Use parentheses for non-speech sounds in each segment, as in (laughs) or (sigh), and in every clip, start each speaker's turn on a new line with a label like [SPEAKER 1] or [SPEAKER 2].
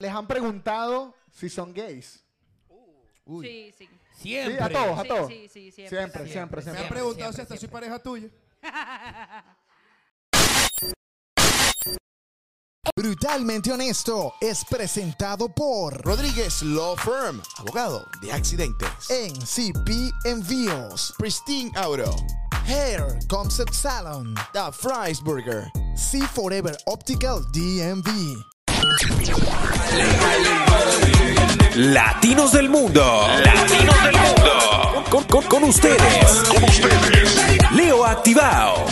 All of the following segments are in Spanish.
[SPEAKER 1] Les han preguntado si son gays.
[SPEAKER 2] Uy.
[SPEAKER 3] Sí, sí. Sí,
[SPEAKER 2] Siempre.
[SPEAKER 1] Sí, a todos, a
[SPEAKER 3] Sí,
[SPEAKER 1] todos.
[SPEAKER 3] sí, sí, siempre,
[SPEAKER 1] siempre, siempre,
[SPEAKER 3] siempre.
[SPEAKER 2] Me
[SPEAKER 1] siempre.
[SPEAKER 2] han
[SPEAKER 3] Siempre,
[SPEAKER 2] preguntado si
[SPEAKER 3] siempre,
[SPEAKER 2] hasta soy
[SPEAKER 3] siempre.
[SPEAKER 2] pareja tuya.
[SPEAKER 4] (laughs) Brutalmente Honesto es presentado por
[SPEAKER 5] Rodríguez Law Firm, abogado de accidentes.
[SPEAKER 4] NCP Envíos,
[SPEAKER 5] Pristine Auto,
[SPEAKER 4] Hair Concept Salon,
[SPEAKER 5] The Fries Burger.
[SPEAKER 4] See Forever Optical DMV.
[SPEAKER 6] Latinos del mundo. Latinos del mundo. Con, con- con ustedes. Leo Activado.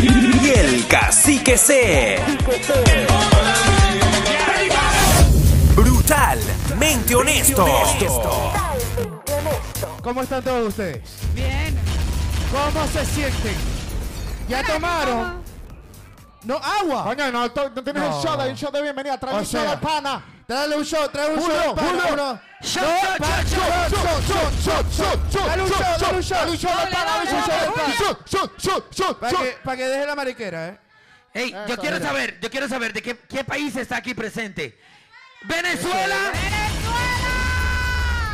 [SPEAKER 6] Y el cacique C. Brutalmente honesto.
[SPEAKER 1] ¿Cómo están todos ustedes?
[SPEAKER 3] Bien.
[SPEAKER 1] ¿Cómo se sienten?
[SPEAKER 3] ¿Ya tomaron?
[SPEAKER 2] No, agua.
[SPEAKER 1] Coño, no, to- no tienes
[SPEAKER 2] No.
[SPEAKER 1] el shot, hay un shot de bienvenida. Trae
[SPEAKER 2] O
[SPEAKER 1] un shot
[SPEAKER 2] sea,
[SPEAKER 1] al pana.
[SPEAKER 2] Tráele un show, tráele un
[SPEAKER 1] Uno,
[SPEAKER 2] show.
[SPEAKER 1] uno.
[SPEAKER 3] Shot,
[SPEAKER 2] No,
[SPEAKER 3] shot,
[SPEAKER 2] para,
[SPEAKER 3] shot,
[SPEAKER 2] shot, shot, shot, shot, shot, shot,
[SPEAKER 1] Dale un
[SPEAKER 2] shot,
[SPEAKER 1] shot, dale un
[SPEAKER 2] shot,
[SPEAKER 1] shot.
[SPEAKER 2] dale un shot al
[SPEAKER 3] Dale,
[SPEAKER 2] pana, dale un
[SPEAKER 3] dale,
[SPEAKER 2] shot al
[SPEAKER 3] dale.
[SPEAKER 2] pana.
[SPEAKER 1] Shot, shot, shot, shot,
[SPEAKER 2] Para
[SPEAKER 1] shot.
[SPEAKER 2] que, para que deje la mariquera, ¿eh?
[SPEAKER 7] Ey, yo
[SPEAKER 1] Eso,
[SPEAKER 7] quiero
[SPEAKER 1] mira.
[SPEAKER 7] saber, yo quiero saber de qué, qué país está aquí presente. Venezuela,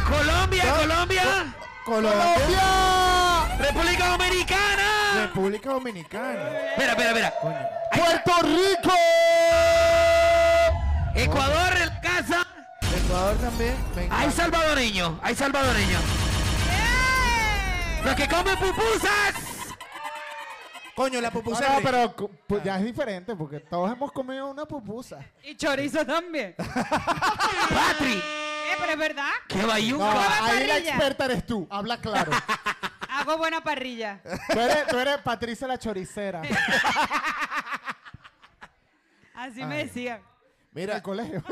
[SPEAKER 7] Colombia, Colombia,
[SPEAKER 2] Colombia.
[SPEAKER 7] República Dominicana.
[SPEAKER 2] República Dominicana.
[SPEAKER 7] Espera, espera, espera. Ahí está.
[SPEAKER 1] ¡Puerto Rico!
[SPEAKER 7] Ecuador en casa.
[SPEAKER 2] Ecuador también. Me
[SPEAKER 7] Hay
[SPEAKER 2] encanta.
[SPEAKER 7] salvadoreños, hay salvadoreños. Los que comen pupusas.
[SPEAKER 2] Coño, la
[SPEAKER 1] Ah,
[SPEAKER 2] pupusa.
[SPEAKER 1] no, pero cu- pues ya es diferente porque todos hemos comido una pupusa.
[SPEAKER 3] Y chorizo también. eh,
[SPEAKER 7] Patri,
[SPEAKER 3] pero es verdad.
[SPEAKER 7] que
[SPEAKER 1] No,
[SPEAKER 7] bayunca.
[SPEAKER 1] Ah, ahí la
[SPEAKER 3] parrilla.
[SPEAKER 1] experta eres tú. Habla
[SPEAKER 7] (laughs)
[SPEAKER 1] claro.
[SPEAKER 3] Hago buena parrilla.
[SPEAKER 1] Tú eres, tú eres Patricia la choricera
[SPEAKER 3] Así me decían.
[SPEAKER 1] del
[SPEAKER 2] Mira,
[SPEAKER 1] colegio. (laughs)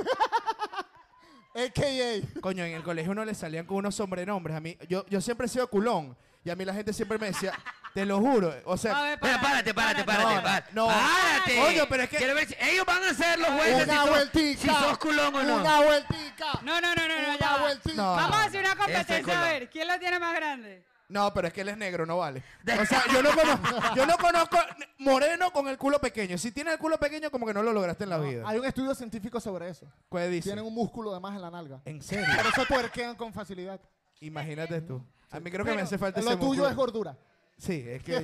[SPEAKER 1] AKA.
[SPEAKER 2] coño, en el colegio uno le salían con unos sobrenombres. A mí, yo, yo siempre he sido culón. Y a mí la gente siempre me decía, te lo juro. O
[SPEAKER 3] A
[SPEAKER 2] sea,
[SPEAKER 3] ver,
[SPEAKER 7] Espera, párate, párate, párate,
[SPEAKER 2] No,
[SPEAKER 7] párate.
[SPEAKER 2] no.
[SPEAKER 7] Párate.
[SPEAKER 2] Coño, pero es que-
[SPEAKER 7] Quiero ver si ellos van a ser los jueces si
[SPEAKER 1] Una
[SPEAKER 7] sos-
[SPEAKER 1] vueltica.
[SPEAKER 7] si sos culón o no.
[SPEAKER 1] Una vueltica.
[SPEAKER 3] No, no, no, no, no, ya
[SPEAKER 1] Una
[SPEAKER 3] va.
[SPEAKER 1] vueltica.
[SPEAKER 2] No.
[SPEAKER 3] Vamos a hacer una
[SPEAKER 7] Ese color.
[SPEAKER 3] competencia a ver. ¿Quién lo tiene más grande?
[SPEAKER 2] no, pero es que él es negro, no vale. O sea, yo no conozco, yo no conozco moreno con el culo pequeño. Si tienes el culo pequeño, como que no lo lograste en la vida.
[SPEAKER 1] Hay un estudio científico sobre eso.
[SPEAKER 2] ¿Qué dice?
[SPEAKER 1] Tienen un músculo de más en la nalga.
[SPEAKER 7] Eh,
[SPEAKER 2] ¿En serio?
[SPEAKER 1] Por eso tuerquean con facilidad.
[SPEAKER 2] Imagínate tú. A mí creo que me hace falta
[SPEAKER 1] Lo
[SPEAKER 2] ese
[SPEAKER 1] tuyo
[SPEAKER 2] músculo.
[SPEAKER 1] es gordura.
[SPEAKER 2] Sí,
[SPEAKER 3] (laughs)
[SPEAKER 2] es que... Yo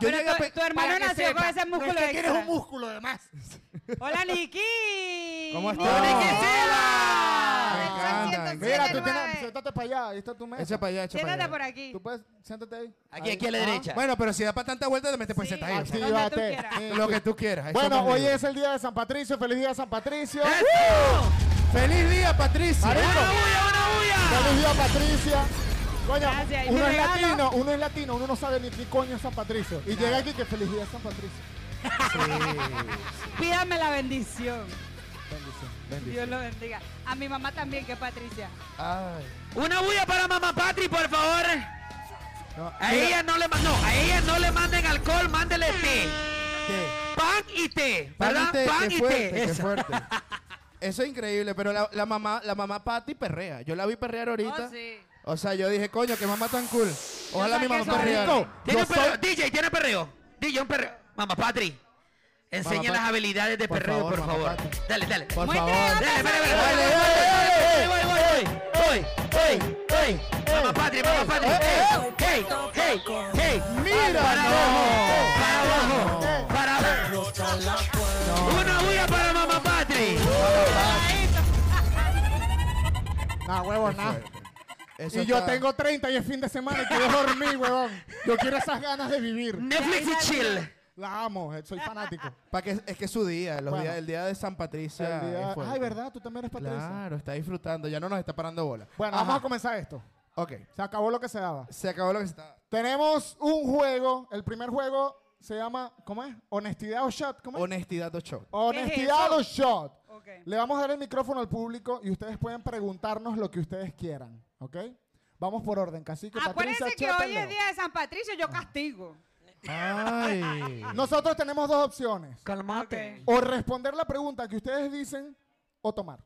[SPEAKER 3] Pero
[SPEAKER 2] llegué a
[SPEAKER 3] tu-
[SPEAKER 2] pe-
[SPEAKER 3] tu hermano
[SPEAKER 2] para que
[SPEAKER 3] nació con
[SPEAKER 2] sepa,
[SPEAKER 3] ese músculo
[SPEAKER 2] No es que tienes
[SPEAKER 3] extra.
[SPEAKER 2] un músculo de más.
[SPEAKER 3] Hola, Niki.
[SPEAKER 2] ¿Cómo
[SPEAKER 3] Niki
[SPEAKER 2] estás?
[SPEAKER 3] Silva.
[SPEAKER 2] Me encanta, me encanta.
[SPEAKER 1] Mira, tú
[SPEAKER 8] 109.
[SPEAKER 1] tienes, siéntate para allá, ahí está tu mesa.
[SPEAKER 2] Echa para allá, echa para
[SPEAKER 3] Siéntate
[SPEAKER 2] allá.
[SPEAKER 3] por aquí.
[SPEAKER 1] Tú puedes, siéntate ahí.
[SPEAKER 7] Aquí, aquí a la derecha.
[SPEAKER 2] Bueno, pero si da para tanta vuelta, te metes pues
[SPEAKER 3] Sí.
[SPEAKER 2] sentadillo.
[SPEAKER 3] Así.
[SPEAKER 2] ¿sabes?
[SPEAKER 3] Donde tú
[SPEAKER 1] Actívate.
[SPEAKER 3] quieras.
[SPEAKER 1] Eh,
[SPEAKER 2] Lo que tú quieras. ahí
[SPEAKER 1] Bueno,
[SPEAKER 2] somos
[SPEAKER 1] hoy
[SPEAKER 2] libres.
[SPEAKER 1] es el día de San Patricio. Feliz día de San Patricio.
[SPEAKER 7] ¡Eso!
[SPEAKER 2] ¡Feliz día, Patricia!
[SPEAKER 1] Marico.
[SPEAKER 7] ¡Una bulla, una bulla!
[SPEAKER 1] Feliz día, Patricia. Coño,
[SPEAKER 3] Gracias, y
[SPEAKER 1] uno
[SPEAKER 3] mi
[SPEAKER 1] es
[SPEAKER 3] regalo.
[SPEAKER 1] latino, uno es latino, uno no sabe ni qué coño es San Patricio. Y llega aquí que feliz día San Patricio.
[SPEAKER 3] Pídame la bendición.
[SPEAKER 1] Bendición, bendición.
[SPEAKER 3] Dios lo bendiga. A mi mamá también, que es Patricia.
[SPEAKER 2] Ay.
[SPEAKER 7] Una bulla para mamá Patri, por favor.
[SPEAKER 1] No,
[SPEAKER 7] A ella no le ma- no, a ella no le manden alcohol, mándele té. Pan y té, ¿verdad?
[SPEAKER 2] Pati,
[SPEAKER 7] Pan
[SPEAKER 2] qué
[SPEAKER 7] y
[SPEAKER 2] fuerte,
[SPEAKER 7] té.
[SPEAKER 2] qué
[SPEAKER 1] (laughs)
[SPEAKER 7] eso.
[SPEAKER 2] fuerte. Eso es increíble, pero la, la mamá, la mamá Patty perrea. Yo la vi perrear ahorita.
[SPEAKER 3] Oh, sí.
[SPEAKER 2] O sea, yo dije, coño, qué mamá tan cool. Ojalá
[SPEAKER 3] saqué
[SPEAKER 2] mi mamá
[SPEAKER 3] eso
[SPEAKER 2] perreara.
[SPEAKER 1] Marico,
[SPEAKER 7] Tiene
[SPEAKER 1] yo
[SPEAKER 7] un perreo.
[SPEAKER 1] soy-
[SPEAKER 7] DJ, tiene perreo. DJ, un perreo. Mamá Patri, enseña
[SPEAKER 2] Mamá
[SPEAKER 7] las
[SPEAKER 2] Patri.
[SPEAKER 7] habilidades de
[SPEAKER 2] Por
[SPEAKER 7] perreo,
[SPEAKER 2] favor,
[SPEAKER 7] por
[SPEAKER 2] mamá
[SPEAKER 7] favor.
[SPEAKER 2] Patri.
[SPEAKER 7] Dale, dale.
[SPEAKER 2] Por
[SPEAKER 3] Muestra
[SPEAKER 2] favor.
[SPEAKER 3] la
[SPEAKER 7] Dale, espera, espera,
[SPEAKER 2] Dale,
[SPEAKER 7] espera,
[SPEAKER 2] dale,
[SPEAKER 7] espera, voy, voy, voy, voy, voy, voy, voy. Mamá Patri, mamá Patri. Hey, hey, hey, hey.
[SPEAKER 1] Mira,
[SPEAKER 7] Para
[SPEAKER 1] no.
[SPEAKER 7] abajo, para abajo, para abajo. Una bulla para mamá Patri.
[SPEAKER 1] Nah, huevo, nada.
[SPEAKER 2] Eso
[SPEAKER 1] Y yo
[SPEAKER 2] está-
[SPEAKER 1] tengo 30 y es fin de semana y quiero dormir, huevón. Yo quiero esas ganas de vivir.
[SPEAKER 7] Netflix y chill.
[SPEAKER 1] La amo, eh, soy fanático.
[SPEAKER 2] Pa' que, es que es su día, los
[SPEAKER 1] Bueno.
[SPEAKER 2] días, el día de San Patricio.
[SPEAKER 1] El día-
[SPEAKER 2] es fuerte.
[SPEAKER 1] Ay, ¿verdad? Tú también eres Patricio.
[SPEAKER 2] Claro, está disfrutando, ya no nos está parando bola.
[SPEAKER 1] Bueno,
[SPEAKER 2] Ajá.
[SPEAKER 1] vamos a comenzar esto.
[SPEAKER 2] Ok,
[SPEAKER 1] Se acabó lo que se daba.
[SPEAKER 2] se acabó lo que se está.
[SPEAKER 1] Tenemos un juego. El primer juego se llama, ¿cómo es? Honestidad o shot. ¿Cómo es?
[SPEAKER 2] Honestidad o show.
[SPEAKER 1] Honestidad
[SPEAKER 3] ¿Qué
[SPEAKER 1] o
[SPEAKER 3] es
[SPEAKER 1] shot.
[SPEAKER 3] Ok.
[SPEAKER 1] Le vamos a dar el micrófono al público y ustedes pueden preguntarnos lo que ustedes quieran, ¿ok? Vamos por orden, cacique. Patricia,
[SPEAKER 3] Acuérdense que
[SPEAKER 1] Chata,
[SPEAKER 3] hoy es
[SPEAKER 1] Leo. Ah.
[SPEAKER 3] día de San Patricio, yo castigo.
[SPEAKER 2] Ay.
[SPEAKER 1] Nosotros tenemos dos opciones.
[SPEAKER 7] Calmate.
[SPEAKER 1] O responder la pregunta que ustedes dicen o tomar.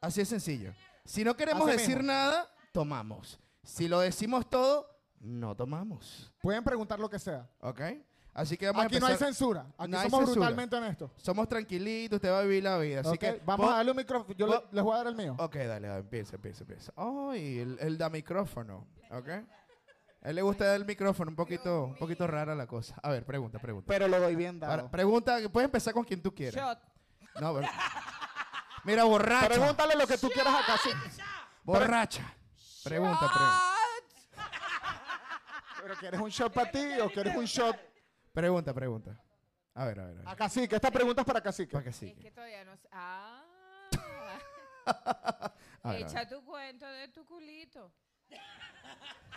[SPEAKER 2] Así es sencillo. Si no queremos
[SPEAKER 1] Así
[SPEAKER 2] decir
[SPEAKER 1] mismo.
[SPEAKER 2] nada, tomamos. Si lo decimos todo, no tomamos.
[SPEAKER 1] Pueden preguntar lo que sea.
[SPEAKER 2] ¿Ok? Así que vamos a
[SPEAKER 1] Aquí no hay
[SPEAKER 2] empezar-
[SPEAKER 1] censura. Aquí
[SPEAKER 2] No hay
[SPEAKER 1] somos
[SPEAKER 2] censura.
[SPEAKER 1] brutalmente honestos.
[SPEAKER 2] Somos tranquilitos, usted va a vivir la vida. Así
[SPEAKER 1] Ok,
[SPEAKER 2] que Oh,
[SPEAKER 1] Vamos
[SPEAKER 2] po-
[SPEAKER 1] a darle un micrófono. Yo le-
[SPEAKER 2] po-
[SPEAKER 1] les voy a dar el mío.
[SPEAKER 2] Ok, dale, dale, empieza, empieza, empieza. Ay, el, el da micrófono, ¿ok? A él le gusta el micrófono, un poquito, un poquito rara la cosa. A ver, pregunta, pregunta.
[SPEAKER 1] Pero lo doy bien
[SPEAKER 2] Ahora, pregunta, puedes empezar con quien tú quieras.
[SPEAKER 3] Shot.
[SPEAKER 2] No, pero- Mira, borracha.
[SPEAKER 1] Pregúntale lo que tú quieras a Casi.
[SPEAKER 2] borracha. Pregunta, pregunta.
[SPEAKER 1] Pero ¿quieres un shot para ti o quieres un shot
[SPEAKER 2] Pregunta, pregunta. A ver, a ver, a
[SPEAKER 1] a
[SPEAKER 2] ver.
[SPEAKER 1] Cacique? Esta pregunta es para Cacique.
[SPEAKER 2] Para que
[SPEAKER 9] Ah, Es
[SPEAKER 2] siga.
[SPEAKER 9] que todavía no sé. Ah.
[SPEAKER 2] A ver, a ver.
[SPEAKER 9] Echa tu cuento de tu culito.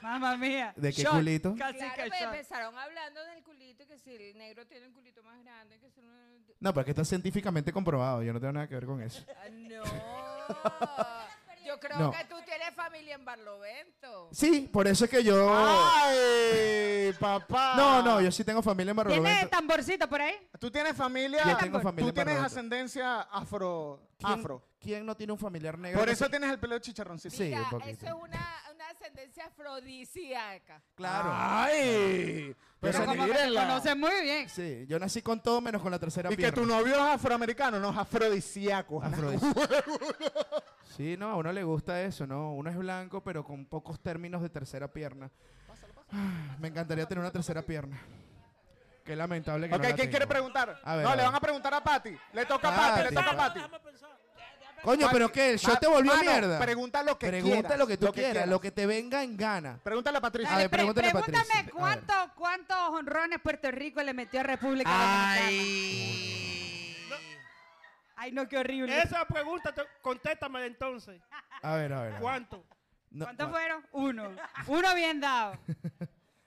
[SPEAKER 3] Mamma mía.
[SPEAKER 2] ¿De qué
[SPEAKER 3] Shot.
[SPEAKER 2] culito?
[SPEAKER 3] Casi
[SPEAKER 9] claro,
[SPEAKER 3] que
[SPEAKER 9] pues
[SPEAKER 3] shot.
[SPEAKER 9] empezaron hablando del culito, que si el negro tiene un culito más grande, que si uno-
[SPEAKER 2] No, porque está científicamente comprobado. Yo no tengo nada que ver con eso.
[SPEAKER 9] Ah,
[SPEAKER 2] (laughs)
[SPEAKER 9] no. Yo creo
[SPEAKER 2] No.
[SPEAKER 9] que tú tienes familia en Barlovento.
[SPEAKER 2] Sí, por eso es que
[SPEAKER 1] Oh.
[SPEAKER 2] yo.
[SPEAKER 9] Ah.
[SPEAKER 1] ¡Ay, papá!
[SPEAKER 2] No, no, yo sí tengo familia en
[SPEAKER 3] ¿Tiene
[SPEAKER 2] Barlovento.
[SPEAKER 3] tamborcito por ahí?
[SPEAKER 1] ¿Tú tienes familia?
[SPEAKER 2] Yo tengo familia
[SPEAKER 1] ¿Tú tienes
[SPEAKER 2] en Barlovento.
[SPEAKER 1] ascendencia afro?
[SPEAKER 2] ¿Quién-
[SPEAKER 1] afro.
[SPEAKER 2] ¿Quién no tiene un familiar negro?
[SPEAKER 1] Por
[SPEAKER 2] que
[SPEAKER 1] eso
[SPEAKER 2] se-
[SPEAKER 1] tienes el pelo chicharroncito.
[SPEAKER 2] Sí,
[SPEAKER 9] Mira,
[SPEAKER 2] un poquito.
[SPEAKER 9] eso es una, una ascendencia afrodisíaca.
[SPEAKER 2] Claro.
[SPEAKER 1] ¡Ay!
[SPEAKER 2] Pero
[SPEAKER 1] Pero
[SPEAKER 3] como que te
[SPEAKER 1] mírenla.
[SPEAKER 3] conoces muy bien.
[SPEAKER 2] Sí, yo nací con todo menos con la tercera
[SPEAKER 1] Y que
[SPEAKER 2] pierna.
[SPEAKER 1] tu novio es afroamericano, no es afrodisíaco. (laughs)
[SPEAKER 2] Afrodisíaco. Sí, no, a uno le gusta eso, ¿no? Uno es blanco, pero con pocos términos de tercera pierna. Ah, Me encantaría tener una tercera pierna. Qué lamentable que
[SPEAKER 1] Ok,
[SPEAKER 2] no la
[SPEAKER 1] ¿quién quiere
[SPEAKER 2] tengo.
[SPEAKER 1] preguntar?
[SPEAKER 2] A ver,
[SPEAKER 1] no,
[SPEAKER 2] a
[SPEAKER 1] le
[SPEAKER 2] ver. Ah,
[SPEAKER 1] van a preguntar a Patty. Le toca a Patty, le
[SPEAKER 2] Patty,
[SPEAKER 1] toca a
[SPEAKER 2] Patty.
[SPEAKER 1] Patty.
[SPEAKER 2] Coño, pero ¿qué? El show te volvió
[SPEAKER 1] mano,
[SPEAKER 2] mierda.
[SPEAKER 1] pregunta lo que
[SPEAKER 2] Pregunta
[SPEAKER 1] quieras,
[SPEAKER 2] lo que tú
[SPEAKER 1] lo que
[SPEAKER 2] quieras,
[SPEAKER 1] quieras.
[SPEAKER 2] lo que te venga en gana.
[SPEAKER 1] Pregúntale a
[SPEAKER 3] Dale,
[SPEAKER 1] Patricia.
[SPEAKER 2] ver,
[SPEAKER 3] pre-
[SPEAKER 2] pregúntale a Patricia. A
[SPEAKER 3] pregúntame
[SPEAKER 2] ver.
[SPEAKER 3] cuánto, cuántos honrones Puerto Rico le metió a República Dominicana.
[SPEAKER 7] Ay.
[SPEAKER 3] Ay, no, qué horrible.
[SPEAKER 10] Esa pregunta, te- contéstame entonces.
[SPEAKER 2] A ver, a ver. a ver.
[SPEAKER 10] ¿Cuánto?
[SPEAKER 2] No,
[SPEAKER 3] ¿Cuántos
[SPEAKER 2] no.
[SPEAKER 3] fueron? Uno.
[SPEAKER 2] (laughs)
[SPEAKER 3] Uno bien dado.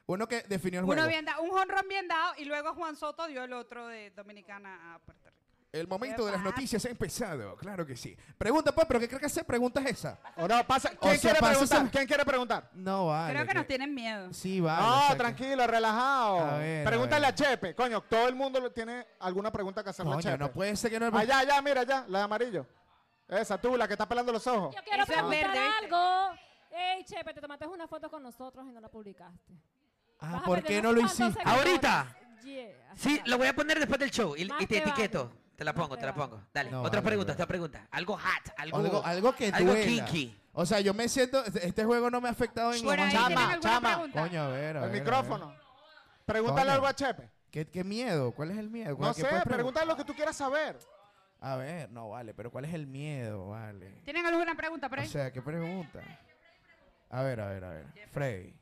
[SPEAKER 2] Uno que definió el
[SPEAKER 3] Uno
[SPEAKER 2] juego.
[SPEAKER 3] bien dado. Un honrón bien dado y luego Juan Soto dio el otro de Dominicana a Puerto Rico.
[SPEAKER 2] El momento de las
[SPEAKER 3] Epa.
[SPEAKER 2] noticias ha empezado, claro que sí. Pregunta, pues, pero ¿qué crees que hacer? Pregunta es esa.
[SPEAKER 1] O no, pasa. ¿Quién
[SPEAKER 2] se
[SPEAKER 1] quiere
[SPEAKER 2] pasa
[SPEAKER 1] preguntar?
[SPEAKER 2] esa-
[SPEAKER 1] ¿Quién quiere preguntar?
[SPEAKER 2] No vale.
[SPEAKER 3] Creo que nos tienen miedo.
[SPEAKER 2] Sí, vale. o
[SPEAKER 1] no,
[SPEAKER 2] sea que-
[SPEAKER 1] tranquilo, relajado.
[SPEAKER 2] Ah, A ver, a
[SPEAKER 1] Pregúntale a,
[SPEAKER 2] ver.
[SPEAKER 1] Chepe. Coño, todo el mundo lo- tiene alguna pregunta que hacerle a
[SPEAKER 2] Coño,
[SPEAKER 1] Chepe.
[SPEAKER 2] no puede ser pues. que no.
[SPEAKER 1] Allá, allá, mira, allá, la de amarillo. Esa, tú, la que está pelando los ojos.
[SPEAKER 11] Yo quiero
[SPEAKER 3] Esa es
[SPEAKER 11] preguntar
[SPEAKER 3] verde, ¿viste?
[SPEAKER 11] algo. Ey, Chepe, te tomaste una foto con nosotros y no la publicaste.
[SPEAKER 2] Ah,
[SPEAKER 11] Vas a
[SPEAKER 2] ¿por
[SPEAKER 11] perder
[SPEAKER 2] qué
[SPEAKER 11] unos
[SPEAKER 2] no lo
[SPEAKER 11] cuantos
[SPEAKER 2] hiciste?
[SPEAKER 11] seguidores.
[SPEAKER 7] ¿Ahorita?
[SPEAKER 11] Yeah, así
[SPEAKER 7] Sí,
[SPEAKER 11] dale.
[SPEAKER 7] lo voy a poner después del show y,
[SPEAKER 11] Más
[SPEAKER 7] y te
[SPEAKER 11] te vale.
[SPEAKER 7] etiqueto. Te la
[SPEAKER 11] Más
[SPEAKER 7] pongo,
[SPEAKER 11] te
[SPEAKER 7] te la
[SPEAKER 11] vale.
[SPEAKER 7] pongo. Dale,
[SPEAKER 2] No,
[SPEAKER 7] otra
[SPEAKER 2] vale,
[SPEAKER 7] pregunta,
[SPEAKER 2] bro.
[SPEAKER 7] otra pregunta. Algo hot, algo,
[SPEAKER 2] Algo, algo que
[SPEAKER 7] algo
[SPEAKER 2] duela.
[SPEAKER 7] kinky.
[SPEAKER 2] O sea, yo me siento. Este juego no me ha afectado en
[SPEAKER 3] Por
[SPEAKER 2] lo
[SPEAKER 3] ahí
[SPEAKER 2] más
[SPEAKER 1] Chama,
[SPEAKER 3] tienen
[SPEAKER 2] mínimo.
[SPEAKER 3] alguna
[SPEAKER 1] chama.
[SPEAKER 3] pregunta.
[SPEAKER 2] Coño, a ver, a ver, a
[SPEAKER 1] El
[SPEAKER 2] ver.
[SPEAKER 1] micrófono. Pregúntale
[SPEAKER 2] Coño.
[SPEAKER 1] algo a Chepe.
[SPEAKER 2] ¿Qué, qué miedo? ¿Cuál es el miedo?
[SPEAKER 1] No
[SPEAKER 2] ¿Cuál- qué
[SPEAKER 1] sé,
[SPEAKER 2] puedes pregun-
[SPEAKER 1] pregúntale lo que tú quieras saber.
[SPEAKER 2] A ver, no vale, pero ¿cuál es el miedo? Vale.
[SPEAKER 3] ¿Tienen alguna pregunta por
[SPEAKER 2] O
[SPEAKER 3] ahí?
[SPEAKER 2] sea, ¿qué pregunta? A ver, a ver, a ver. Freddy.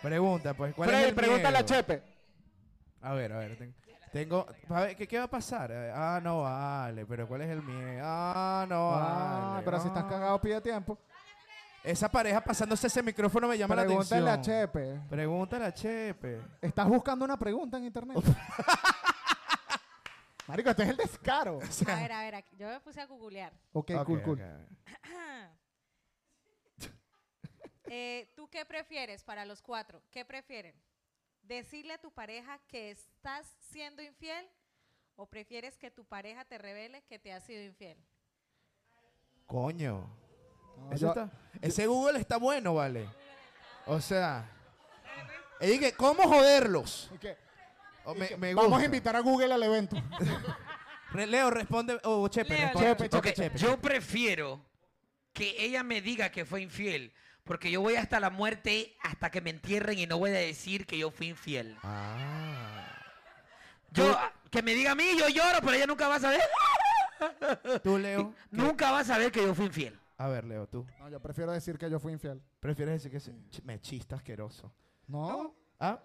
[SPEAKER 2] Pregunta, pues, ¿cuál es
[SPEAKER 1] Freddy,
[SPEAKER 2] el
[SPEAKER 1] pregúntale a
[SPEAKER 2] miedo?
[SPEAKER 1] Chepe.
[SPEAKER 2] A ver, a ver. ten- Tengo. a ver, ¿qué, qué va a pasar? Eh, Ah, no vale, pero ¿cuál es el miedo? Ah, no
[SPEAKER 1] Ah,
[SPEAKER 2] vale.
[SPEAKER 1] pero si
[SPEAKER 2] ah.
[SPEAKER 1] estás cagado, pide tiempo.
[SPEAKER 2] Esa pareja pasándose ese micrófono me llama
[SPEAKER 1] Pregúntale
[SPEAKER 2] la
[SPEAKER 1] a
[SPEAKER 2] atención.
[SPEAKER 1] Chepe.
[SPEAKER 2] Pregúntale
[SPEAKER 1] (laughs)
[SPEAKER 2] a Chepe.
[SPEAKER 1] ¿Estás buscando una pregunta en internet? (laughs) Marico, este es el
[SPEAKER 2] (laughs)
[SPEAKER 1] descaro.
[SPEAKER 9] A ver, a ver, aquí- yo me puse a googlear.
[SPEAKER 1] Ok,
[SPEAKER 2] Ok,
[SPEAKER 1] cool, cool.
[SPEAKER 2] ok.
[SPEAKER 9] (laughs) Eh, ¿Tú qué prefieres para los cuatro? ¿Qué prefieren? ¿Decirle a tu pareja que estás siendo infiel o prefieres que tu pareja te revele que te has sido infiel?
[SPEAKER 2] Coño.
[SPEAKER 1] No,
[SPEAKER 2] Eso
[SPEAKER 1] yo-
[SPEAKER 2] está- ese Google está bueno, vale. O sea. Y dije, ¿cómo joderlos?
[SPEAKER 1] ¿Y qué?
[SPEAKER 2] O me, me
[SPEAKER 1] Vamos a
[SPEAKER 2] gusta.
[SPEAKER 1] invitar a Google al evento.
[SPEAKER 2] Re- Leo, responde. Oh, Chepe,
[SPEAKER 3] Leo,
[SPEAKER 2] responde.
[SPEAKER 1] Chepe,
[SPEAKER 7] Ok,
[SPEAKER 1] Chepe, Chepe.
[SPEAKER 7] yo prefiero que ella me diga que fue infiel, porque yo voy hasta la muerte, hasta que me entierren y no voy a decir que yo fui infiel.
[SPEAKER 2] Ah.
[SPEAKER 7] Yo, que me diga a mí, yo lloro, pero ella nunca va a saber,
[SPEAKER 2] Tú, Leo.
[SPEAKER 7] nunca va a saber que yo fui infiel.
[SPEAKER 2] A ver, Leo, tú.
[SPEAKER 1] No, yo prefiero decir que yo fui infiel.
[SPEAKER 2] ¿Prefieres decir que sí? Ch- me chista asqueroso?
[SPEAKER 1] No.
[SPEAKER 2] ¿Ah?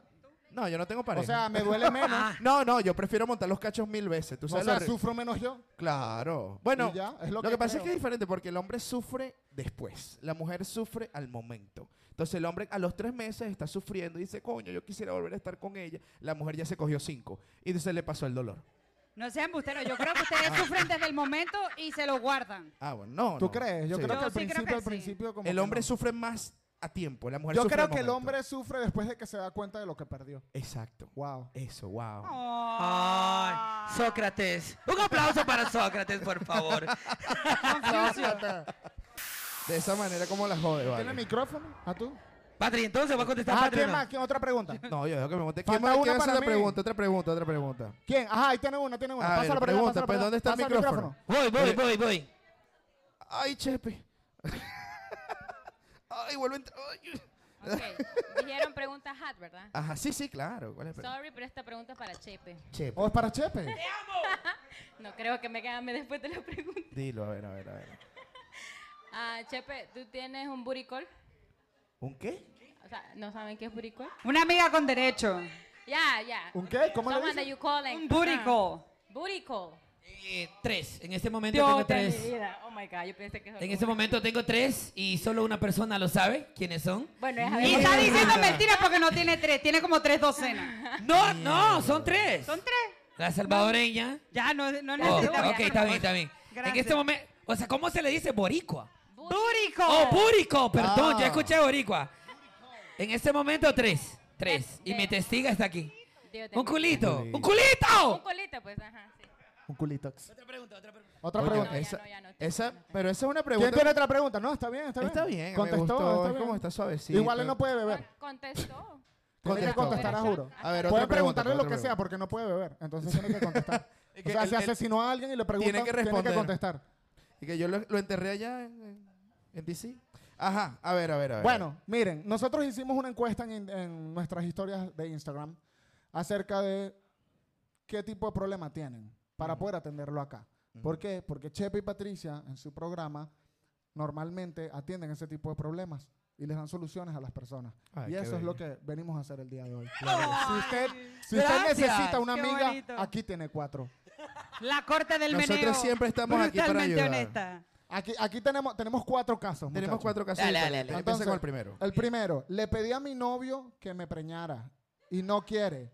[SPEAKER 2] No, yo no tengo pareja.
[SPEAKER 1] O sea, me duele menos.
[SPEAKER 7] Ah.
[SPEAKER 2] (laughs) no, no, yo prefiero montar los cachos mil veces. ¿Tú
[SPEAKER 1] o
[SPEAKER 2] sabes
[SPEAKER 1] sea,
[SPEAKER 2] lo re-
[SPEAKER 1] sufro menos yo.
[SPEAKER 2] Claro. Bueno,
[SPEAKER 1] Y ya, es
[SPEAKER 2] lo,
[SPEAKER 1] lo
[SPEAKER 2] que,
[SPEAKER 1] que
[SPEAKER 2] pasa
[SPEAKER 1] creo.
[SPEAKER 2] es que es diferente porque el hombre sufre después, la mujer sufre al momento. Entonces el hombre a los tres meses está sufriendo y dice, coño, yo quisiera volver a estar con ella. La mujer ya se cogió cinco y entonces le pasó el dolor.
[SPEAKER 3] No sean busteros. Yo creo que ustedes sufren desde el momento y se lo guardan.
[SPEAKER 2] Ah, bueno, no.
[SPEAKER 1] ¿Tú
[SPEAKER 2] no.
[SPEAKER 1] crees? Yo
[SPEAKER 2] Sí.
[SPEAKER 1] creo que
[SPEAKER 3] Yo
[SPEAKER 1] al
[SPEAKER 3] sí creo
[SPEAKER 1] principio,
[SPEAKER 3] que
[SPEAKER 1] al
[SPEAKER 3] sí.
[SPEAKER 1] principio como
[SPEAKER 2] el
[SPEAKER 1] que
[SPEAKER 2] hombre
[SPEAKER 1] no.
[SPEAKER 2] sufre más a tiempo, la mujer
[SPEAKER 1] Yo
[SPEAKER 2] sufre
[SPEAKER 1] creo
[SPEAKER 2] al
[SPEAKER 1] que el
[SPEAKER 2] momento.
[SPEAKER 1] hombre sufre después de que se da cuenta de lo que perdió.
[SPEAKER 2] Exacto.
[SPEAKER 1] Wow.
[SPEAKER 2] Eso, wow.
[SPEAKER 1] Oh.
[SPEAKER 7] Ay, Sócrates. Un aplauso para Sócrates,
[SPEAKER 2] (laughs)
[SPEAKER 7] por favor.
[SPEAKER 2] De esa manera como la jode,
[SPEAKER 1] ¿Tiene
[SPEAKER 2] vale.
[SPEAKER 1] micrófono? ¿A tú?
[SPEAKER 12] Patri, entonces va a contestar
[SPEAKER 2] Ah,
[SPEAKER 1] Ajá,
[SPEAKER 12] Patri. o
[SPEAKER 1] ¿quién
[SPEAKER 12] no?
[SPEAKER 1] más? ¿Quién otra pregunta?
[SPEAKER 2] No, yo dejo que me monte.
[SPEAKER 1] Falta
[SPEAKER 2] ¿Quién más
[SPEAKER 1] una
[SPEAKER 2] quiere hacer
[SPEAKER 1] para
[SPEAKER 2] la
[SPEAKER 1] mí.
[SPEAKER 2] pregunta? Otra pregunta, otra pregunta.
[SPEAKER 1] ¿Quién? Ajá, ahí tiene una, tiene una.
[SPEAKER 2] A ver,
[SPEAKER 1] Pásala para allá,
[SPEAKER 2] pregunta,
[SPEAKER 1] pásala para
[SPEAKER 2] pues,
[SPEAKER 1] allá.
[SPEAKER 2] ¿dónde está el
[SPEAKER 1] Pasa
[SPEAKER 2] micrófono?
[SPEAKER 12] Voy, voy, voy, voy.
[SPEAKER 2] Ay, Chepe. (laughs) Ay, vuelve a entrar. Ay.
[SPEAKER 13] Ok. (laughs) Dijeron pregunta hat, ¿verdad?
[SPEAKER 2] Ajá, sí, sí, claro. ¿Cuál es?
[SPEAKER 13] Sorry, pero esta pregunta es para Chepe.
[SPEAKER 2] Chepe.
[SPEAKER 1] ¿O es para Chepe?
[SPEAKER 13] No creo que me quedame después de la pregunta.
[SPEAKER 2] Dilo, a ver, a ver, a ver.
[SPEAKER 13] Ah, Chepe, ¿tú tienes un booty call?
[SPEAKER 2] ¿Un qué?
[SPEAKER 13] O sea, ¿no saben qué es booty call?
[SPEAKER 3] Una amiga con derecho.
[SPEAKER 13] Ya, ya.
[SPEAKER 1] ¿Un qué? ¿Cómo le
[SPEAKER 13] Someone that
[SPEAKER 1] dicen?
[SPEAKER 13] you calling.
[SPEAKER 3] Un booty
[SPEAKER 13] Ajá.
[SPEAKER 3] call.
[SPEAKER 13] Booty call.
[SPEAKER 7] Eh, tres. En este momento
[SPEAKER 13] Dios
[SPEAKER 7] tengo
[SPEAKER 13] de mi
[SPEAKER 7] tres.
[SPEAKER 13] vida. Oh my God, yo pensé que...
[SPEAKER 7] En este momento tengo tres y solo una persona lo sabe. ¿Quiénes son?
[SPEAKER 3] (laughs)
[SPEAKER 13] Bueno,
[SPEAKER 9] Ah.
[SPEAKER 3] Y está diciendo mentiras porque no tiene tres, tiene como tres docenas.
[SPEAKER 7] No, no, son tres.
[SPEAKER 3] Son tres.
[SPEAKER 7] La salvadoreña.
[SPEAKER 3] Ya, no, no
[SPEAKER 7] Oh,
[SPEAKER 3] necesitamos.
[SPEAKER 7] ok, está bien, está bien.
[SPEAKER 3] Gracias.
[SPEAKER 7] En este momento, o sea, ¿cómo se le dice boricua?
[SPEAKER 3] ¡Búrico!
[SPEAKER 7] Oh, búrico, perdón,
[SPEAKER 3] Ah.
[SPEAKER 7] yo escuché boricua. En este momento tres, tres. Y mi testiga está aquí.
[SPEAKER 13] Dios de
[SPEAKER 7] Un
[SPEAKER 13] mi
[SPEAKER 7] culito,
[SPEAKER 13] vida.
[SPEAKER 7] un culito.
[SPEAKER 13] Un culito, pues, ajá. sí.
[SPEAKER 1] Un culito. Otra
[SPEAKER 7] pregunta, otra pregunta.
[SPEAKER 1] Otra
[SPEAKER 2] Oye,
[SPEAKER 1] pregunta.
[SPEAKER 2] Esa, esa- pero esa es una pregunta.
[SPEAKER 1] ¿Quién tiene otra pregunta? No, está bien, está bien.
[SPEAKER 2] Está bien, me
[SPEAKER 1] Contestó,
[SPEAKER 2] gustó,
[SPEAKER 1] está
[SPEAKER 2] es
[SPEAKER 1] bien.
[SPEAKER 2] como está suavecito.
[SPEAKER 1] Igual él no puede beber.
[SPEAKER 13] Contestó.
[SPEAKER 1] Tiene que
[SPEAKER 2] Contestó.
[SPEAKER 1] contestar, a juro.
[SPEAKER 2] A ver,
[SPEAKER 1] puede
[SPEAKER 2] otra pregunta,
[SPEAKER 1] preguntarle
[SPEAKER 2] otra
[SPEAKER 1] lo que sea
[SPEAKER 2] pregunta.
[SPEAKER 1] porque no puede beber. Entonces tiene que contestar.
[SPEAKER 2] (laughs)
[SPEAKER 1] o sea,
[SPEAKER 2] él-
[SPEAKER 1] si
[SPEAKER 2] él
[SPEAKER 1] asesinó a alguien y le preguntan,
[SPEAKER 2] Tiene que responder.
[SPEAKER 1] contestar.
[SPEAKER 2] Y que yo lo, lo enterré allá en, en- en DC. Ajá, a ver, a ver, a ver.
[SPEAKER 1] Bueno, miren, nosotros hicimos una encuesta en, en nuestras historias de Instagram acerca de qué tipo de problema tienen para
[SPEAKER 2] Mm.
[SPEAKER 1] poder atenderlo acá. ¿Por qué? Porque Chepe y Patricia en su programa normalmente atienden ese tipo de problemas y les dan soluciones a las personas.
[SPEAKER 2] Ay,
[SPEAKER 1] y
[SPEAKER 2] Ah, qué
[SPEAKER 1] eso es
[SPEAKER 2] bello.
[SPEAKER 1] lo que venimos a hacer el día de hoy.
[SPEAKER 3] (laughs) Ay,
[SPEAKER 1] Si usted, si usted
[SPEAKER 3] gracias.
[SPEAKER 1] necesita una
[SPEAKER 3] Qué
[SPEAKER 1] amiga,
[SPEAKER 3] bonito.
[SPEAKER 1] aquí tiene cuatro.
[SPEAKER 3] La corte del meneo.
[SPEAKER 2] Nosotros siempre estamos aquí para
[SPEAKER 3] Brutalmente
[SPEAKER 2] ayudar.
[SPEAKER 3] honesta.
[SPEAKER 1] Aquí, aquí tenemos, tenemos cuatro casos.
[SPEAKER 2] Tenemos
[SPEAKER 1] muchachos.
[SPEAKER 2] cuatro casos Dale, dale, diferentes. dale. Empieza con el primero.
[SPEAKER 1] El primero. Le pedí a mi novio que me preñara y no quiere.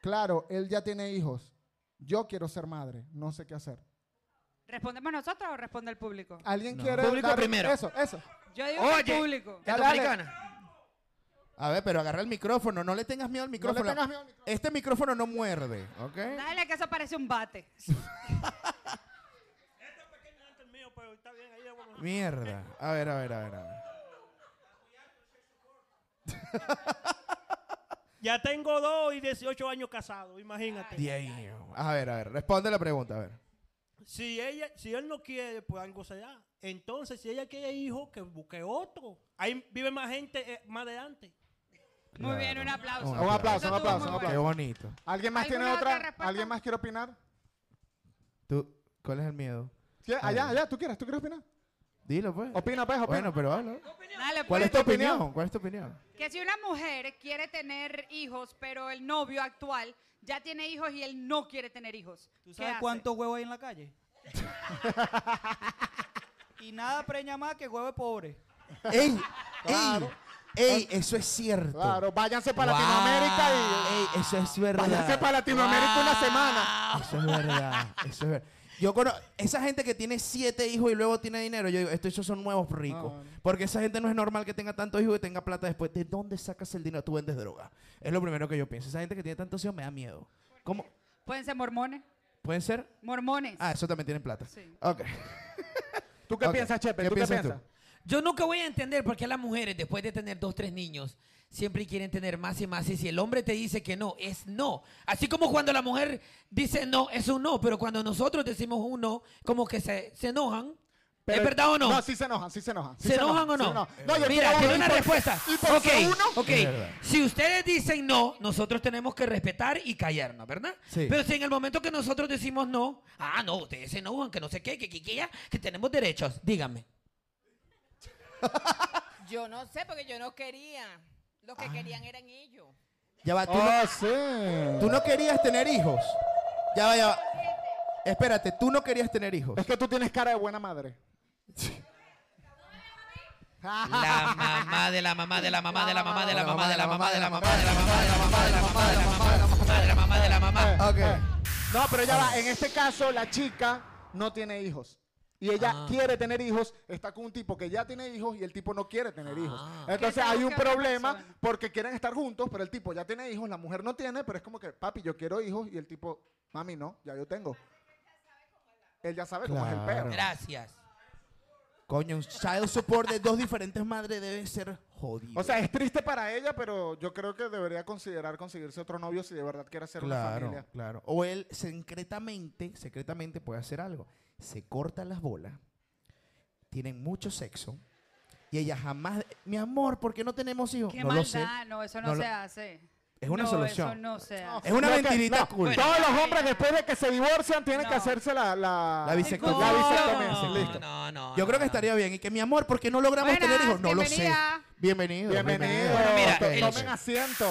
[SPEAKER 1] Claro, él ya tiene hijos. Yo quiero ser madre. No sé qué hacer.
[SPEAKER 3] ¿Respondemos nosotros o responde el público?
[SPEAKER 1] ¿Alguien quiere
[SPEAKER 2] Público
[SPEAKER 1] dar-
[SPEAKER 2] primero.
[SPEAKER 1] Eso, eso.
[SPEAKER 3] Yo digo que
[SPEAKER 1] Oye,
[SPEAKER 3] el público.
[SPEAKER 1] ya Dale, dale.
[SPEAKER 2] A ver, pero agarra el micrófono, no le tengas miedo al micrófono.
[SPEAKER 1] tengas miedo al
[SPEAKER 2] Este micrófono no muerde, ¿ok?
[SPEAKER 3] Dale, que eso parece un bate.
[SPEAKER 2] Mierda. A ver, a ver, a ver, a ver.
[SPEAKER 14] Ya tengo dos y 18 años casado, imagínate.
[SPEAKER 2] Damn. A ver, a ver, responde la pregunta, a ver.
[SPEAKER 14] Si ella, si él no quiere, pues algo será. Entonces, si ella quiere hijo, que busque otro. Ahí vive más gente eh, más adelante.
[SPEAKER 3] Muy bien, un aplauso.
[SPEAKER 1] Un aplauso, un aplauso,
[SPEAKER 3] Eso estuvo muy
[SPEAKER 1] un
[SPEAKER 3] bueno.
[SPEAKER 1] aplauso.
[SPEAKER 2] Qué bonito.
[SPEAKER 1] ¿Alguien más tiene
[SPEAKER 3] ¿Alguna
[SPEAKER 1] otra?
[SPEAKER 3] otra respuesta?
[SPEAKER 1] ¿Alguien más quiere opinar?
[SPEAKER 2] ¿Tú, ¿Cuál es el miedo?
[SPEAKER 1] ¿Qué?
[SPEAKER 2] A
[SPEAKER 1] Allá,
[SPEAKER 2] ver.
[SPEAKER 1] allá. ¿Tú quieres? ¿Tú quieres opinar?
[SPEAKER 2] Dilo, pues.
[SPEAKER 1] Opina, pues, opina.
[SPEAKER 2] Bueno, pero habla.
[SPEAKER 3] Dale,
[SPEAKER 2] ¿Cuál
[SPEAKER 3] pues.
[SPEAKER 2] es tu opinión? ¿Cuál es tu opinión?
[SPEAKER 3] Que si una mujer quiere tener hijos, pero el novio actual ya tiene hijos y él no quiere tener hijos.
[SPEAKER 15] ¿Tú
[SPEAKER 3] ¿qué
[SPEAKER 15] sabes
[SPEAKER 3] hace?
[SPEAKER 15] cuántos huevos hay en la
[SPEAKER 14] (laughs)
[SPEAKER 15] calle? y nada preña más que huevo de pobre.
[SPEAKER 2] ¡Ey! ¡Ey! ¡Ey! Eso es cierto.
[SPEAKER 1] Claro, váyanse para
[SPEAKER 2] Wow.
[SPEAKER 1] Latinoamérica y...
[SPEAKER 2] Ey, eso es verdad.
[SPEAKER 1] Váyanse para Latinoamérica una semana.
[SPEAKER 2] Eso es verdad. Eso es verdad. Yo conozco esa gente que tiene siete hijos y luego tiene dinero. Yo digo, estos esos son nuevos ricos.
[SPEAKER 1] No,
[SPEAKER 2] Porque esa gente no es normal que tenga tantos hijos y tenga plata después. ¿De dónde sacas el dinero? Tú vendes droga. Es lo primero que yo pienso. Esa gente que tiene tantos hijos me da miedo. ¿Cómo?
[SPEAKER 3] Pueden ser mormones.
[SPEAKER 2] ¿Pueden ser?
[SPEAKER 3] Mormones.
[SPEAKER 2] Ah, eso también tienen plata.
[SPEAKER 3] Sí.
[SPEAKER 2] Ok.
[SPEAKER 1] ¿Tú
[SPEAKER 2] qué piensas, Chepe? ¿Tú qué piensas?
[SPEAKER 7] Yo nunca voy a entender por qué las mujeres, después de tener dos, tres niños, siempre quieren tener más y más. Y si el hombre te dice que no, es no. Así como cuando la mujer dice no, es un no. Pero cuando nosotros decimos un no, como que se, se enojan. ¿Es verdad o no?
[SPEAKER 1] No, sí se enojan, sí se enojan. sí
[SPEAKER 7] ¿Se enojan o
[SPEAKER 1] sí
[SPEAKER 7] no?
[SPEAKER 1] se No, yo
[SPEAKER 7] Mira,
[SPEAKER 1] quiero
[SPEAKER 7] tiene
[SPEAKER 1] uno,
[SPEAKER 7] una
[SPEAKER 1] y por-
[SPEAKER 7] respuesta.
[SPEAKER 1] y por
[SPEAKER 7] ok,
[SPEAKER 1] ser uno-
[SPEAKER 7] ok.
[SPEAKER 2] Es verdad.
[SPEAKER 7] Si ustedes dicen no, nosotros tenemos que respetar y callarnos, ¿verdad?
[SPEAKER 2] Sí.
[SPEAKER 7] Pero si en el momento que nosotros decimos no, ah, no, ustedes se enojan, que no sé qué, que, que, que ya, que tenemos derechos, díganme.
[SPEAKER 13] Yo no sé, porque yo no quería. Lo que querían eran ellos.
[SPEAKER 2] Ya va, tú,
[SPEAKER 1] Oh,
[SPEAKER 7] Ah,
[SPEAKER 2] no,
[SPEAKER 1] sí.
[SPEAKER 2] tú no querías tener hijos. Ya va, ya va. Espérate, tú no querías tener hijos.
[SPEAKER 1] Es que tú tienes cara de buena madre.
[SPEAKER 7] La mamá de la mamá de la mamá de la mamá de la mamá de la mamá de la mamá de la mamá.
[SPEAKER 2] Ok.
[SPEAKER 1] No, pero ya va. En este caso, la chica no tiene hijos. Y ella
[SPEAKER 7] Ah.
[SPEAKER 1] quiere tener hijos, está con un tipo que ya tiene hijos y el tipo no quiere tener hijos.
[SPEAKER 7] Ah.
[SPEAKER 1] Entonces
[SPEAKER 3] Que se
[SPEAKER 1] hay un
[SPEAKER 3] busque otra
[SPEAKER 1] problema
[SPEAKER 3] persona.
[SPEAKER 1] porque quieren estar juntos, pero el tipo ya tiene hijos, la mujer no tiene, pero es como que, papi, yo quiero hijos y el tipo, mami, no, ya yo tengo. Él ya sabe cómo es el
[SPEAKER 2] Claro.
[SPEAKER 1] perro.
[SPEAKER 7] Gracias.
[SPEAKER 2] Coño, un child support de dos diferentes madres debe ser jodido.
[SPEAKER 1] O sea, es triste para ella, pero yo creo que debería considerar conseguirse otro novio si de verdad quiere hacer una
[SPEAKER 2] claro,
[SPEAKER 1] familia.
[SPEAKER 2] claro. O él secretamente, secretamente puede hacer algo. Se corta las bolas, tienen mucho sexo y ella jamás, mi amor, ¿por qué no tenemos hijos?
[SPEAKER 3] Qué
[SPEAKER 2] no lo sé.
[SPEAKER 3] maldad, no, eso no,
[SPEAKER 2] lo-
[SPEAKER 3] se hace.
[SPEAKER 2] Es una
[SPEAKER 3] No,
[SPEAKER 2] solución.
[SPEAKER 3] Eso no se hace.
[SPEAKER 2] Es una
[SPEAKER 1] No, que-
[SPEAKER 2] mentirita
[SPEAKER 1] no,
[SPEAKER 2] cool.
[SPEAKER 1] Todos los hombres después de que se divorcian tienen que hacerse la, la,
[SPEAKER 2] La
[SPEAKER 1] la
[SPEAKER 2] bisectomía. No,
[SPEAKER 1] bisectomía.
[SPEAKER 2] no,
[SPEAKER 1] Listo.
[SPEAKER 7] No, no.
[SPEAKER 2] Yo creo que estaría bien. Y que mi amor, ¿por qué no logramos
[SPEAKER 1] Buenas,
[SPEAKER 2] tener hijos? No
[SPEAKER 1] bienvenida.
[SPEAKER 2] lo sé. Bienvenido.
[SPEAKER 1] Bienvenido.
[SPEAKER 7] mira,
[SPEAKER 2] To-
[SPEAKER 7] el-
[SPEAKER 2] tomen as-
[SPEAKER 1] asiento.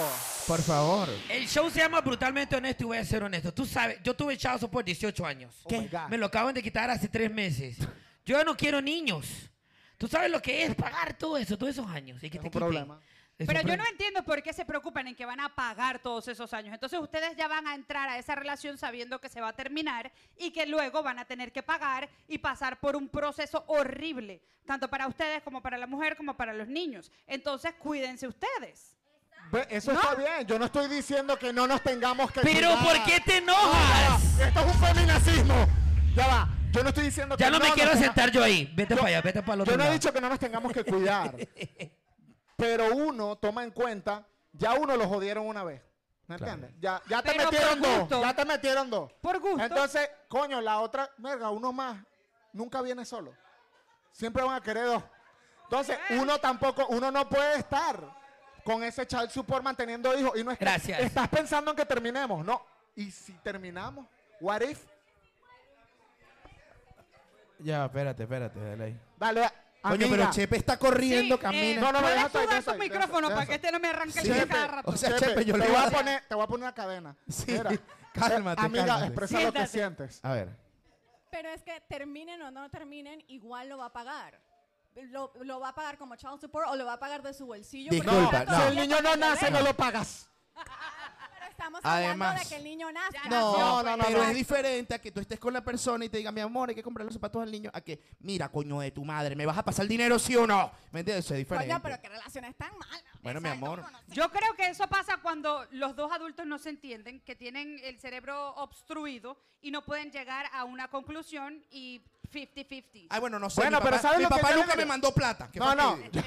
[SPEAKER 2] Por favor.
[SPEAKER 7] El show se llama Brutalmente Honesto y voy a ser honesto. Tú sabes, yo tuve chazo por 18 años.
[SPEAKER 1] Oh
[SPEAKER 7] Me lo acaban de quitar hace tres meses. Yo ya no quiero niños. Tú sabes lo que es pagar todo eso, todos esos años. Y que te quiten.
[SPEAKER 1] problema.
[SPEAKER 7] Es
[SPEAKER 3] Pero
[SPEAKER 7] un
[SPEAKER 3] yo
[SPEAKER 7] problema.
[SPEAKER 3] no entiendo por qué se preocupan en que van a pagar todos esos años. Entonces ustedes ya van a entrar a esa relación sabiendo que se va a terminar y que luego van a tener que pagar y pasar por un proceso horrible, tanto para ustedes como para la mujer como para los niños. Entonces cuídense ustedes.
[SPEAKER 1] Ve, Eso está bien. Yo no estoy diciendo que no nos tengamos que.
[SPEAKER 3] Pero, ¿por qué
[SPEAKER 7] te enojas?
[SPEAKER 1] Esto es un feminacismo. Ya va. Yo no estoy diciendo que
[SPEAKER 7] Ya no me
[SPEAKER 1] nos
[SPEAKER 7] quiero
[SPEAKER 1] tenga-
[SPEAKER 7] sentar yo ahí. Vete para allá, vete para el otro
[SPEAKER 1] Yo no he
[SPEAKER 7] lado.
[SPEAKER 1] dicho que no nos tengamos que
[SPEAKER 7] (laughs)
[SPEAKER 1] cuidar. pero uno toma en cuenta, ya uno lo jodieron una vez. ¿Me
[SPEAKER 2] Claro.
[SPEAKER 1] entiendes? Ya, ya te
[SPEAKER 3] Pero por
[SPEAKER 1] metieron
[SPEAKER 3] gusto.
[SPEAKER 1] dos. Ya te metieron dos.
[SPEAKER 3] Por gusto.
[SPEAKER 1] Entonces, coño, la otra, verga, uno más. Nunca viene solo. Siempre van a querer dos. Entonces, uno tampoco, uno no puede estar con ese child support manteniendo hijos. Y no es que
[SPEAKER 7] Gracias.
[SPEAKER 1] estás pensando en que terminemos. No. ¿Y si terminamos? What if?
[SPEAKER 2] Ya, espérate, espérate. Dale ahí.
[SPEAKER 1] Dale.
[SPEAKER 2] Coño, pero Chepe está corriendo,
[SPEAKER 3] Sí, eh,
[SPEAKER 2] camina.
[SPEAKER 1] No, no, no,
[SPEAKER 3] ¿puedes
[SPEAKER 1] deja eso ahí,
[SPEAKER 3] subir
[SPEAKER 1] deja eso
[SPEAKER 3] tu
[SPEAKER 1] ahí,
[SPEAKER 3] micrófono
[SPEAKER 1] deja
[SPEAKER 3] para
[SPEAKER 1] eso
[SPEAKER 3] que
[SPEAKER 1] ahí.
[SPEAKER 3] este no me arranque el
[SPEAKER 1] Chepe,
[SPEAKER 3] pie cada rato.
[SPEAKER 2] o sea, Chepe, yo
[SPEAKER 1] te
[SPEAKER 2] le
[SPEAKER 1] voy a
[SPEAKER 2] hago-
[SPEAKER 1] poner, te voy a poner una cadena.
[SPEAKER 2] Sí.
[SPEAKER 1] Mira.
[SPEAKER 2] Cálmate,
[SPEAKER 1] Eh, Amiga,
[SPEAKER 2] cálmate.
[SPEAKER 1] expresa lo que
[SPEAKER 16] Siéntate.
[SPEAKER 1] sientes.
[SPEAKER 2] A ver.
[SPEAKER 16] Pero es que terminen o no terminen, igual lo va a pagar. Lo, lo va a pagar como child support o lo va a pagar de su bolsillo. porque ya
[SPEAKER 2] Disculpa, no.
[SPEAKER 16] todavía
[SPEAKER 2] Si el niño no
[SPEAKER 16] cuando
[SPEAKER 2] nace,
[SPEAKER 16] llega,
[SPEAKER 2] no lo
[SPEAKER 1] pagas.
[SPEAKER 16] Pero estamos hablando
[SPEAKER 2] Además.
[SPEAKER 16] de que el niño nace.
[SPEAKER 2] No, no, no, pero
[SPEAKER 16] no.
[SPEAKER 2] es diferente a que tú estés con la persona y te diga, mi amor, hay que comprar los zapatos al niño, a que, mira, coño de tu madre, ¿me vas a pasar el dinero sí o no? ¿Me entiendes? Eso es diferente.
[SPEAKER 16] Coño, pero qué relaciones tan malas.
[SPEAKER 2] bueno, mi amor,
[SPEAKER 3] Yo creo que eso pasa cuando los dos adultos no se entienden, que tienen el cerebro obstruido y no pueden llegar a una conclusión y 50-50.
[SPEAKER 2] Ay, Ah, bueno, no sé.
[SPEAKER 1] Bueno,
[SPEAKER 2] mi
[SPEAKER 1] pero
[SPEAKER 2] papá-
[SPEAKER 1] ¿sabes
[SPEAKER 2] mi
[SPEAKER 1] lo que
[SPEAKER 2] papá
[SPEAKER 1] yo le
[SPEAKER 2] nunca me
[SPEAKER 1] diría?
[SPEAKER 2] mandó plata. Qué
[SPEAKER 1] No, no.
[SPEAKER 2] fastidio.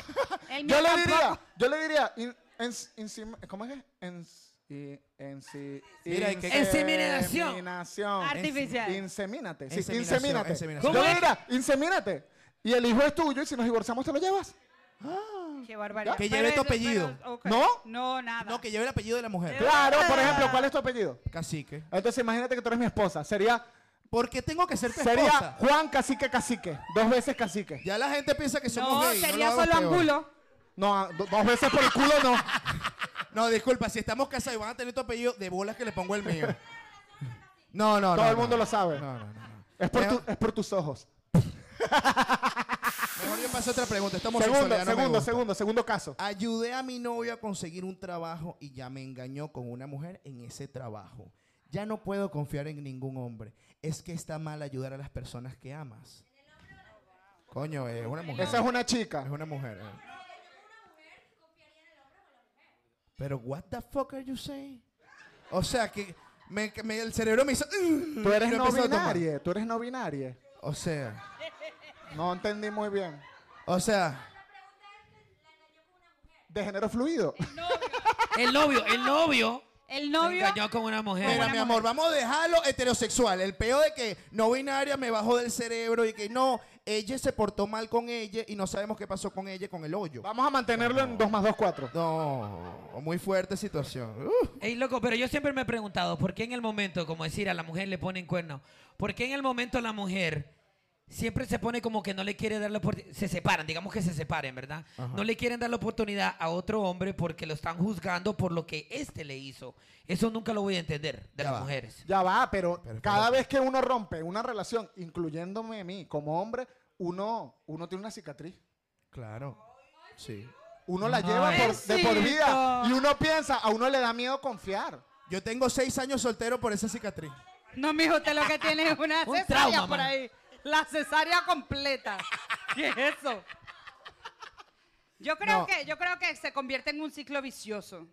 [SPEAKER 3] El mío
[SPEAKER 1] Yo le
[SPEAKER 3] tampoco.
[SPEAKER 1] diría, yo le diría, in- ens- encima- ¿cómo es que? Ens- y- ensi-
[SPEAKER 2] Mira, hay que-
[SPEAKER 7] Inseminación.
[SPEAKER 1] inseminación.
[SPEAKER 3] Artificial.
[SPEAKER 1] Insemínate. Sí,
[SPEAKER 2] Inseminación,
[SPEAKER 1] insemínate.
[SPEAKER 2] inseminación.
[SPEAKER 1] Yo
[SPEAKER 2] ¿Cómo
[SPEAKER 1] le
[SPEAKER 2] es?
[SPEAKER 1] diría, insemínate. Y el hijo es tuyo y si nos divorciamos te lo llevas.
[SPEAKER 3] Qué barbaridad.
[SPEAKER 2] Que
[SPEAKER 3] Pero
[SPEAKER 2] lleve tu
[SPEAKER 3] eso-
[SPEAKER 2] apellido.
[SPEAKER 3] pero, ok.
[SPEAKER 1] ¿No?
[SPEAKER 3] No, nada.
[SPEAKER 2] No, que lleve el apellido de la mujer.
[SPEAKER 1] Claro, por ejemplo, ¿cuál es tu apellido?
[SPEAKER 2] Cacique.
[SPEAKER 1] Entonces imagínate que tú eres mi esposa. Sería,
[SPEAKER 2] ¿Por qué tengo que ser tu
[SPEAKER 1] sería
[SPEAKER 2] esposa?
[SPEAKER 1] Juan Cacique Cacique. Dos veces Cacique.
[SPEAKER 2] Ya la gente piensa que somos
[SPEAKER 3] No,
[SPEAKER 2] gay.
[SPEAKER 3] sería
[SPEAKER 2] lo hagas
[SPEAKER 3] solo
[SPEAKER 2] peor.
[SPEAKER 3] angulo.
[SPEAKER 1] No, a- do- dos veces por el culo no.
[SPEAKER 2] No, disculpa, si estamos casados y van a tener tu apellido, de bolas que le pongo el mío. No, no, no.
[SPEAKER 1] Todo el
[SPEAKER 2] no.
[SPEAKER 1] mundo lo sabe.
[SPEAKER 2] No, no, no. no.
[SPEAKER 1] Es por, tu- es por tus ojos.
[SPEAKER 2] Mejor yo paso a otra pregunta. Estamos
[SPEAKER 1] Segundo, segundo, segundo, segundo caso.
[SPEAKER 2] Ayudé a mi novio a conseguir un trabajo y ya me engañó con una mujer en ese trabajo. Ya no puedo confiar en ningún hombre. Es que está mal ayudar a las personas que amas. Coño, es una mujer.
[SPEAKER 1] Esa es una chica.
[SPEAKER 2] Es una mujer. eh. Pero what the fuck are you saying? O sea que me- que me- el cerebro me hizo. "Ugh",
[SPEAKER 1] Tú eres
[SPEAKER 2] y lo
[SPEAKER 1] no
[SPEAKER 2] empezó a tomar.
[SPEAKER 1] binaria, tú eres no binaria.
[SPEAKER 2] O sea,
[SPEAKER 1] No entendí muy bien.
[SPEAKER 2] o sea,
[SPEAKER 1] De género fluido.
[SPEAKER 7] El novio, el novio.
[SPEAKER 3] El
[SPEAKER 7] Se
[SPEAKER 3] novio.
[SPEAKER 7] engañó con una mujer.
[SPEAKER 2] mira, mi amor, vamos a dejarlo heterosexual. El peo de que no binaria me bajó del cerebro y que no, ella se portó mal con ella y no sabemos qué pasó con ella con el
[SPEAKER 1] (laughs)
[SPEAKER 2] hoyo.
[SPEAKER 1] Vamos a mantenerlo en 2 más 2, 4.
[SPEAKER 2] No, muy fuerte situación. Uh.
[SPEAKER 7] Ey, loco, pero yo siempre me he preguntado, ¿por qué en el momento, como decir, a la mujer le ponen cuerno? ¿Por qué en el momento la mujer siempre se pone como que no le quiere dar la oportunidad? Se separan, digamos que se separen, ¿verdad?
[SPEAKER 2] Ajá.
[SPEAKER 7] No le quieren dar la oportunidad a otro hombre porque lo están juzgando por lo que éste le hizo. Eso nunca lo voy a entender de
[SPEAKER 2] Ya
[SPEAKER 7] las
[SPEAKER 2] va.
[SPEAKER 7] mujeres.
[SPEAKER 1] Ya va, pero,
[SPEAKER 2] Pero,
[SPEAKER 1] cada vez que uno rompe una relación, incluyéndome a mí como hombre, uno, uno tiene una cicatriz.
[SPEAKER 2] Claro. Sí.
[SPEAKER 1] Uno la lleva por- de por vida.
[SPEAKER 3] Pobrecito.
[SPEAKER 1] Y uno piensa, a uno le da miedo confiar.
[SPEAKER 2] Yo tengo seis años soltero por esa cicatriz.
[SPEAKER 3] No, mijo, usted lo que tiene es una
[SPEAKER 7] Un
[SPEAKER 3] cesárea
[SPEAKER 7] trauma,
[SPEAKER 3] por
[SPEAKER 7] man.
[SPEAKER 3] ahí. La cesárea completa. ¿Qué es eso? Yo creo,
[SPEAKER 2] No.
[SPEAKER 3] que, yo creo que se convierte en un ciclo vicioso.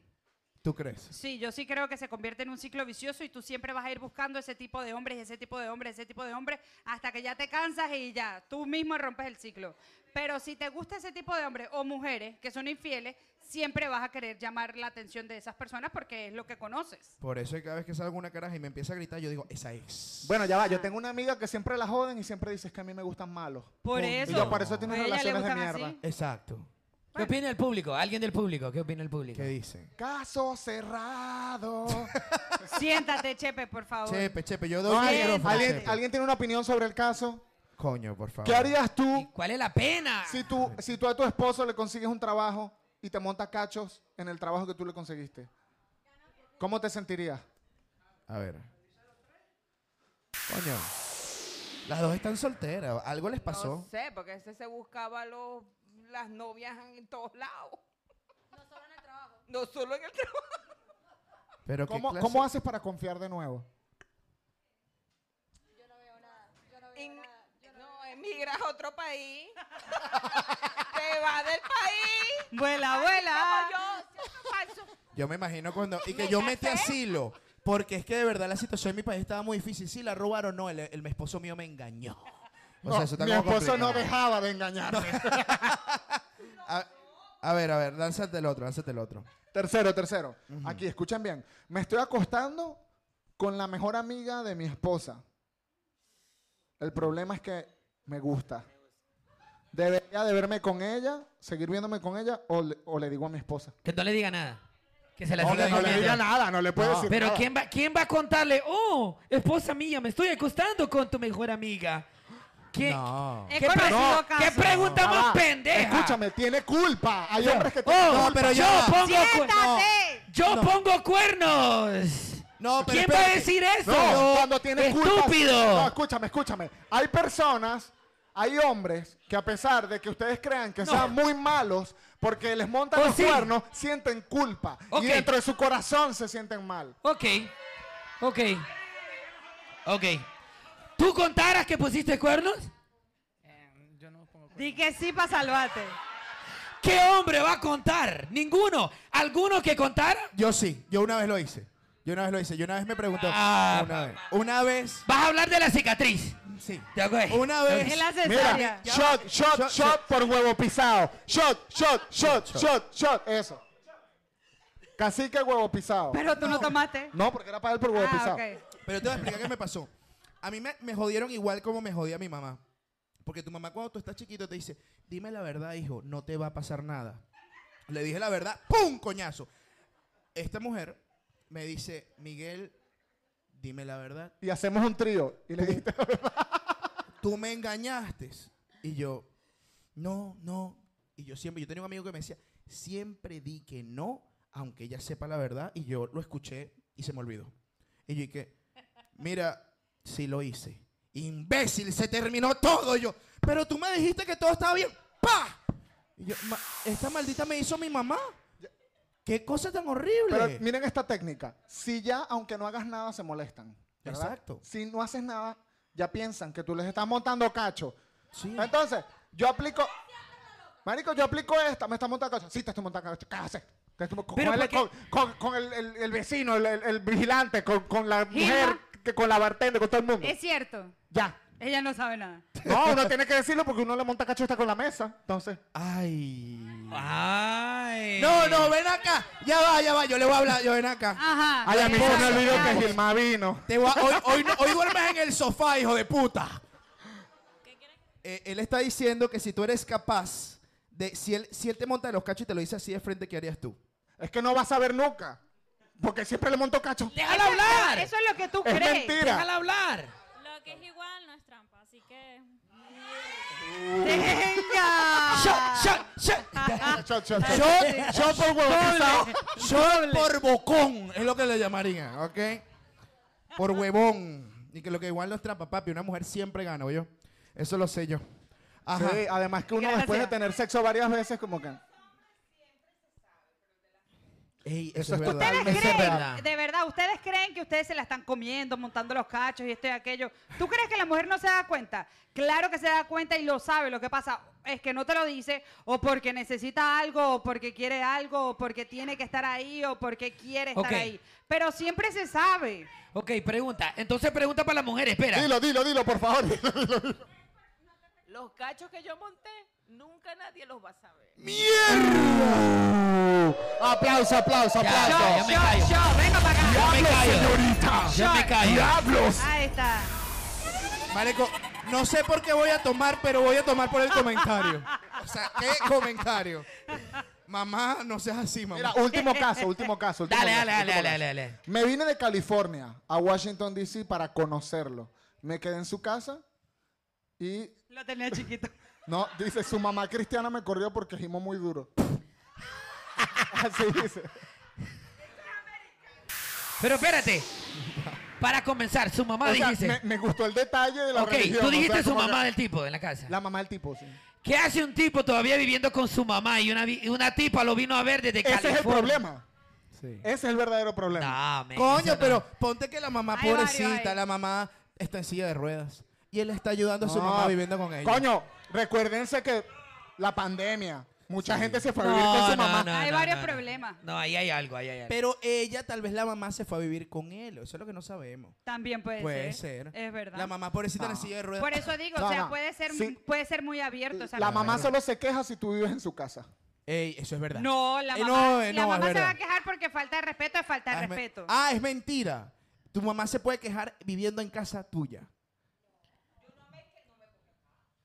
[SPEAKER 2] ¿Tú crees?
[SPEAKER 3] Sí, yo sí creo que se convierte en un ciclo vicioso y tú siempre vas a ir buscando ese tipo de hombres, ese tipo de hombres, ese tipo de hombres, hasta que ya te cansas y ya, tú mismo rompes el ciclo. Pero si te gusta ese tipo de hombres o mujeres que son infieles, siempre vas a querer llamar la atención de esas personas porque es lo que conoces.
[SPEAKER 2] Por eso es que cada vez que salgo una caraja y me empieza a gritar, yo digo, esa es.
[SPEAKER 1] Bueno, ya va, yo tengo una amiga que siempre la joden y siempre dices que a mí me gustan malos.
[SPEAKER 3] Por
[SPEAKER 1] Punto.
[SPEAKER 3] eso.
[SPEAKER 1] Y yo, por eso
[SPEAKER 3] A
[SPEAKER 1] tienes
[SPEAKER 3] ella le
[SPEAKER 1] relaciones de
[SPEAKER 3] gustan
[SPEAKER 1] mierda.
[SPEAKER 3] así.
[SPEAKER 2] Exacto.
[SPEAKER 7] ¿Qué opina el público? ¿Alguien del público? ¿Qué opina el público? ¿Qué
[SPEAKER 2] dice?
[SPEAKER 1] Caso (laughs) cerrado.
[SPEAKER 3] Siéntate, Chepe, por favor.
[SPEAKER 2] Chepe, Chepe, yo doy
[SPEAKER 1] No,
[SPEAKER 2] el
[SPEAKER 1] Ah, ¿alguien-
[SPEAKER 2] micrófono,
[SPEAKER 1] ¿alguien,
[SPEAKER 2] Chepe.
[SPEAKER 1] alguien tiene una opinión sobre el caso?
[SPEAKER 2] Coño, por favor.
[SPEAKER 1] ¿Qué harías tú?
[SPEAKER 7] ¿Cuál es la pena?
[SPEAKER 1] Si tú, si tú a tu esposo le consigues un trabajo y te montas cachos en el trabajo que tú le conseguiste, ¿cómo te sentirías?
[SPEAKER 2] A ver. Coño. Las dos están solteras. Algo les pasó.
[SPEAKER 13] No sé, porque ese se buscaba los, las novias en todos lados. No solo en el trabajo.
[SPEAKER 2] Pero ¿qué
[SPEAKER 1] ¿Cómo,
[SPEAKER 2] clase-
[SPEAKER 1] cómo haces para confiar de nuevo?
[SPEAKER 13] En- no, emigras a otro país. te vas del país.
[SPEAKER 3] Vuela,
[SPEAKER 13] Así
[SPEAKER 3] vuela.
[SPEAKER 16] Ah,
[SPEAKER 13] como yo, ¿cierto, falso?
[SPEAKER 2] Yo me imagino cuando. Y que
[SPEAKER 13] Me
[SPEAKER 2] yo metí
[SPEAKER 13] casé.
[SPEAKER 2] asilo. Porque es que de verdad la situación en mi país estaba muy difícil. Si la robaron, no. El, el- mi esposo mío me engañó. O sea, eso está
[SPEAKER 1] mi
[SPEAKER 2] como
[SPEAKER 1] esposo no
[SPEAKER 2] complicado.
[SPEAKER 1] dejaba de engañarme.
[SPEAKER 2] (laughs) A, a ver, a ver, lánzate el otro, lánzate el otro.
[SPEAKER 1] Tercero, tercero. Aquí, escuchen bien. Me estoy acostando con la mejor amiga de mi esposa. El problema es que me gusta. ¿Debería de verme con ella, seguir viéndome con ella o le, o le digo a mi esposa?
[SPEAKER 7] Que no le diga nada. Que se la
[SPEAKER 1] No,
[SPEAKER 7] siga
[SPEAKER 1] le- no le
[SPEAKER 7] comiendo.
[SPEAKER 1] diga nada, no le puede decir
[SPEAKER 7] Pero
[SPEAKER 1] nada.
[SPEAKER 7] ¿quién va, ¿quién va a contarle? Oh, esposa mía, me estoy acostando con tu mejor amiga. ¿Qué,
[SPEAKER 2] No.
[SPEAKER 7] ¿qué, pre-
[SPEAKER 1] conocido
[SPEAKER 7] qué
[SPEAKER 1] casos.
[SPEAKER 7] pregunta
[SPEAKER 1] Ah,
[SPEAKER 7] más pendeja?
[SPEAKER 1] Escúchame, tiene culpa. Hay
[SPEAKER 7] Yo-
[SPEAKER 1] hombres que
[SPEAKER 7] Oh,
[SPEAKER 1] tienen culpa.
[SPEAKER 7] no, pero yo pongo cuer- no. Yo pongo cuernos.
[SPEAKER 2] No,
[SPEAKER 7] ¿Quién va a decir eso?
[SPEAKER 1] No, cuando tiene culpa-
[SPEAKER 7] Estúpido.
[SPEAKER 1] No, escúchame, escúchame. Hay personas, hay hombres que a pesar de que ustedes crean que
[SPEAKER 7] No.
[SPEAKER 1] sean muy malos porque les montan
[SPEAKER 7] Oh,
[SPEAKER 1] los
[SPEAKER 7] sí.
[SPEAKER 1] cuernos, sienten culpa.
[SPEAKER 7] Ok.
[SPEAKER 1] Y dentro de su corazón se sienten mal.
[SPEAKER 7] Ok, ok, ok. ¿Tú contaras que pusiste cuernos?
[SPEAKER 3] Di que sí para salvarte.
[SPEAKER 7] ¿Qué hombre va a contar? Ninguno. ¿Alguno que contara?
[SPEAKER 2] Yo sí, yo una vez lo hice. Yo una vez lo hice. Yo una vez me preguntó.
[SPEAKER 7] Ah,
[SPEAKER 2] una vez. Una vez.
[SPEAKER 7] Vas a hablar de la cicatriz.
[SPEAKER 2] Sí.
[SPEAKER 7] ¿Te acuerdas?
[SPEAKER 2] Una vez.
[SPEAKER 7] Es la
[SPEAKER 1] Mira, shot, shot, shot, por huevo pisado. Shot, shot, shot, shot, shot. Eso. Cacique huevo pisado.
[SPEAKER 3] Pero tú no tomaste. Ah,
[SPEAKER 1] No, porque era para él por
[SPEAKER 7] Ah,
[SPEAKER 1] huevo pisado.
[SPEAKER 2] Pero te voy a explicar qué me pasó. A mí me, me jodieron igual como me jodía mi mamá. Porque tu mamá cuando tú estás chiquito te dice, dime la verdad, hijo, no te va a pasar nada. Le dije la verdad, ¡pum! Coñazo. Esta mujer me dice, Miguel, dime la verdad.
[SPEAKER 1] Y hacemos un trío. Y le dijiste,
[SPEAKER 2] tú me engañaste. Y yo, no, no. Y yo siempre, yo tenía un amigo que me decía, siempre di que no, aunque ella sepa la verdad. Y yo lo escuché y se me olvidó. Y yo dije, mira, sí lo hice. Imbécil, se terminó todo. Y yo, pero tú me dijiste que todo estaba bien. ¡Pah! Y yo, "Ma- esta maldita me hizo mi mamá. Qué cosa tan horrible.
[SPEAKER 1] Pero miren esta técnica. Si ya, aunque no hagas nada, se molestan. ¿verdad?
[SPEAKER 2] Exacto.
[SPEAKER 1] Si no haces nada, ya piensan que tú les estás montando cacho. Entonces, yo aplico. Marico, yo aplico esta, me estás montando cacho. Sí, te estoy montando cacho. ¿Qué haces? Te estoy- con,
[SPEAKER 7] Pero
[SPEAKER 1] el, con,
[SPEAKER 7] ¿por
[SPEAKER 1] con- con el, el- el vecino, el, el- el vigilante, con, con la mujer, que, con la bartender, con todo el mundo.
[SPEAKER 3] Es cierto.
[SPEAKER 1] Ya.
[SPEAKER 3] Ella no sabe nada.
[SPEAKER 1] No, uno tiene que decirlo porque uno le monta cacho está con la mesa. Entonces.
[SPEAKER 2] Ay.
[SPEAKER 7] Ay.
[SPEAKER 2] No, no, ven acá. Ya va, ya va. Yo le voy a hablar. Yo ven acá.
[SPEAKER 3] Ajá.
[SPEAKER 1] Ay, a mí se me olvidó que
[SPEAKER 2] Vamos.
[SPEAKER 1] Gilma vino.
[SPEAKER 2] Te voy a- hoy, hoy, no- hoy duermes en el sofá, hijo de puta. Eh, él está diciendo que si tú eres capaz de. Si él, si él te monta de los cachos y te lo dice así de frente, ¿qué harías tú?
[SPEAKER 1] Es que no vas a ver nunca. Porque siempre le monto cacho.
[SPEAKER 7] ¡Déjala hablar!
[SPEAKER 3] Eso es lo que tú
[SPEAKER 1] Es
[SPEAKER 3] crees.
[SPEAKER 1] mentira.
[SPEAKER 7] ¡Déjala hablar!
[SPEAKER 17] Lo que es igual no es trampa, así que.
[SPEAKER 3] ¡Venga!
[SPEAKER 1] Shot, shot, (laughs)
[SPEAKER 2] Yo, yo por huevo pisado. Yo por bocón. Es lo que le llamarían, ¿ok? Por huevón. Y que lo que igual no es trampa, papi. Una mujer siempre gana, yo. Eso lo sé yo. Ajá.
[SPEAKER 1] Sí, además que uno después de tener sexo varias veces, como que.
[SPEAKER 2] Ey,
[SPEAKER 1] Eso
[SPEAKER 2] eso,
[SPEAKER 1] es
[SPEAKER 2] es verdad.
[SPEAKER 1] totalmente
[SPEAKER 2] Eso es verdad.
[SPEAKER 3] De verdad, ustedes creen que ustedes se la están comiendo, montando los cachos y esto y aquello. ¿Tú crees que la mujer no se da cuenta? Claro que se da cuenta y lo sabe. Lo que pasa es que no te lo dice o porque necesita algo, o porque quiere algo, o porque tiene que estar ahí, o porque quiere estar
[SPEAKER 7] Ok.
[SPEAKER 3] ahí. Pero siempre se sabe.
[SPEAKER 7] Ok, pregunta. Entonces pregunta para la mujer, espera.
[SPEAKER 1] Dilo, dilo, dilo, por favor.
[SPEAKER 13] Los cachos que yo monté, nunca nadie los va a saber.
[SPEAKER 18] Aplauso, aplauso, aplauso.
[SPEAKER 7] Ah,
[SPEAKER 13] yo, yo, yo, venga para acá.
[SPEAKER 18] Ya me
[SPEAKER 13] Diablo,
[SPEAKER 18] callo.
[SPEAKER 13] señorita.
[SPEAKER 18] Ya me callo.
[SPEAKER 7] pues.
[SPEAKER 2] ¡Diablos!
[SPEAKER 3] Ahí está.
[SPEAKER 2] Marico, no sé por qué voy a tomar, pero voy a tomar por el comentario. O sea, ¿qué comentario? Mamá, no seas así, mamá.
[SPEAKER 1] Mira, último caso, último caso. último
[SPEAKER 2] Dale,
[SPEAKER 1] caso,
[SPEAKER 2] dale, dale,
[SPEAKER 1] último
[SPEAKER 2] dale,
[SPEAKER 1] caso.
[SPEAKER 2] dale,
[SPEAKER 1] Me vine de California a Washington, D.C. para conocerlo. Me quedé en su casa y...
[SPEAKER 3] Lo tenía chiquito.
[SPEAKER 1] No, dice, su mamá cristiana me corrió porque gimó muy duro. (laughs) Así dice.
[SPEAKER 7] Pero espérate. Para comenzar, su mamá
[SPEAKER 1] O sea,
[SPEAKER 7] dijiste.
[SPEAKER 1] me, me gustó el detalle de la
[SPEAKER 7] ok,
[SPEAKER 1] religión.
[SPEAKER 7] tú
[SPEAKER 1] o sea,
[SPEAKER 7] dijiste su
[SPEAKER 1] como que-
[SPEAKER 7] mamá del tipo en la casa.
[SPEAKER 1] La mamá del tipo, sí.
[SPEAKER 7] ¿Qué hace un tipo todavía viviendo con su mamá y una, vi- y una tipa lo vino a ver desde
[SPEAKER 1] Ese es el
[SPEAKER 7] California?
[SPEAKER 1] problema. Ese es el verdadero problema.
[SPEAKER 2] Coño, pero ponte que la mamá
[SPEAKER 1] Hay varios
[SPEAKER 2] pobrecita, la mamá está en silla de ruedas. Y él está ayudando a su
[SPEAKER 1] No.
[SPEAKER 2] mamá viviendo con ella.
[SPEAKER 1] Coño, recuérdense que la pandemia, mucha gente se fue a
[SPEAKER 2] No,
[SPEAKER 1] vivir con su
[SPEAKER 2] no,
[SPEAKER 1] mamá.
[SPEAKER 2] no,
[SPEAKER 3] Hay
[SPEAKER 2] no,
[SPEAKER 3] varios
[SPEAKER 2] no, no.
[SPEAKER 3] problemas.
[SPEAKER 7] No, ahí hay algo, ahí hay algo.
[SPEAKER 2] Pero ella, tal vez la mamá se fue a vivir con él. Eso es lo que no sabemos.
[SPEAKER 3] También puede,
[SPEAKER 2] Puede
[SPEAKER 3] ser.
[SPEAKER 2] ser.
[SPEAKER 3] Es verdad.
[SPEAKER 2] La mamá pobrecita en la silla de ruedas.
[SPEAKER 3] Por eso digo,
[SPEAKER 1] No,
[SPEAKER 3] o sea,
[SPEAKER 1] no.
[SPEAKER 3] puede ser
[SPEAKER 1] Sí.
[SPEAKER 3] puede ser muy abierto. o sea,
[SPEAKER 1] La
[SPEAKER 3] no-
[SPEAKER 1] mamá solo se queja si tú vives en su casa.
[SPEAKER 2] Ey, eso es verdad.
[SPEAKER 3] No, la
[SPEAKER 2] Eh,
[SPEAKER 3] mamá,
[SPEAKER 2] no, eh,
[SPEAKER 3] la
[SPEAKER 2] no, es
[SPEAKER 3] mamá se va
[SPEAKER 2] verdad.
[SPEAKER 3] a quejar porque falta de respeto es falta de
[SPEAKER 2] Ah, es me-
[SPEAKER 3] respeto.
[SPEAKER 2] Ah, es mentira. Tu mamá se puede quejar viviendo en casa tuya.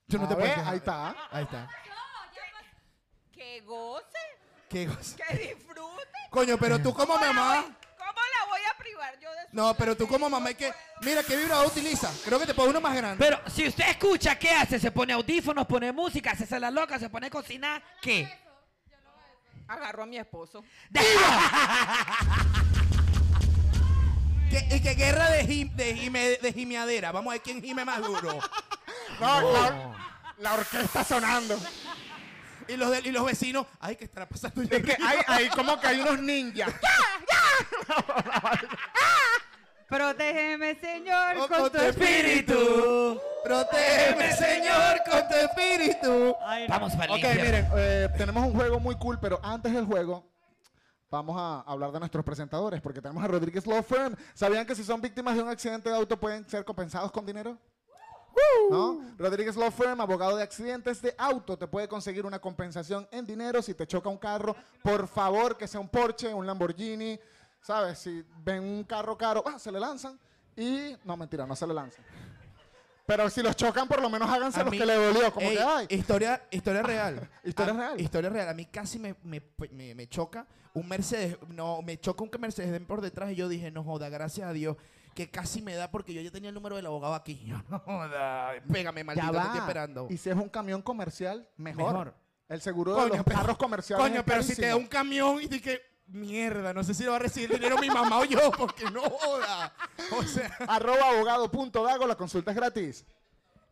[SPEAKER 2] Yo no
[SPEAKER 1] A
[SPEAKER 2] te puedo
[SPEAKER 1] ver,
[SPEAKER 2] quejar.
[SPEAKER 1] ahí está.
[SPEAKER 2] Ahí está.
[SPEAKER 13] Que goce.
[SPEAKER 2] Qué goce.
[SPEAKER 13] Que disfrute.
[SPEAKER 2] Coño, pero tú como
[SPEAKER 13] ¿Cómo la
[SPEAKER 2] mamá-
[SPEAKER 13] voy- ¿Cómo la voy a privar yo de su
[SPEAKER 2] No, pero tú como mamá hay que... Mira, ¿qué vibrador utiliza? Creo que te pongo uno más grande.
[SPEAKER 7] Pero si usted escucha, ¿qué hace? Se pone audífonos, pone música, se hace la loca, se pone a cocinar. ¿Qué?
[SPEAKER 13] Agarro a mi esposo.
[SPEAKER 2] ¿Qué, y qué guerra de, gim- de, gime- de gimeadera. Vamos a ver quién gime más duro.
[SPEAKER 1] No, la, la orquesta sonando.
[SPEAKER 2] Y los, de- y los vecinos... Ay, ¿qué estará pasando? allá
[SPEAKER 1] Es que
[SPEAKER 2] arriba?
[SPEAKER 1] hay, hay como que hay unos ninjas.
[SPEAKER 3] Protégeme, Señor,
[SPEAKER 2] Oh,
[SPEAKER 3] con, tu espíritu.
[SPEAKER 2] Protégeme, Señor, con tu espíritu.
[SPEAKER 7] Vamos para el
[SPEAKER 1] Ok,
[SPEAKER 7] infierno.
[SPEAKER 1] miren, eh, tenemos un juego muy cool, pero antes del juego vamos a hablar de nuestros presentadores, porque tenemos a Rodríguez Law Firm. ¿Sabían que si son víctimas de un accidente de auto pueden ser compensados con dinero? ¿No? Rodríguez Law Firm, abogado de accidentes de auto, te puede conseguir una compensación en dinero si te choca un carro. Por favor, que sea un Porsche, un Lamborghini, ¿sabes? Si ven un carro caro, ah, se le lanzan. Y, no, mentira, no se le lanzan. Pero si los chocan, por lo menos háganse
[SPEAKER 2] A
[SPEAKER 1] los
[SPEAKER 2] mí-
[SPEAKER 1] que le dolió. (laughs) Como
[SPEAKER 2] Ey,
[SPEAKER 1] que, ay,
[SPEAKER 2] Historia,
[SPEAKER 1] (laughs)
[SPEAKER 2] historia real.
[SPEAKER 1] Historia
[SPEAKER 2] A-
[SPEAKER 1] real.
[SPEAKER 2] Historia real. A mí casi me, me, pues, me- me choca un Mercedes. No, me choca un Mercedes ven por detrás y yo dije, no joda, gracias a Dios. Que casi me da porque yo ya tenía el número del abogado aquí. (laughs) Yo, no joda, pégame, maldito,
[SPEAKER 1] Ya
[SPEAKER 2] te
[SPEAKER 1] va.
[SPEAKER 2] estoy esperando.
[SPEAKER 1] Y si es un camión comercial, mejor.
[SPEAKER 2] Mejor.
[SPEAKER 1] El seguro de
[SPEAKER 2] Coño,
[SPEAKER 1] los
[SPEAKER 2] pero-
[SPEAKER 1] carros comerciales.
[SPEAKER 2] Coño,
[SPEAKER 1] es
[SPEAKER 2] pero si te da
[SPEAKER 1] carísimo.
[SPEAKER 2] un camión y te que mierda, no sé si lo va a recibir dinero mi mamá o yo, (laughs) porque no joda. O sea.
[SPEAKER 1] (laughs) Arroba abogado punto dago, la consulta es gratis.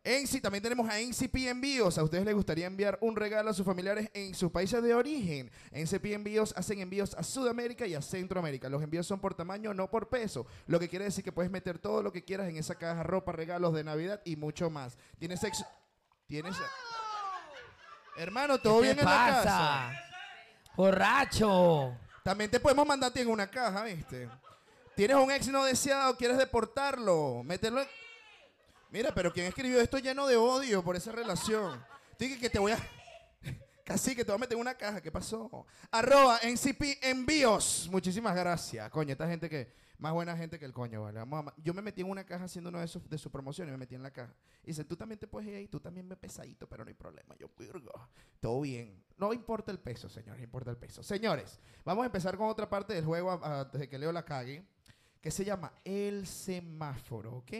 [SPEAKER 2] Ensi, también tenemos a NCP Envíos. A ustedes les gustaría enviar un regalo a sus familiares en sus países de origen. NCP Envíos hacen envíos a Sudamérica y a Centroamérica. Los envíos son por tamaño, no por peso. Lo que quiere decir que puedes meter todo lo que quieras en esa caja, ropa, regalos de Navidad y mucho más. Tienes sexo. Tienes. Hermano, todo
[SPEAKER 7] ¿Qué te
[SPEAKER 2] bien en la
[SPEAKER 7] pasa?
[SPEAKER 2] casa.
[SPEAKER 7] Borracho.
[SPEAKER 2] También te podemos mandar a ti en una caja, ¿viste? Tienes un ex no deseado, quieres deportarlo, mételo en... Mira, pero ¿quién escribió esto lleno de odio por esa relación? Dije que te voy a... (laughs) Casi que te voy a meter en una caja, ¿qué pasó? Arroba NCP Envíos. Muchísimas gracias, coño. Esta gente que... Más buena gente que el coño, ¿vale? Vamos a ma- Yo me metí en una caja haciendo uno de sus, de sus promociones, me metí en la caja. Y dice, tú también te puedes ir ahí, tú también me pesadito, pero no hay problema. Yo, virgo, todo bien. No importa el peso, señores, importa el peso. Señores, vamos a empezar con otra parte del juego a- a- antes de que Leo la cague, que se llama El Semáforo, ¿ok?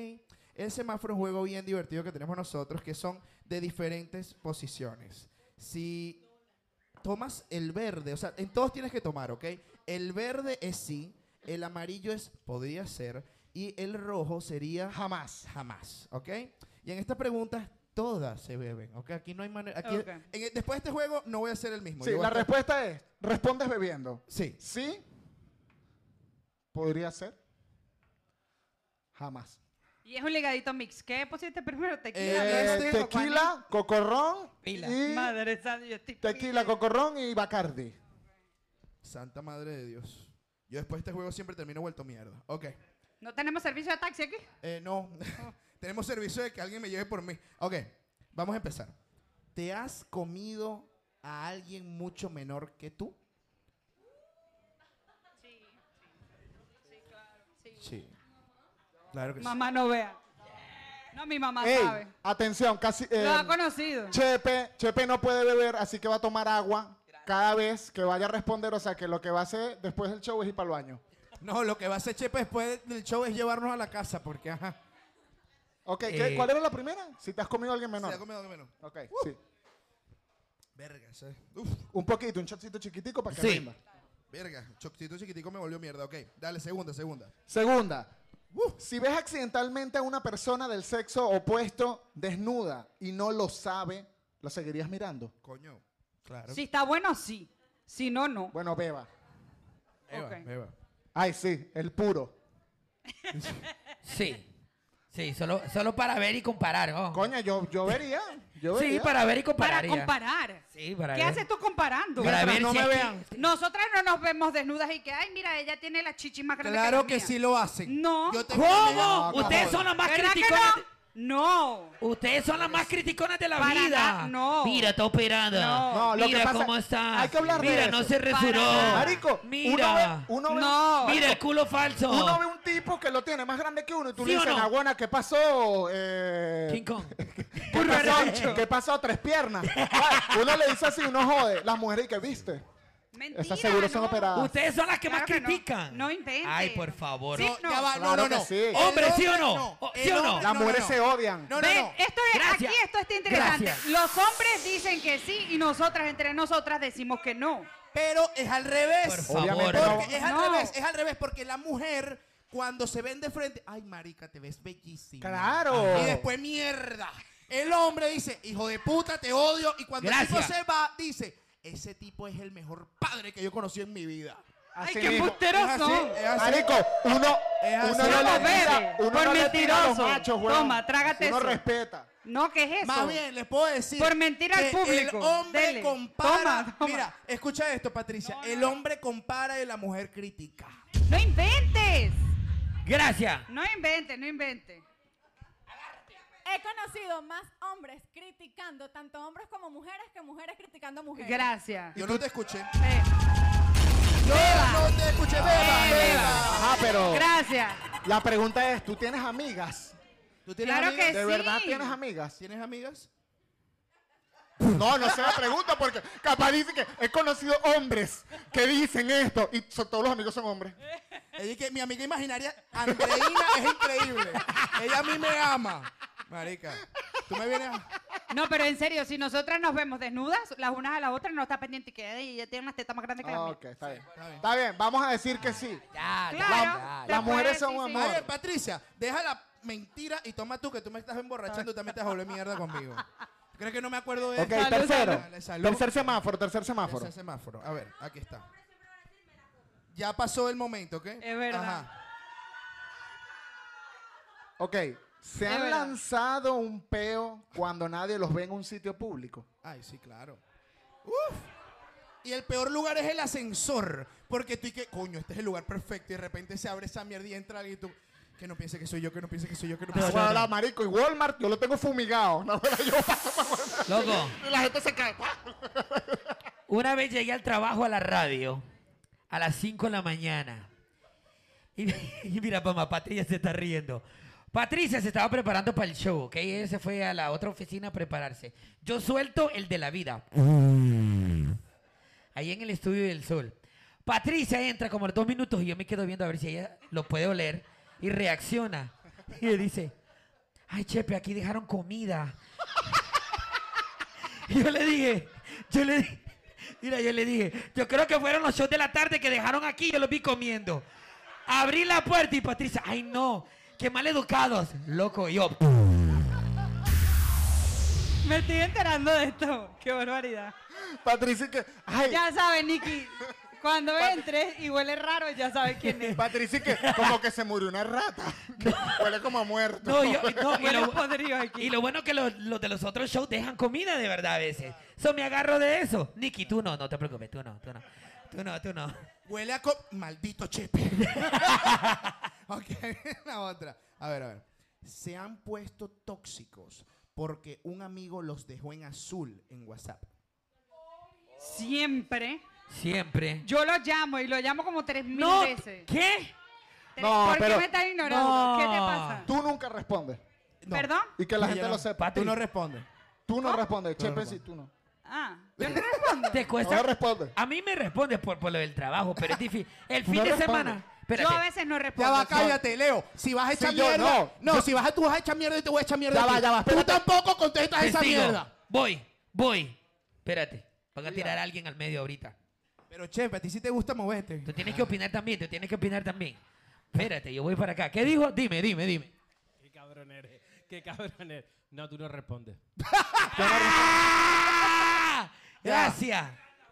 [SPEAKER 2] El semáforo es un juego bien divertido que tenemos nosotros, que son de diferentes posiciones. Si tomas el verde, o sea, en todos tienes que tomar, ¿ok? El verde es sí, el amarillo es podría ser y el rojo sería
[SPEAKER 1] jamás,
[SPEAKER 2] jamás, ¿ok? Y en estas preguntas todas se beben, ¿ok? Aquí no hay manera. aquí-
[SPEAKER 1] Ok.
[SPEAKER 2] en el- después de este juego no voy a hacer el mismo.
[SPEAKER 1] Sí,
[SPEAKER 2] yo voy
[SPEAKER 1] la
[SPEAKER 2] a estar-
[SPEAKER 1] respuesta es, respondes bebiendo.
[SPEAKER 2] Sí.
[SPEAKER 1] Sí. Podría ser. Jamás.
[SPEAKER 3] Y es un ligadito mix. ¿Qué pusiste primero? Tequila.
[SPEAKER 1] Eh,
[SPEAKER 3] ¿no?
[SPEAKER 1] tequila, cocorrón y
[SPEAKER 3] Madre santa, yo estoy
[SPEAKER 1] tequila, cocorrón y Bacardi.
[SPEAKER 2] Santa madre de Dios. Yo después de este juego siempre termino vuelto mierda. Ok.
[SPEAKER 3] ¿No tenemos servicio de taxi aquí?
[SPEAKER 2] (laughs) Eh, no. Tenemos servicio de que alguien me lleve por mí. Ok. Vamos a empezar. ¿Te has comido a alguien mucho menor que tú? Sí. Claro que
[SPEAKER 3] Mamá no vea. No, mi mamá
[SPEAKER 1] Ey,
[SPEAKER 3] sabe.
[SPEAKER 1] atención, casi.
[SPEAKER 3] Lo ha
[SPEAKER 2] eh,
[SPEAKER 1] em,
[SPEAKER 3] conocido.
[SPEAKER 1] Chepe, Chepe no puede beber, así que va a tomar agua cada vez que vaya a responder. O sea, que lo que va a hacer después del show es ir para el baño.
[SPEAKER 2] No, lo que va a hacer Chepe después del show es llevarnos a la casa, porque ajá.
[SPEAKER 1] Ok, ¿qué-
[SPEAKER 2] Eh,
[SPEAKER 1] ¿cuál era la primera? Si te has comido a alguien
[SPEAKER 2] Se
[SPEAKER 1] menor.
[SPEAKER 2] ha comido algo menos.
[SPEAKER 1] Ok,
[SPEAKER 2] Uh,
[SPEAKER 1] sí.
[SPEAKER 2] Verga, eso es-
[SPEAKER 1] Un poquito, un shotcito chiquitico para que
[SPEAKER 2] Sí.
[SPEAKER 1] rinda.
[SPEAKER 2] Verga, chocito chiquitico me volvió mierda. Ok, dale, segunda, segunda.
[SPEAKER 1] Segunda. Si ves accidentalmente a una persona del sexo opuesto desnuda y no lo sabe, ¿lo seguirías mirando?
[SPEAKER 2] Coño. Claro.
[SPEAKER 3] Si está bueno, sí. Si no, no.
[SPEAKER 1] Bueno, beba.
[SPEAKER 3] Ok.
[SPEAKER 1] Ay, sí, el puro.
[SPEAKER 7] Sí. Sí, solo, solo para ver y comparar. oh.
[SPEAKER 1] Coño, yo, yo vería. yo
[SPEAKER 7] sí,
[SPEAKER 1] vería.
[SPEAKER 7] para ver y
[SPEAKER 3] Para
[SPEAKER 7] compararía.
[SPEAKER 3] comparar.
[SPEAKER 7] Sí, para
[SPEAKER 3] ¿Qué
[SPEAKER 7] ver.
[SPEAKER 3] haces tú comparando?
[SPEAKER 7] Para Mientras ver no si me aquí-
[SPEAKER 2] vean.
[SPEAKER 3] Nosotras no nos vemos desnudas y que, ay, mira, ella tiene la chichi más grande.
[SPEAKER 2] Claro
[SPEAKER 3] la
[SPEAKER 2] que
[SPEAKER 3] mía".
[SPEAKER 2] sí lo hacen.
[SPEAKER 3] No.
[SPEAKER 2] Yo te-
[SPEAKER 7] ¿Cómo?
[SPEAKER 2] No,
[SPEAKER 7] Ustedes
[SPEAKER 2] no.
[SPEAKER 7] son las más
[SPEAKER 3] ¿Verdad que
[SPEAKER 7] criticonas.
[SPEAKER 3] No.
[SPEAKER 7] Ustedes son las más criticonas de la
[SPEAKER 3] Para
[SPEAKER 7] vida.
[SPEAKER 3] na- no.
[SPEAKER 7] Mira, está operada.
[SPEAKER 1] No, lo
[SPEAKER 7] Mira
[SPEAKER 1] que pasa,
[SPEAKER 7] cómo está.
[SPEAKER 1] hay que hablar de
[SPEAKER 7] Mira,
[SPEAKER 1] eso.
[SPEAKER 7] no se
[SPEAKER 1] Para
[SPEAKER 7] resuró.
[SPEAKER 1] nada. Marico,
[SPEAKER 7] Mira.
[SPEAKER 1] uno ve- uno ve-
[SPEAKER 7] no. Mira el
[SPEAKER 1] Marico,
[SPEAKER 7] culo falso.
[SPEAKER 1] Uno ve un tipo que lo tiene más grande que uno y tú
[SPEAKER 7] Oh. ¿Sí
[SPEAKER 1] le
[SPEAKER 7] o
[SPEAKER 1] dices,
[SPEAKER 7] no?
[SPEAKER 1] "Naguana, ¿qué pasó? Eh,
[SPEAKER 7] King Kong.
[SPEAKER 1] ¿Qué pasó? ¿Qué pasó? Tres piernas. Ay, uno le dice así, uno jode. Las mujeres que viste.
[SPEAKER 3] Mentira,
[SPEAKER 1] Esas seguro son
[SPEAKER 3] no.
[SPEAKER 1] operadas.
[SPEAKER 7] Ustedes son las que
[SPEAKER 3] Claro
[SPEAKER 7] más
[SPEAKER 3] que no.
[SPEAKER 7] critican.
[SPEAKER 3] No intenten.
[SPEAKER 7] Ay, por favor.
[SPEAKER 3] Sí,
[SPEAKER 2] Ya va,
[SPEAKER 1] Claro
[SPEAKER 2] no, no,
[SPEAKER 1] que
[SPEAKER 2] no.
[SPEAKER 1] sí.
[SPEAKER 2] El
[SPEAKER 7] Hombre, ¿sí o
[SPEAKER 2] hombre
[SPEAKER 7] no?
[SPEAKER 2] no,
[SPEAKER 7] O-
[SPEAKER 2] el
[SPEAKER 7] ¿Sí o no?
[SPEAKER 2] hombre
[SPEAKER 1] Las
[SPEAKER 2] no,
[SPEAKER 1] mujeres
[SPEAKER 2] no.
[SPEAKER 1] se odian.
[SPEAKER 2] No, no,
[SPEAKER 3] Ven,
[SPEAKER 2] no.
[SPEAKER 3] esto es,
[SPEAKER 7] Gracias.
[SPEAKER 3] aquí esto está interesante.
[SPEAKER 7] Gracias.
[SPEAKER 3] Los hombres dicen que sí y nosotras entre nosotras decimos que no.
[SPEAKER 2] Pero es al revés.
[SPEAKER 7] Por
[SPEAKER 1] Obviamente
[SPEAKER 7] favor.
[SPEAKER 2] Porque es al
[SPEAKER 3] No.
[SPEAKER 2] revés, es al revés, porque la mujer cuando se ven de frente, ay marica, te ves bellísima.
[SPEAKER 1] Claro.
[SPEAKER 2] Y después mierda. El hombre dice, hijo de puta, te odio. Y cuando el
[SPEAKER 7] Gracias.
[SPEAKER 2] tipo se va, dice, ese tipo es el mejor padre que yo conocí en mi vida.
[SPEAKER 3] Ay,
[SPEAKER 1] Así
[SPEAKER 3] qué
[SPEAKER 1] mismo.
[SPEAKER 3] embusteros
[SPEAKER 2] Es así,
[SPEAKER 3] son.
[SPEAKER 2] es así.
[SPEAKER 1] Marico, uno,
[SPEAKER 2] Es
[SPEAKER 1] uno
[SPEAKER 2] así.
[SPEAKER 1] no le
[SPEAKER 3] Vamos,
[SPEAKER 1] tira,
[SPEAKER 3] bebe,
[SPEAKER 1] uno
[SPEAKER 3] por
[SPEAKER 1] no le tira a los
[SPEAKER 3] mentiroso.
[SPEAKER 1] machos, weón.
[SPEAKER 3] Toma, trágate
[SPEAKER 1] uno
[SPEAKER 3] eso.
[SPEAKER 1] respeta.
[SPEAKER 3] No, ¿qué es eso?
[SPEAKER 2] Más bien, les puedo decir.
[SPEAKER 3] Por mentir al
[SPEAKER 2] que
[SPEAKER 3] público.
[SPEAKER 2] El hombre
[SPEAKER 3] Dele.
[SPEAKER 2] compara.
[SPEAKER 3] Toma, toma.
[SPEAKER 2] Mira, escucha esto, Patricia. El hombre compara y la mujer critica.
[SPEAKER 3] No inventes.
[SPEAKER 7] Gracias.
[SPEAKER 3] No inventes, no inventes.
[SPEAKER 16] He conocido más hombres criticando, tanto hombres como mujeres, que mujeres criticando mujeres.
[SPEAKER 3] Gracias.
[SPEAKER 2] Yo no te escuché.
[SPEAKER 3] Eh,
[SPEAKER 2] Yo no te escuché. Beba, beba.
[SPEAKER 1] Ajá, pero
[SPEAKER 3] Gracias.
[SPEAKER 1] la pregunta es, ¿tú tienes amigas?
[SPEAKER 2] ¿Tú tienes
[SPEAKER 3] Claro
[SPEAKER 2] amigas?
[SPEAKER 3] que
[SPEAKER 1] ¿De
[SPEAKER 3] Sí.
[SPEAKER 1] verdad tienes amigas?
[SPEAKER 2] ¿Tienes amigas?
[SPEAKER 1] No, no se la pregunta porque capaz dice que he conocido hombres que dicen esto y so- todos los amigos son hombres.
[SPEAKER 2] Ella es que mi amiga imaginaria, Andreina, es increíble. Ella a mí me ama. Marica, tú me vienes a...
[SPEAKER 3] No, pero en serio, si nosotras nos vemos desnudas, las unas a las otras, no está pendiente que "Ay, ella tiene unas tetas más grandes que las
[SPEAKER 1] Ah,
[SPEAKER 3] mías.
[SPEAKER 1] ok, está bien.
[SPEAKER 2] Está bien.
[SPEAKER 1] Está bien, vamos a decir que sí.
[SPEAKER 2] Ah,
[SPEAKER 7] Ya, ya,
[SPEAKER 3] Claro.
[SPEAKER 7] ya, ya.
[SPEAKER 3] Te
[SPEAKER 1] Las mujeres
[SPEAKER 3] puedes
[SPEAKER 1] son
[SPEAKER 3] decir, sí.
[SPEAKER 2] A
[SPEAKER 1] amor.
[SPEAKER 2] ver, Patricia, deja la mentira y toma tú, que tú me estás emborrachando y también te jolé mierda conmigo. ¿Crees que no me acuerdo de
[SPEAKER 1] Ok,
[SPEAKER 2] esto?
[SPEAKER 1] tercero.
[SPEAKER 2] Dale, salud.
[SPEAKER 1] Tercer semáforo, tercer semáforo.
[SPEAKER 2] Tercer semáforo. A ver, aquí está. Ya pasó el momento, ¿ok?
[SPEAKER 3] Es verdad.
[SPEAKER 2] Ajá.
[SPEAKER 1] Ok, ¿se
[SPEAKER 3] Es
[SPEAKER 1] han
[SPEAKER 3] verdad.
[SPEAKER 1] lanzado un peo cuando nadie los ve en un sitio público?
[SPEAKER 2] Ay, sí, claro. Uf. Y el peor lugar es el ascensor. Porque tú y que, coño, este es el lugar perfecto. Y de repente se abre esa mierda y entra alguien y tú, que no piense que soy yo, que no piense que soy yo, que no piense que
[SPEAKER 1] Bueno, la marico, y Walmart yo lo tengo fumigado. No, (laughs) pero yo paso por Walmart.
[SPEAKER 7] Loco.
[SPEAKER 1] Y la gente se cae.
[SPEAKER 7] Una vez llegué al trabajo a la radio a las 5 de la mañana. Y, (laughs) y mira, mamá, Patricia se está riendo. Patricia se estaba preparando para el show, ¿ok? Ella se fue a la otra oficina a prepararse. Yo suelto el de la vida. Ahí en el estudio del sol. Patricia entra como a los dos minutos y yo me quedo viendo a ver si ella lo puede oler y reacciona. (laughs) Y le dice, ay, Chepe, aquí dejaron comida. Y Yo le dije, yo le dije, mira, yo le dije, yo creo que fueron los shows de la tarde que dejaron aquí, yo los vi comiendo. Abrí la puerta y Patricia, ay no, qué mal educados, loco, y yo.
[SPEAKER 3] Me estoy enterando de esto. (laughs) Qué barbaridad.
[SPEAKER 1] Patricia que, ay,
[SPEAKER 3] Ya sabes, Nicky, cuando entres y huele raro, ya sabes
[SPEAKER 1] (laughs)
[SPEAKER 3] quién es.
[SPEAKER 1] Patricia que como que se murió una rata. (laughs) Huele como a muerto.
[SPEAKER 7] No, yo, no,
[SPEAKER 3] (laughs)
[SPEAKER 7] y,
[SPEAKER 3] Huele a
[SPEAKER 7] lo,
[SPEAKER 3] podrido aquí.
[SPEAKER 7] y lo bueno que los, los de los otros shows dejan comida de verdad a veces. So me agarro de eso. Nicky, tú no, no te preocupes, tú no, tú no. Tú no, tú no.
[SPEAKER 2] Huele a co- Maldito Chepe. (laughs) ok, la otra. A ver, a ver. Se han puesto tóxicos porque un amigo los dejó en azul en WhatsApp.
[SPEAKER 3] Siempre.
[SPEAKER 7] Siempre.
[SPEAKER 3] Yo lo llamo y lo llamo como tres mil
[SPEAKER 7] No,
[SPEAKER 3] veces.
[SPEAKER 7] ¿Qué?
[SPEAKER 3] No, ¿Por qué me estás ignorando? ¿Qué te pasa?
[SPEAKER 1] Tú nunca respondes.
[SPEAKER 3] No. ¿Perdón?
[SPEAKER 1] Y que la
[SPEAKER 2] Ella
[SPEAKER 1] gente
[SPEAKER 2] no.
[SPEAKER 1] lo sepa.
[SPEAKER 2] Tú no respondes.
[SPEAKER 1] Tú no respondes. Chepe sí, tú no.
[SPEAKER 3] Ah,
[SPEAKER 7] Te cuesta.
[SPEAKER 1] No responde.
[SPEAKER 7] A mí me responde por, por lo del trabajo, pero es difícil. El fin
[SPEAKER 2] No
[SPEAKER 7] de
[SPEAKER 2] responde.
[SPEAKER 7] semana. espérate.
[SPEAKER 3] Yo a veces no respondo.
[SPEAKER 2] Ya va,
[SPEAKER 7] Por favor.
[SPEAKER 2] cállate, Leo. Si vas a echar
[SPEAKER 7] Sí, yo
[SPEAKER 2] Ah, mierda.
[SPEAKER 7] no.
[SPEAKER 2] no,
[SPEAKER 7] Yo-
[SPEAKER 2] si vas a, tú vas a echar mierda y te voy a echar mierda.
[SPEAKER 7] Ya
[SPEAKER 2] a ti.
[SPEAKER 7] va, ya va,
[SPEAKER 2] Tú tampoco contestas esa
[SPEAKER 7] Testigo.
[SPEAKER 2] mierda.
[SPEAKER 7] Voy, voy. Espérate. Van a tirar a alguien al medio ahorita.
[SPEAKER 2] Pero, Chepe, a ti sí te gusta moverte.
[SPEAKER 7] Tú tienes que opinar también, tú tienes que opinar también. Espérate, yo voy para acá. ¿Qué dijo? Dime, dime, dime.
[SPEAKER 19] Qué cabrón eres. (laughs) Qué cabrón eres. No, tú no respondes.
[SPEAKER 7] Ah, Gracias.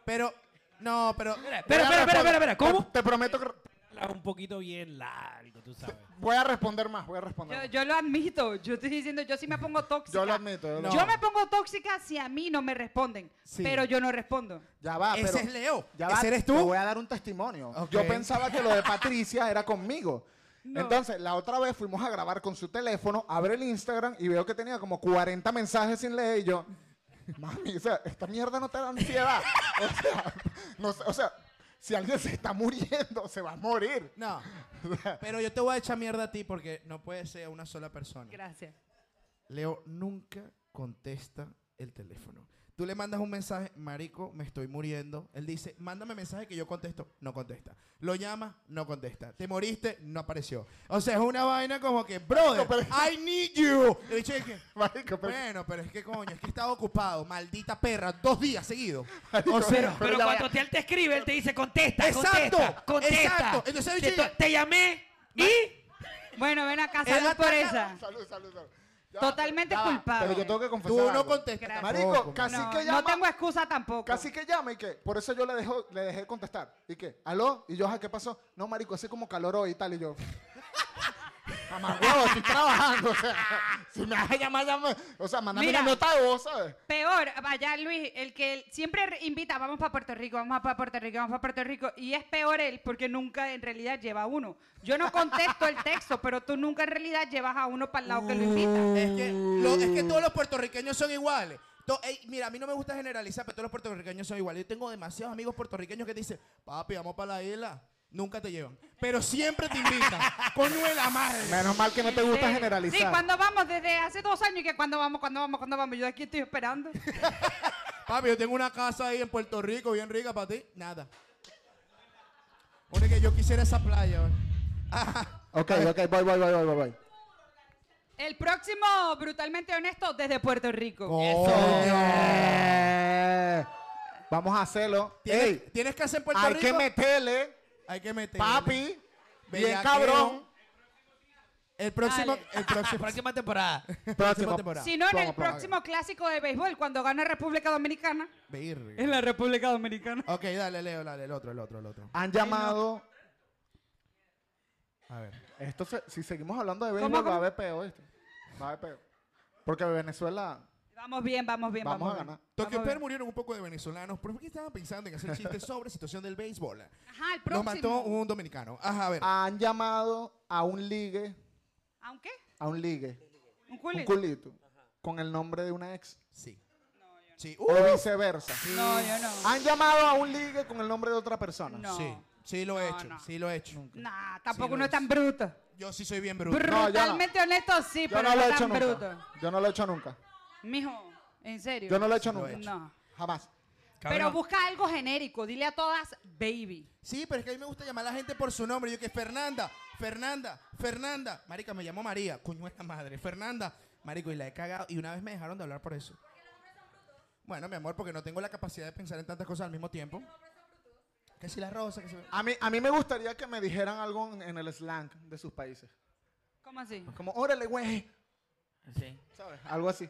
[SPEAKER 2] Pero, no, pero. Espera,
[SPEAKER 19] espera, espera, espera, espera,
[SPEAKER 1] ¿Cómo? Te prometo que
[SPEAKER 19] Un poquito bien largo, tú sabes.
[SPEAKER 1] voy a responder más, voy a responder.
[SPEAKER 3] Yo, yo lo admito, yo estoy diciendo, yo sí me pongo tóxica.
[SPEAKER 1] Yo lo admito, yo lo
[SPEAKER 3] Yo
[SPEAKER 1] admito.
[SPEAKER 3] me pongo tóxica si a mí no me responden,
[SPEAKER 1] Sí.
[SPEAKER 3] pero yo no respondo.
[SPEAKER 1] Ya
[SPEAKER 2] Ah,
[SPEAKER 1] va,
[SPEAKER 3] Ese
[SPEAKER 1] pero-
[SPEAKER 3] es Leo.
[SPEAKER 1] Ya va,
[SPEAKER 3] Ese eres tú.
[SPEAKER 1] Te voy a dar un testimonio. Yo pensaba que lo de Patricia era conmigo.
[SPEAKER 3] No.
[SPEAKER 1] Entonces, la otra vez fuimos a grabar con su teléfono, abre el Instagram y veo que tenía como 40 mensajes sin leer y yo, mami, o sea, esta mierda no te da ansiedad. o, sea, no sé, o sea, si alguien se está muriendo, se va a morir.
[SPEAKER 2] No. (laughs) Pero yo te voy a echar mierda a ti porque no puede ser a una sola persona.
[SPEAKER 3] Gracias.
[SPEAKER 2] Leo nunca contesta el teléfono. Tú le mandas un mensaje, marico, me estoy muriendo. Él dice, mándame mensaje que yo contesto. No contesta. Lo llamas, no contesta. Te moriste, no apareció. O sea, es una vaina como que, brother, I need you. Y el bicho es que, bueno, pero es que coño, es que estaba ocupado, maldita perra, dos días seguidos. O sea,
[SPEAKER 7] Pero cuando te- él te escribe, él te dice, contesta,
[SPEAKER 2] Exacto,
[SPEAKER 7] contesta, contesta.
[SPEAKER 2] exacto. Entonces,
[SPEAKER 7] te,
[SPEAKER 2] oye,
[SPEAKER 7] te llamé y...
[SPEAKER 3] Bueno, ven acá,
[SPEAKER 1] Él
[SPEAKER 3] salud por
[SPEAKER 1] ataca-
[SPEAKER 3] esa.
[SPEAKER 1] (laughs) Salud, salud, salud. Ya,
[SPEAKER 3] Totalmente
[SPEAKER 1] ya va,
[SPEAKER 3] culpable.
[SPEAKER 1] Pero yo tengo que confesar.
[SPEAKER 2] Tú no
[SPEAKER 1] algo.
[SPEAKER 2] contestas Gracias.
[SPEAKER 1] Marico,
[SPEAKER 2] tampoco,
[SPEAKER 1] casi
[SPEAKER 3] no,
[SPEAKER 1] que
[SPEAKER 3] no
[SPEAKER 1] llama.
[SPEAKER 3] tengo excusa tampoco.
[SPEAKER 1] Casi que llama y que, por eso yo le, dejo, le dejé contestar. ¿Y qué? ¿Aló? ¿Y yo, "Ajá, qué pasó? No, marico, hace como calor hoy y tal. Y (laughs) yo, mamá, huevo, estoy trabajando. O sea, (laughs) si me vas a llamar, llame. O sea, mandame
[SPEAKER 3] Mira.
[SPEAKER 1] una nota de voz, ¿sabes?
[SPEAKER 3] Peor, vaya Luis, el que él siempre re- invita, vamos para Puerto Rico, vamos para Puerto Rico, vamos para Puerto Rico, y es peor él porque nunca en realidad lleva uno. Yo no contesto el texto, pero tú nunca en realidad llevas a uno para el lado que lo
[SPEAKER 1] Uh,
[SPEAKER 3] invita.
[SPEAKER 2] Es que, lo- es que todos
[SPEAKER 1] Mm.
[SPEAKER 2] los puertorriqueños son iguales. To- ey, mira, a mí no me gusta generalizar, pero todos los puertorriqueños son iguales. Yo tengo demasiados amigos puertorriqueños que te dicen, papi, vamos para la isla. Nunca te llevan. Pero siempre te
[SPEAKER 1] (laughs)
[SPEAKER 2] invitan. Coño de la madre.
[SPEAKER 1] Menos mal que no te gusta generalizar.
[SPEAKER 3] Sí, cuando vamos desde hace dos años que cuando vamos, cuando vamos, cuando vamos, yo aquí estoy
[SPEAKER 1] (laughs)
[SPEAKER 3] esperando.
[SPEAKER 2] Papi, yo tengo una casa ahí en Puerto Rico bien rica para ti. Nada. Porque que yo quisiera esa playa. ¿eh? ¿vale?
[SPEAKER 1] Ok, ok, voy, voy, voy, voy, voy, voy.
[SPEAKER 3] El próximo, brutalmente honesto, desde Puerto Rico.
[SPEAKER 1] Eh, Vamos a hacerlo.
[SPEAKER 2] ¿Tienes,
[SPEAKER 1] Ey,
[SPEAKER 2] tienes que hacer en Puerto
[SPEAKER 1] hay
[SPEAKER 2] Rico.
[SPEAKER 1] que meterle,
[SPEAKER 2] Hay que meter.
[SPEAKER 1] papi. Bien
[SPEAKER 2] Bellaqueo.
[SPEAKER 1] cabrón.
[SPEAKER 2] El próximo. El
[SPEAKER 1] (laughs)
[SPEAKER 2] próximo.
[SPEAKER 7] Próxima
[SPEAKER 2] (laughs)
[SPEAKER 7] temporada.
[SPEAKER 1] Próxima
[SPEAKER 2] temporada.
[SPEAKER 3] Si no, en el próximo clásico de béisbol, cuando gane República Dominicana.
[SPEAKER 2] En
[SPEAKER 3] la República Dominicana.
[SPEAKER 2] Ok, dale, Leo, dale, el otro, el otro, el otro.
[SPEAKER 1] Han llamado.
[SPEAKER 2] A ver.
[SPEAKER 1] Esto se- si seguimos hablando de
[SPEAKER 3] ¿Cómo,
[SPEAKER 1] béisbol, va a
[SPEAKER 3] cómo?
[SPEAKER 1] haber peo esto. Va a haber peo. Porque Venezuela.
[SPEAKER 3] Vamos bien, vamos bien, vamos,
[SPEAKER 1] Vamos a
[SPEAKER 3] bien.
[SPEAKER 1] ganar.
[SPEAKER 2] Tokyo
[SPEAKER 3] Vamos a
[SPEAKER 2] Hotel
[SPEAKER 3] ver.
[SPEAKER 2] murieron un poco de venezolanos, pero ¿por qué estaban pensando en hacer
[SPEAKER 3] (laughs)
[SPEAKER 2] chistes sobre situación del béisbol?
[SPEAKER 3] Ajá, el
[SPEAKER 2] Los
[SPEAKER 3] próximo. Ah.
[SPEAKER 2] mató un dominicano. Ajá, a ver.
[SPEAKER 1] Han llamado a un ligue.
[SPEAKER 3] ¿A un qué?
[SPEAKER 1] A un ligue.
[SPEAKER 3] ¿Un culito?
[SPEAKER 1] Un culito. Con el nombre de una ex.
[SPEAKER 2] Sí. Sí.
[SPEAKER 1] O viceversa.
[SPEAKER 3] No, yo no.
[SPEAKER 1] Han llamado a un ligue con el nombre de otra persona.
[SPEAKER 3] No. Sí.
[SPEAKER 2] Sí lo he
[SPEAKER 3] No,
[SPEAKER 2] hecho,
[SPEAKER 3] no.
[SPEAKER 2] sí lo he hecho.
[SPEAKER 3] Nah, tampoco
[SPEAKER 2] lo
[SPEAKER 3] uno es
[SPEAKER 2] es.
[SPEAKER 3] tan bruto.
[SPEAKER 2] Yo sí soy bien bruto.
[SPEAKER 3] Brutalmente honesto, sí,
[SPEAKER 1] Yo
[SPEAKER 3] pero
[SPEAKER 1] no
[SPEAKER 3] no,
[SPEAKER 1] lo he hecho
[SPEAKER 3] tan
[SPEAKER 1] nunca.
[SPEAKER 3] bruto.
[SPEAKER 1] Yo no lo he hecho nunca.
[SPEAKER 3] Mijo, en serio.
[SPEAKER 1] Yo no lo he hecho nunca.
[SPEAKER 3] No.
[SPEAKER 1] Jamás.
[SPEAKER 3] Pero busca algo genérico, dile a todas baby.
[SPEAKER 2] Sí, pero es que a mí me gusta llamar a la gente por su nombre. Yo que Fernanda, Fernanda, Fernanda. Marica, me llamo María. Coño es la madre. Fernanda. Marico, y la he cagado. Y una vez me dejaron de hablar por eso. Bueno, mi amor, porque no tengo la capacidad de pensar en tantas cosas al mismo tiempo. Que si la rosa, que si...
[SPEAKER 1] A mí, a mí me gustaría que me dijeran algo en, en el slang de sus países.
[SPEAKER 3] ¿Cómo así?
[SPEAKER 1] Como, órale, güey.
[SPEAKER 7] Sí.
[SPEAKER 1] ¿Sabes? Algo así.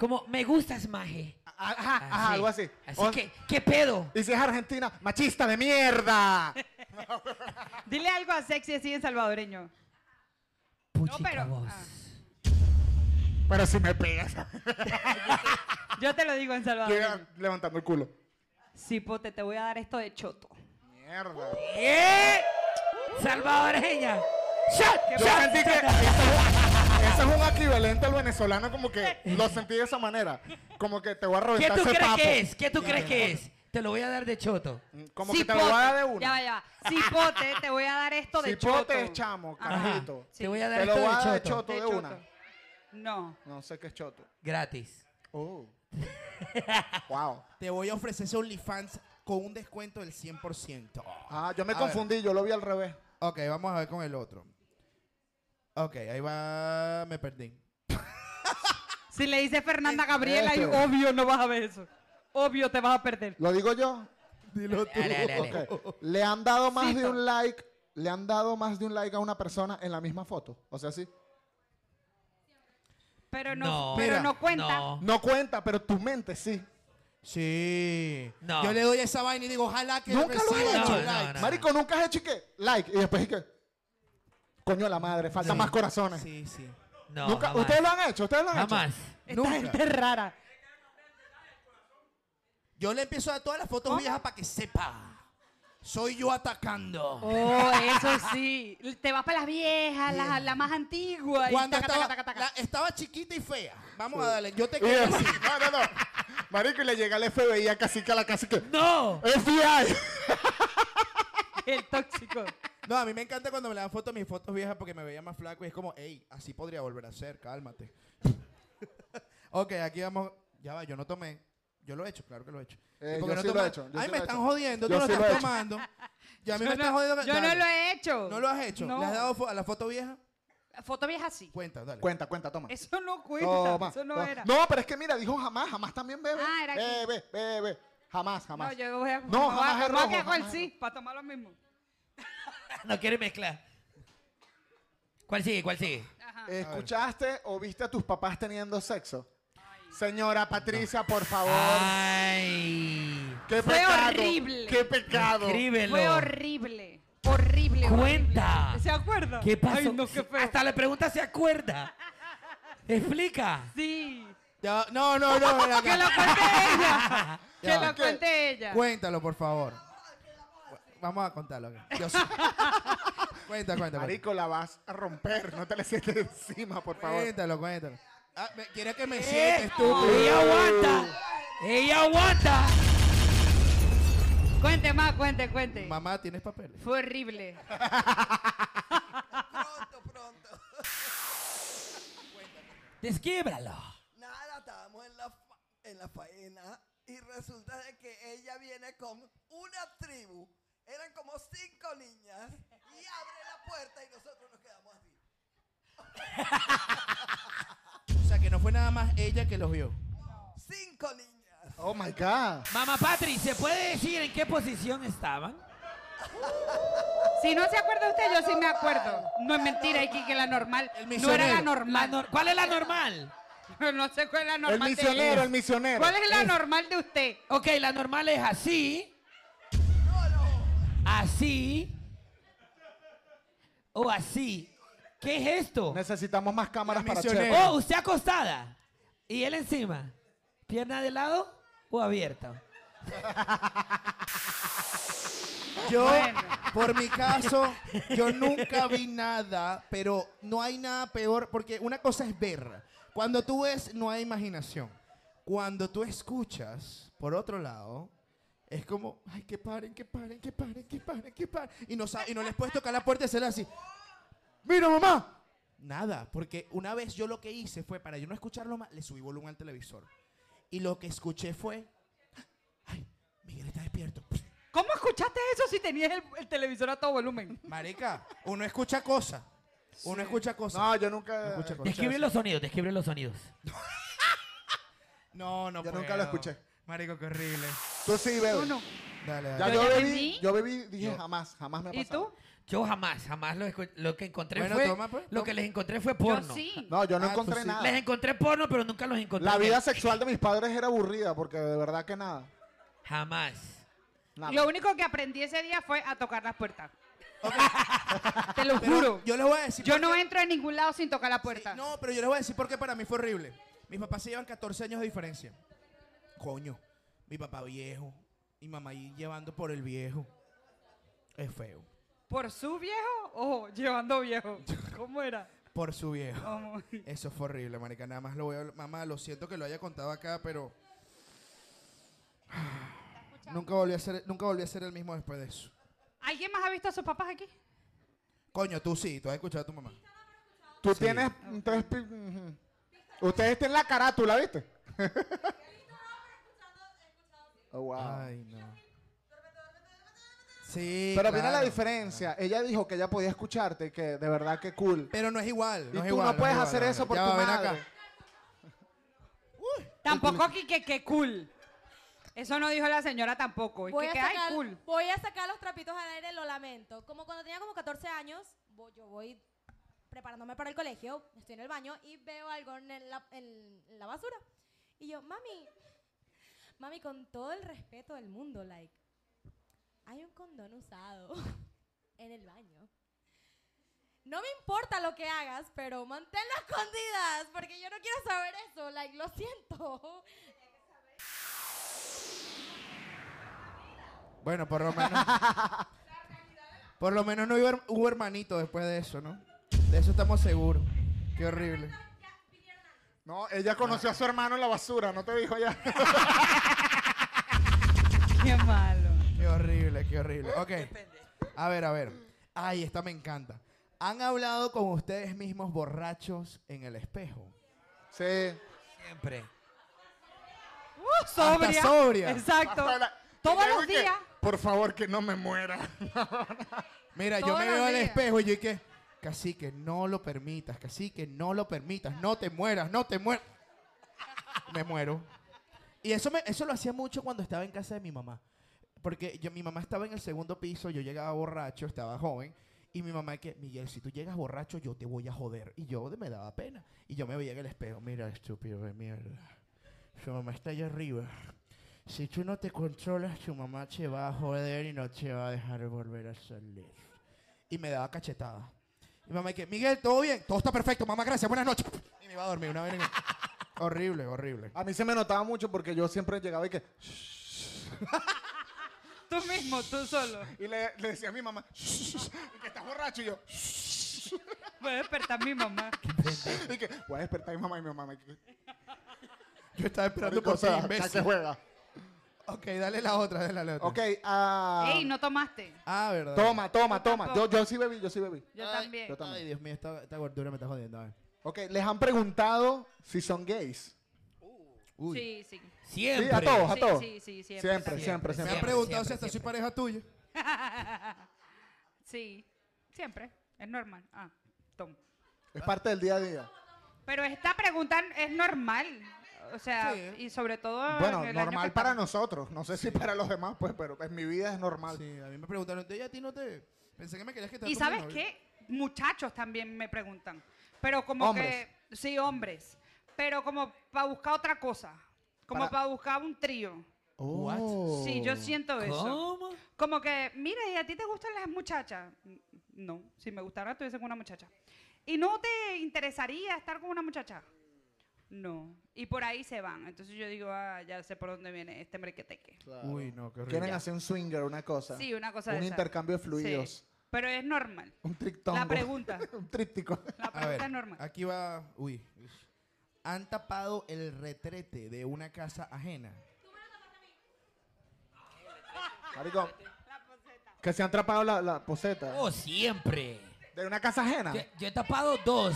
[SPEAKER 7] Como, me gustas, maje.
[SPEAKER 1] Ajá, ajá, algo así.
[SPEAKER 7] Así
[SPEAKER 1] O-
[SPEAKER 7] que, ¿qué pedo?
[SPEAKER 1] Y si es Argentina, machista de
[SPEAKER 7] (laughs)
[SPEAKER 1] mierda.
[SPEAKER 3] Dile algo a sexy así en salvadoreño. no, pero
[SPEAKER 2] ah.
[SPEAKER 1] Pero si me pegas.
[SPEAKER 3] yo te lo digo en salvadoreño.
[SPEAKER 1] Llega levantando el culo.
[SPEAKER 3] Sí, pote, te voy a dar esto de choto.
[SPEAKER 1] Mierda.
[SPEAKER 7] ¡Eh! ¡Salvadoreña! ¡Shot!
[SPEAKER 1] Yo sentí que eso, ese es un equivalente al venezolano, como que lo sentí de esa manera. Como que te voy a
[SPEAKER 7] ¿Qué
[SPEAKER 1] reventar
[SPEAKER 7] tú
[SPEAKER 1] ese
[SPEAKER 7] crees
[SPEAKER 1] papo. Mm,
[SPEAKER 7] que es? ¿Qué tú crees que es? Te lo voy a dar de choto.
[SPEAKER 1] Como que te lo voy a dar de
[SPEAKER 3] Ya
[SPEAKER 1] una.
[SPEAKER 3] va, ya va. Cipote, te voy a dar esto de choto.
[SPEAKER 1] Cipote es chamo,
[SPEAKER 3] Ajá.
[SPEAKER 1] carajito.
[SPEAKER 3] Sí. Te voy a dar
[SPEAKER 1] Te lo
[SPEAKER 3] esto
[SPEAKER 1] voy
[SPEAKER 3] de
[SPEAKER 1] a dar de
[SPEAKER 3] choto.
[SPEAKER 1] choto
[SPEAKER 3] De
[SPEAKER 1] de
[SPEAKER 3] choto.
[SPEAKER 1] una.
[SPEAKER 3] No.
[SPEAKER 1] No sé qué es choto.
[SPEAKER 7] Gratis.
[SPEAKER 1] Oh. (laughs) wow.
[SPEAKER 2] Te voy a ofrecer ese OnlyFans con un descuento del 100%.
[SPEAKER 1] Ah, yo me
[SPEAKER 2] A ver.
[SPEAKER 1] confundí, yo lo vi al revés.
[SPEAKER 2] Ok, vamos a ver con el otro. Ok, ahí va. Me perdí.
[SPEAKER 3] Si le dice Fernanda Gabriela,
[SPEAKER 2] Este.
[SPEAKER 3] yo, obvio no vas a ver eso. Obvio te vas a perder.
[SPEAKER 1] ¿Lo digo yo?
[SPEAKER 2] Dilo tú.
[SPEAKER 3] Dale, dale, dale.
[SPEAKER 7] Oh,
[SPEAKER 1] Ok. Le han dado más de
[SPEAKER 3] Cito.
[SPEAKER 1] un like. Le han dado más de un like a una persona en la misma foto. O sea, sí.
[SPEAKER 3] Pero no, pero
[SPEAKER 1] Mira,
[SPEAKER 3] no cuenta.
[SPEAKER 1] No cuenta, pero tu mente sí.
[SPEAKER 2] Sí.
[SPEAKER 1] No.
[SPEAKER 2] Yo le doy esa vaina y digo, ojalá que
[SPEAKER 1] Nunca lo
[SPEAKER 2] reciba
[SPEAKER 1] has
[SPEAKER 2] ocho
[SPEAKER 1] hecho.
[SPEAKER 2] likes.
[SPEAKER 1] Marico, nunca has hecho y que like. Y después y que. Coño la madre, faltan más corazones.
[SPEAKER 2] Sí, sí.
[SPEAKER 7] No,
[SPEAKER 1] nunca,
[SPEAKER 7] jamás.
[SPEAKER 1] ustedes lo han hecho, ustedes lo han
[SPEAKER 7] Jamás.
[SPEAKER 1] hecho.
[SPEAKER 3] Esta gente es rara.
[SPEAKER 2] Yo le empiezo a dar todas las fotos
[SPEAKER 3] ¿Ah?
[SPEAKER 2] viejas para que sepa. Soy yo atacando.
[SPEAKER 3] Oh, eso sí. Te vas para las viejas, las- la, más antigua.
[SPEAKER 2] Cuando
[SPEAKER 3] y taca,
[SPEAKER 2] estaba,
[SPEAKER 3] taca, taca, taca.
[SPEAKER 2] la- estaba chiquita y fea. Vamos a darle. Yo te
[SPEAKER 1] Y
[SPEAKER 2] quiero
[SPEAKER 1] después-
[SPEAKER 2] así.
[SPEAKER 1] No, no, no. Marico, y le llega al FBI a casi que a la casi que.
[SPEAKER 7] ¡No! (laughs)
[SPEAKER 1] ¡FBI!
[SPEAKER 3] El tóxico.
[SPEAKER 2] No, a mí me encanta cuando me le dan fotos de mis fotos viejas porque me veía más flaco y es como, hey, así podría volver a ser, cálmate. ok, aquí vamos. Ya va, yo no tomé. Yo lo he hecho, claro que lo he hecho.
[SPEAKER 1] Eh,
[SPEAKER 2] ¿Y
[SPEAKER 1] yo
[SPEAKER 2] por qué no
[SPEAKER 1] sí lo he
[SPEAKER 2] tomas?
[SPEAKER 1] hecho, yo
[SPEAKER 2] Ay,
[SPEAKER 1] sí lo
[SPEAKER 2] me
[SPEAKER 1] he
[SPEAKER 2] están
[SPEAKER 1] hecho.
[SPEAKER 2] jodiendo, tú
[SPEAKER 1] Yo
[SPEAKER 2] no
[SPEAKER 1] sí
[SPEAKER 2] lo
[SPEAKER 1] lo he
[SPEAKER 2] estás
[SPEAKER 1] hecho.
[SPEAKER 3] (laughs)
[SPEAKER 2] tomando. Ya a mí
[SPEAKER 3] Yo
[SPEAKER 2] me están
[SPEAKER 3] no-
[SPEAKER 2] jodiendo.
[SPEAKER 3] yo no
[SPEAKER 2] Dale.
[SPEAKER 3] lo he hecho.
[SPEAKER 2] ¿No lo has hecho?
[SPEAKER 3] No.
[SPEAKER 2] ¿Le has dado fo- a la foto vieja?
[SPEAKER 3] Foto vieja sí.
[SPEAKER 2] Cuenta, dale.
[SPEAKER 1] Cuenta, cuenta, toma.
[SPEAKER 3] Eso no cuenta.
[SPEAKER 1] Toma,
[SPEAKER 3] eso no
[SPEAKER 1] toma.
[SPEAKER 3] era.
[SPEAKER 1] No, pero es que mira, dijo jamás, jamás también bebe.
[SPEAKER 3] Ah, era aquí.
[SPEAKER 1] Bebe, bebe. Jamás, jamás.
[SPEAKER 3] No, yo voy a.
[SPEAKER 1] No,
[SPEAKER 3] me voy a-
[SPEAKER 1] jamás es
[SPEAKER 3] me voy a
[SPEAKER 1] rojo,
[SPEAKER 3] quedar con el
[SPEAKER 1] jamás
[SPEAKER 3] sí, para tomar lo mismo.
[SPEAKER 7] No quiere mezclar. ¿Cuál sigue? ¿Cuál sigue?
[SPEAKER 1] ¿Escuchaste o viste a tus papás teniendo sexo? Señora Patricia, por favor.
[SPEAKER 7] Ah. Ay.
[SPEAKER 1] Qué
[SPEAKER 3] Fue
[SPEAKER 1] pecado.
[SPEAKER 3] horrible.
[SPEAKER 1] Qué pecado.
[SPEAKER 7] Escríbelo.
[SPEAKER 3] Fue horrible. Horrible.
[SPEAKER 7] Cuenta.
[SPEAKER 3] horrible. ¿Se acuerda?
[SPEAKER 7] ¿Qué pasó?
[SPEAKER 3] Ay, no,
[SPEAKER 7] Hasta le pregunta si acuerda. Explica.
[SPEAKER 3] Sí.
[SPEAKER 2] Ya- No, no, no.
[SPEAKER 3] (laughs)
[SPEAKER 2] ven acá.
[SPEAKER 3] Que lo cuente ella.
[SPEAKER 2] Ya
[SPEAKER 3] que
[SPEAKER 2] va.
[SPEAKER 3] lo cuente ella.
[SPEAKER 2] Cuéntalo, por favor. Vamos a contarlo. acá. Yo sé. (laughs) cuenta, cuenta. cuenta.
[SPEAKER 1] Marico, la vas a romper. No te le sientes encima, por favor.
[SPEAKER 2] Cuéntalo, cuéntalo. Ah, me- ¿Quieres que me
[SPEAKER 1] Eh,
[SPEAKER 2] siente,
[SPEAKER 1] no.
[SPEAKER 2] estúpido?
[SPEAKER 1] Ella aguanta.
[SPEAKER 7] Ella aguanta.
[SPEAKER 3] Cuente más, cuente, cuente.
[SPEAKER 2] Mamá, ¿tienes papeles?
[SPEAKER 3] Fue horrible.
[SPEAKER 7] Desquíbralo.
[SPEAKER 10] Nada, estábamos en la, fa- en la faena y resulta de que ella viene con una tribu. Eran como cinco niñas y abre la puerta y nosotros nos quedamos así.
[SPEAKER 2] (laughs) O sea, que no fue nada más ella que los vio.
[SPEAKER 10] Cinco niñas.
[SPEAKER 1] Oh my God.
[SPEAKER 7] Mamá Patri, ¿se puede decir en qué posición estaban?
[SPEAKER 3] Si no se acuerda usted, yo sí me acuerdo. No es mentira, Iki, que la normal. No era
[SPEAKER 7] misionero.
[SPEAKER 3] la normal.
[SPEAKER 7] ¿Cuál es la normal?
[SPEAKER 3] (laughs) no sé cuál es la normal. de
[SPEAKER 7] misionero,
[SPEAKER 3] ella.
[SPEAKER 7] el misionero.
[SPEAKER 3] ¿Cuál es la
[SPEAKER 7] Es-
[SPEAKER 3] normal de usted?
[SPEAKER 7] Ok, la normal es así. Así. O así. ¿Qué es esto?
[SPEAKER 1] Necesitamos más cámaras para Chef.
[SPEAKER 7] Oh, usted acostada. Y él encima. Pierna de lado o abierta.
[SPEAKER 2] Yo, por mi caso, yo nunca vi nada, pero no hay nada peor, porque una cosa es ver. Cuando tú ves, no hay imaginación. Cuando tú escuchas, por otro lado, es como, ay, que paren, que paren, que paren, que paren, que paren. Y no, sa- y no les puedes tocar la puerta y hacer así.
[SPEAKER 1] Oh.
[SPEAKER 2] ¡Mira, mamá! Nada, porque una vez yo lo que hice fue, para yo no escucharlo más, le subí volumen al televisor. Y lo que escuché fue, ay, Miguel está despierto.
[SPEAKER 3] ¿Cómo escuchaste eso si tenías el, el televisor a todo volumen?
[SPEAKER 2] Marica, uno escucha cosas. Uno escucha cosas.
[SPEAKER 1] No, yo nunca.
[SPEAKER 7] Describe los sonidos, describe los sonidos.
[SPEAKER 2] No, no
[SPEAKER 1] Yo nunca lo escuché.
[SPEAKER 2] Marico, qué horrible.
[SPEAKER 1] Tú sí, bebé.
[SPEAKER 2] No, no. Dale,
[SPEAKER 1] Ya
[SPEAKER 7] dale.
[SPEAKER 1] yo
[SPEAKER 7] ¿Yo ya
[SPEAKER 1] bebí,
[SPEAKER 7] bebí?
[SPEAKER 1] yo bebí, dije
[SPEAKER 7] Yo.
[SPEAKER 1] jamás, jamás me ha
[SPEAKER 7] ¿Y
[SPEAKER 1] pasado.
[SPEAKER 7] Yo jamás, jamás lo, escu- lo que encontré
[SPEAKER 1] Bueno,
[SPEAKER 7] fue.
[SPEAKER 1] toma, pues,
[SPEAKER 7] lo
[SPEAKER 1] toma.
[SPEAKER 7] que les encontré fue porno.
[SPEAKER 1] No, yo no
[SPEAKER 7] Ah, tú
[SPEAKER 1] encontré
[SPEAKER 7] sí.
[SPEAKER 1] nada.
[SPEAKER 7] Les encontré porno, pero nunca los encontré.
[SPEAKER 1] La vida
[SPEAKER 7] bien.
[SPEAKER 1] sexual de mis padres era aburrida porque de verdad que nada.
[SPEAKER 7] Jamás.
[SPEAKER 3] Lo único que aprendí ese día fue a tocar las puertas. (laughs) Te lo
[SPEAKER 2] Pero
[SPEAKER 3] juro.
[SPEAKER 2] Yo les voy a decir.
[SPEAKER 3] Yo
[SPEAKER 2] por
[SPEAKER 3] no
[SPEAKER 2] qué-
[SPEAKER 3] entro a ningún lado sin tocar la puerta.
[SPEAKER 2] No, pero yo les voy a decir porque para mí fue horrible. Mis papás se llevan 14 años de diferencia. Coño, mi papá viejo. Mi mamá ahí llevando por el viejo. Es feo.
[SPEAKER 3] ¿Por su viejo o llevando viejo? ¿Cómo era?
[SPEAKER 10] por su viejo. Eso fue horrible, marica. Nada más lo voy a... Mamá, lo siento que lo haya contado acá, pero... Nunca volví, a ser, nunca volví a ser el mismo después de eso.
[SPEAKER 3] ¿Alguien más ha visto a sus papás aquí?
[SPEAKER 10] Coño, tú sí, tú has escuchado a tu mamá.
[SPEAKER 1] Tú tienes. entonces, pi- ujú. Ustedes tienen la carátula, ¿viste? (laughs) Oh, wow.
[SPEAKER 10] Ay, no. Sí.
[SPEAKER 1] Pero mira la
[SPEAKER 10] claro.
[SPEAKER 1] diferencia. Ella dijo que ella podía escucharte, que de verdad que cool.
[SPEAKER 10] Pero no es igual.
[SPEAKER 1] y
[SPEAKER 10] no es
[SPEAKER 1] tú
[SPEAKER 10] igual,
[SPEAKER 1] no
[SPEAKER 10] es
[SPEAKER 1] puedes
[SPEAKER 10] igual,
[SPEAKER 1] hacer
[SPEAKER 10] no es
[SPEAKER 1] eso por
[SPEAKER 10] igual.
[SPEAKER 1] tu
[SPEAKER 10] Ya va, ven
[SPEAKER 1] madre.
[SPEAKER 10] acá.
[SPEAKER 3] Tampoco que, que, que cool. Eso no dijo la señora tampoco. Y
[SPEAKER 9] Voy
[SPEAKER 3] que,
[SPEAKER 9] a,
[SPEAKER 3] que, ay,
[SPEAKER 9] sacar,
[SPEAKER 3] cool. (laughs)
[SPEAKER 9] voy a sacar los trapitos al aire, lo lamento. Como cuando tenía como 14 años, vo- yo voy preparándome para el colegio, estoy en el baño y veo algo en, el la, en la basura. Y yo, mami, mami, con todo el respeto del mundo, like, hay un condón usado (laughs) en el baño. No me importa lo que hagas, pero manténlo a escondidas, porque yo no quiero saber eso, like, lo siento.
[SPEAKER 10] Bueno, por
[SPEAKER 1] (laughs)
[SPEAKER 10] lo menos. por lo menos no hubo, her- hubo hermanito después de eso, ¿no? De eso estamos seguros. Qué horrible.
[SPEAKER 1] No, ella conoció a su hermano en la basura, no te dijo ya.
[SPEAKER 3] Qué malo.
[SPEAKER 10] Qué horrible, qué horrible. Ok. A ver, a ver. Ay, esta me encanta. ¿Han hablado con ustedes mismos borrachos en el espejo?
[SPEAKER 1] (laughs) Sí.
[SPEAKER 20] Siempre.
[SPEAKER 3] Uh,
[SPEAKER 10] Hasta sobria.
[SPEAKER 3] Exacto. Todos los días.
[SPEAKER 1] Por favor, que no me muera.
[SPEAKER 10] Mira, yo
[SPEAKER 1] Todos
[SPEAKER 10] me
[SPEAKER 1] los
[SPEAKER 10] veo al
[SPEAKER 1] días.
[SPEAKER 10] espejo y yo y que, cacique, no lo permitas, cacique, no lo permitas, no te mueras, no te mueras. me muero. Y eso, me, eso lo hacía mucho cuando estaba en casa de mi mamá. Porque yo, mi mamá estaba en el segundo piso, yo llegaba borracho, estaba joven. Y mi mamá que, Miguel, si tú llegas borracho, yo te voy a joder. Y yo me daba pena. Y yo me veía en el espejo, mira, estúpido de mierda. Su mamá está allá arriba. Si tú no te controlas, tu mamá te va a joder y no te va a dejar volver a salir. Y me daba cachetada. Y mamá que, Miguel, todo bien, todo está perfecto, mamá, gracias, buenas noches. Y me iba a dormir una vez. (laughs) horrible, horrible.
[SPEAKER 1] A mí se me notaba mucho porque yo siempre llegaba y que.
[SPEAKER 3] tú mismo, tú solo.
[SPEAKER 1] Y le, le decía a mi mamá, y que estás borracho y yo.
[SPEAKER 3] Voy a despertar a mi mamá.
[SPEAKER 1] y que voy a despertar a mi mamá y mi mamá.
[SPEAKER 10] Yo estaba esperando
[SPEAKER 1] Marico,
[SPEAKER 10] por
[SPEAKER 1] o sea,
[SPEAKER 10] ti, imbécil.
[SPEAKER 1] ya que juega.
[SPEAKER 10] Ok, dale la otra, dale la otra.
[SPEAKER 1] Ok, ah.
[SPEAKER 3] Ey, no tomaste.
[SPEAKER 10] Ah, verdad.
[SPEAKER 1] Toma, toma, toma. Yo,
[SPEAKER 10] tampoco.
[SPEAKER 1] yo sí bebí, yo sí bebí.
[SPEAKER 3] Yo también.
[SPEAKER 1] Yo también.
[SPEAKER 10] Ay, Dios mío, esta, esta gordura me está jodiendo. a ver.
[SPEAKER 1] Ok, les han preguntado si son gays.
[SPEAKER 10] Uy.
[SPEAKER 3] Sí, sí.
[SPEAKER 1] Siempre. Sí, a todos, a
[SPEAKER 3] Sí,
[SPEAKER 1] todos.
[SPEAKER 3] Sí, sí, siempre.
[SPEAKER 1] Siempre,
[SPEAKER 3] también.
[SPEAKER 1] siempre,
[SPEAKER 10] Me
[SPEAKER 1] siempre.
[SPEAKER 10] han preguntado si hasta soy pareja tuya.
[SPEAKER 3] (laughs) sí, siempre. Es normal. Ah, Tom.
[SPEAKER 1] Es parte del día a día.
[SPEAKER 3] Pero esta pregunta es normal. O sea, y sobre todo.
[SPEAKER 1] Bueno,
[SPEAKER 3] en Ah, el año
[SPEAKER 1] normal
[SPEAKER 3] que-
[SPEAKER 1] para nosotros. No sé si para los demás, pues, pero en mi vida es normal.
[SPEAKER 10] Sí, a mí me preguntaron, ¿y a ti no te...? Pensé que me querías que te
[SPEAKER 3] Y sabes qué? Muchachos también me preguntan. Pero como
[SPEAKER 1] Hombres.
[SPEAKER 3] que. Sí, hombres. Pero como para buscar otra cosa. Como para
[SPEAKER 1] Para-
[SPEAKER 3] buscar un trío.
[SPEAKER 10] Oh.
[SPEAKER 1] What?
[SPEAKER 3] Sí, yo siento eso. Como que, mira, ¿y a ti te gustan las muchachas? "Mm, No, si me gustara estuviese con una muchacha. ¿Y no te interesaría estar con una muchacha? No. Y por ahí se van. Entonces yo digo, ah, ya sé por dónde viene este merequeteque.
[SPEAKER 10] Uy, no, qué horrible.
[SPEAKER 1] Quieren hacer un swinger, una cosa.
[SPEAKER 3] Sí, una cosa
[SPEAKER 1] Un
[SPEAKER 3] de esa.
[SPEAKER 1] intercambio de
[SPEAKER 3] Sí.
[SPEAKER 1] fluidos.
[SPEAKER 3] Pero es normal.
[SPEAKER 1] Un triptongo.
[SPEAKER 3] La pregunta.
[SPEAKER 1] (laughs) un
[SPEAKER 3] (laughs)
[SPEAKER 1] tríptico.
[SPEAKER 3] La
[SPEAKER 10] A
[SPEAKER 3] pregunta
[SPEAKER 10] ver,
[SPEAKER 3] es normal.
[SPEAKER 10] aquí va... Uy. Han tapado el retrete de una casa ajena.
[SPEAKER 1] Marico, que se han atrapado la, la poseta.
[SPEAKER 7] Oh, siempre.
[SPEAKER 1] De una casa ajena.
[SPEAKER 7] Yo, yo he tapado dos.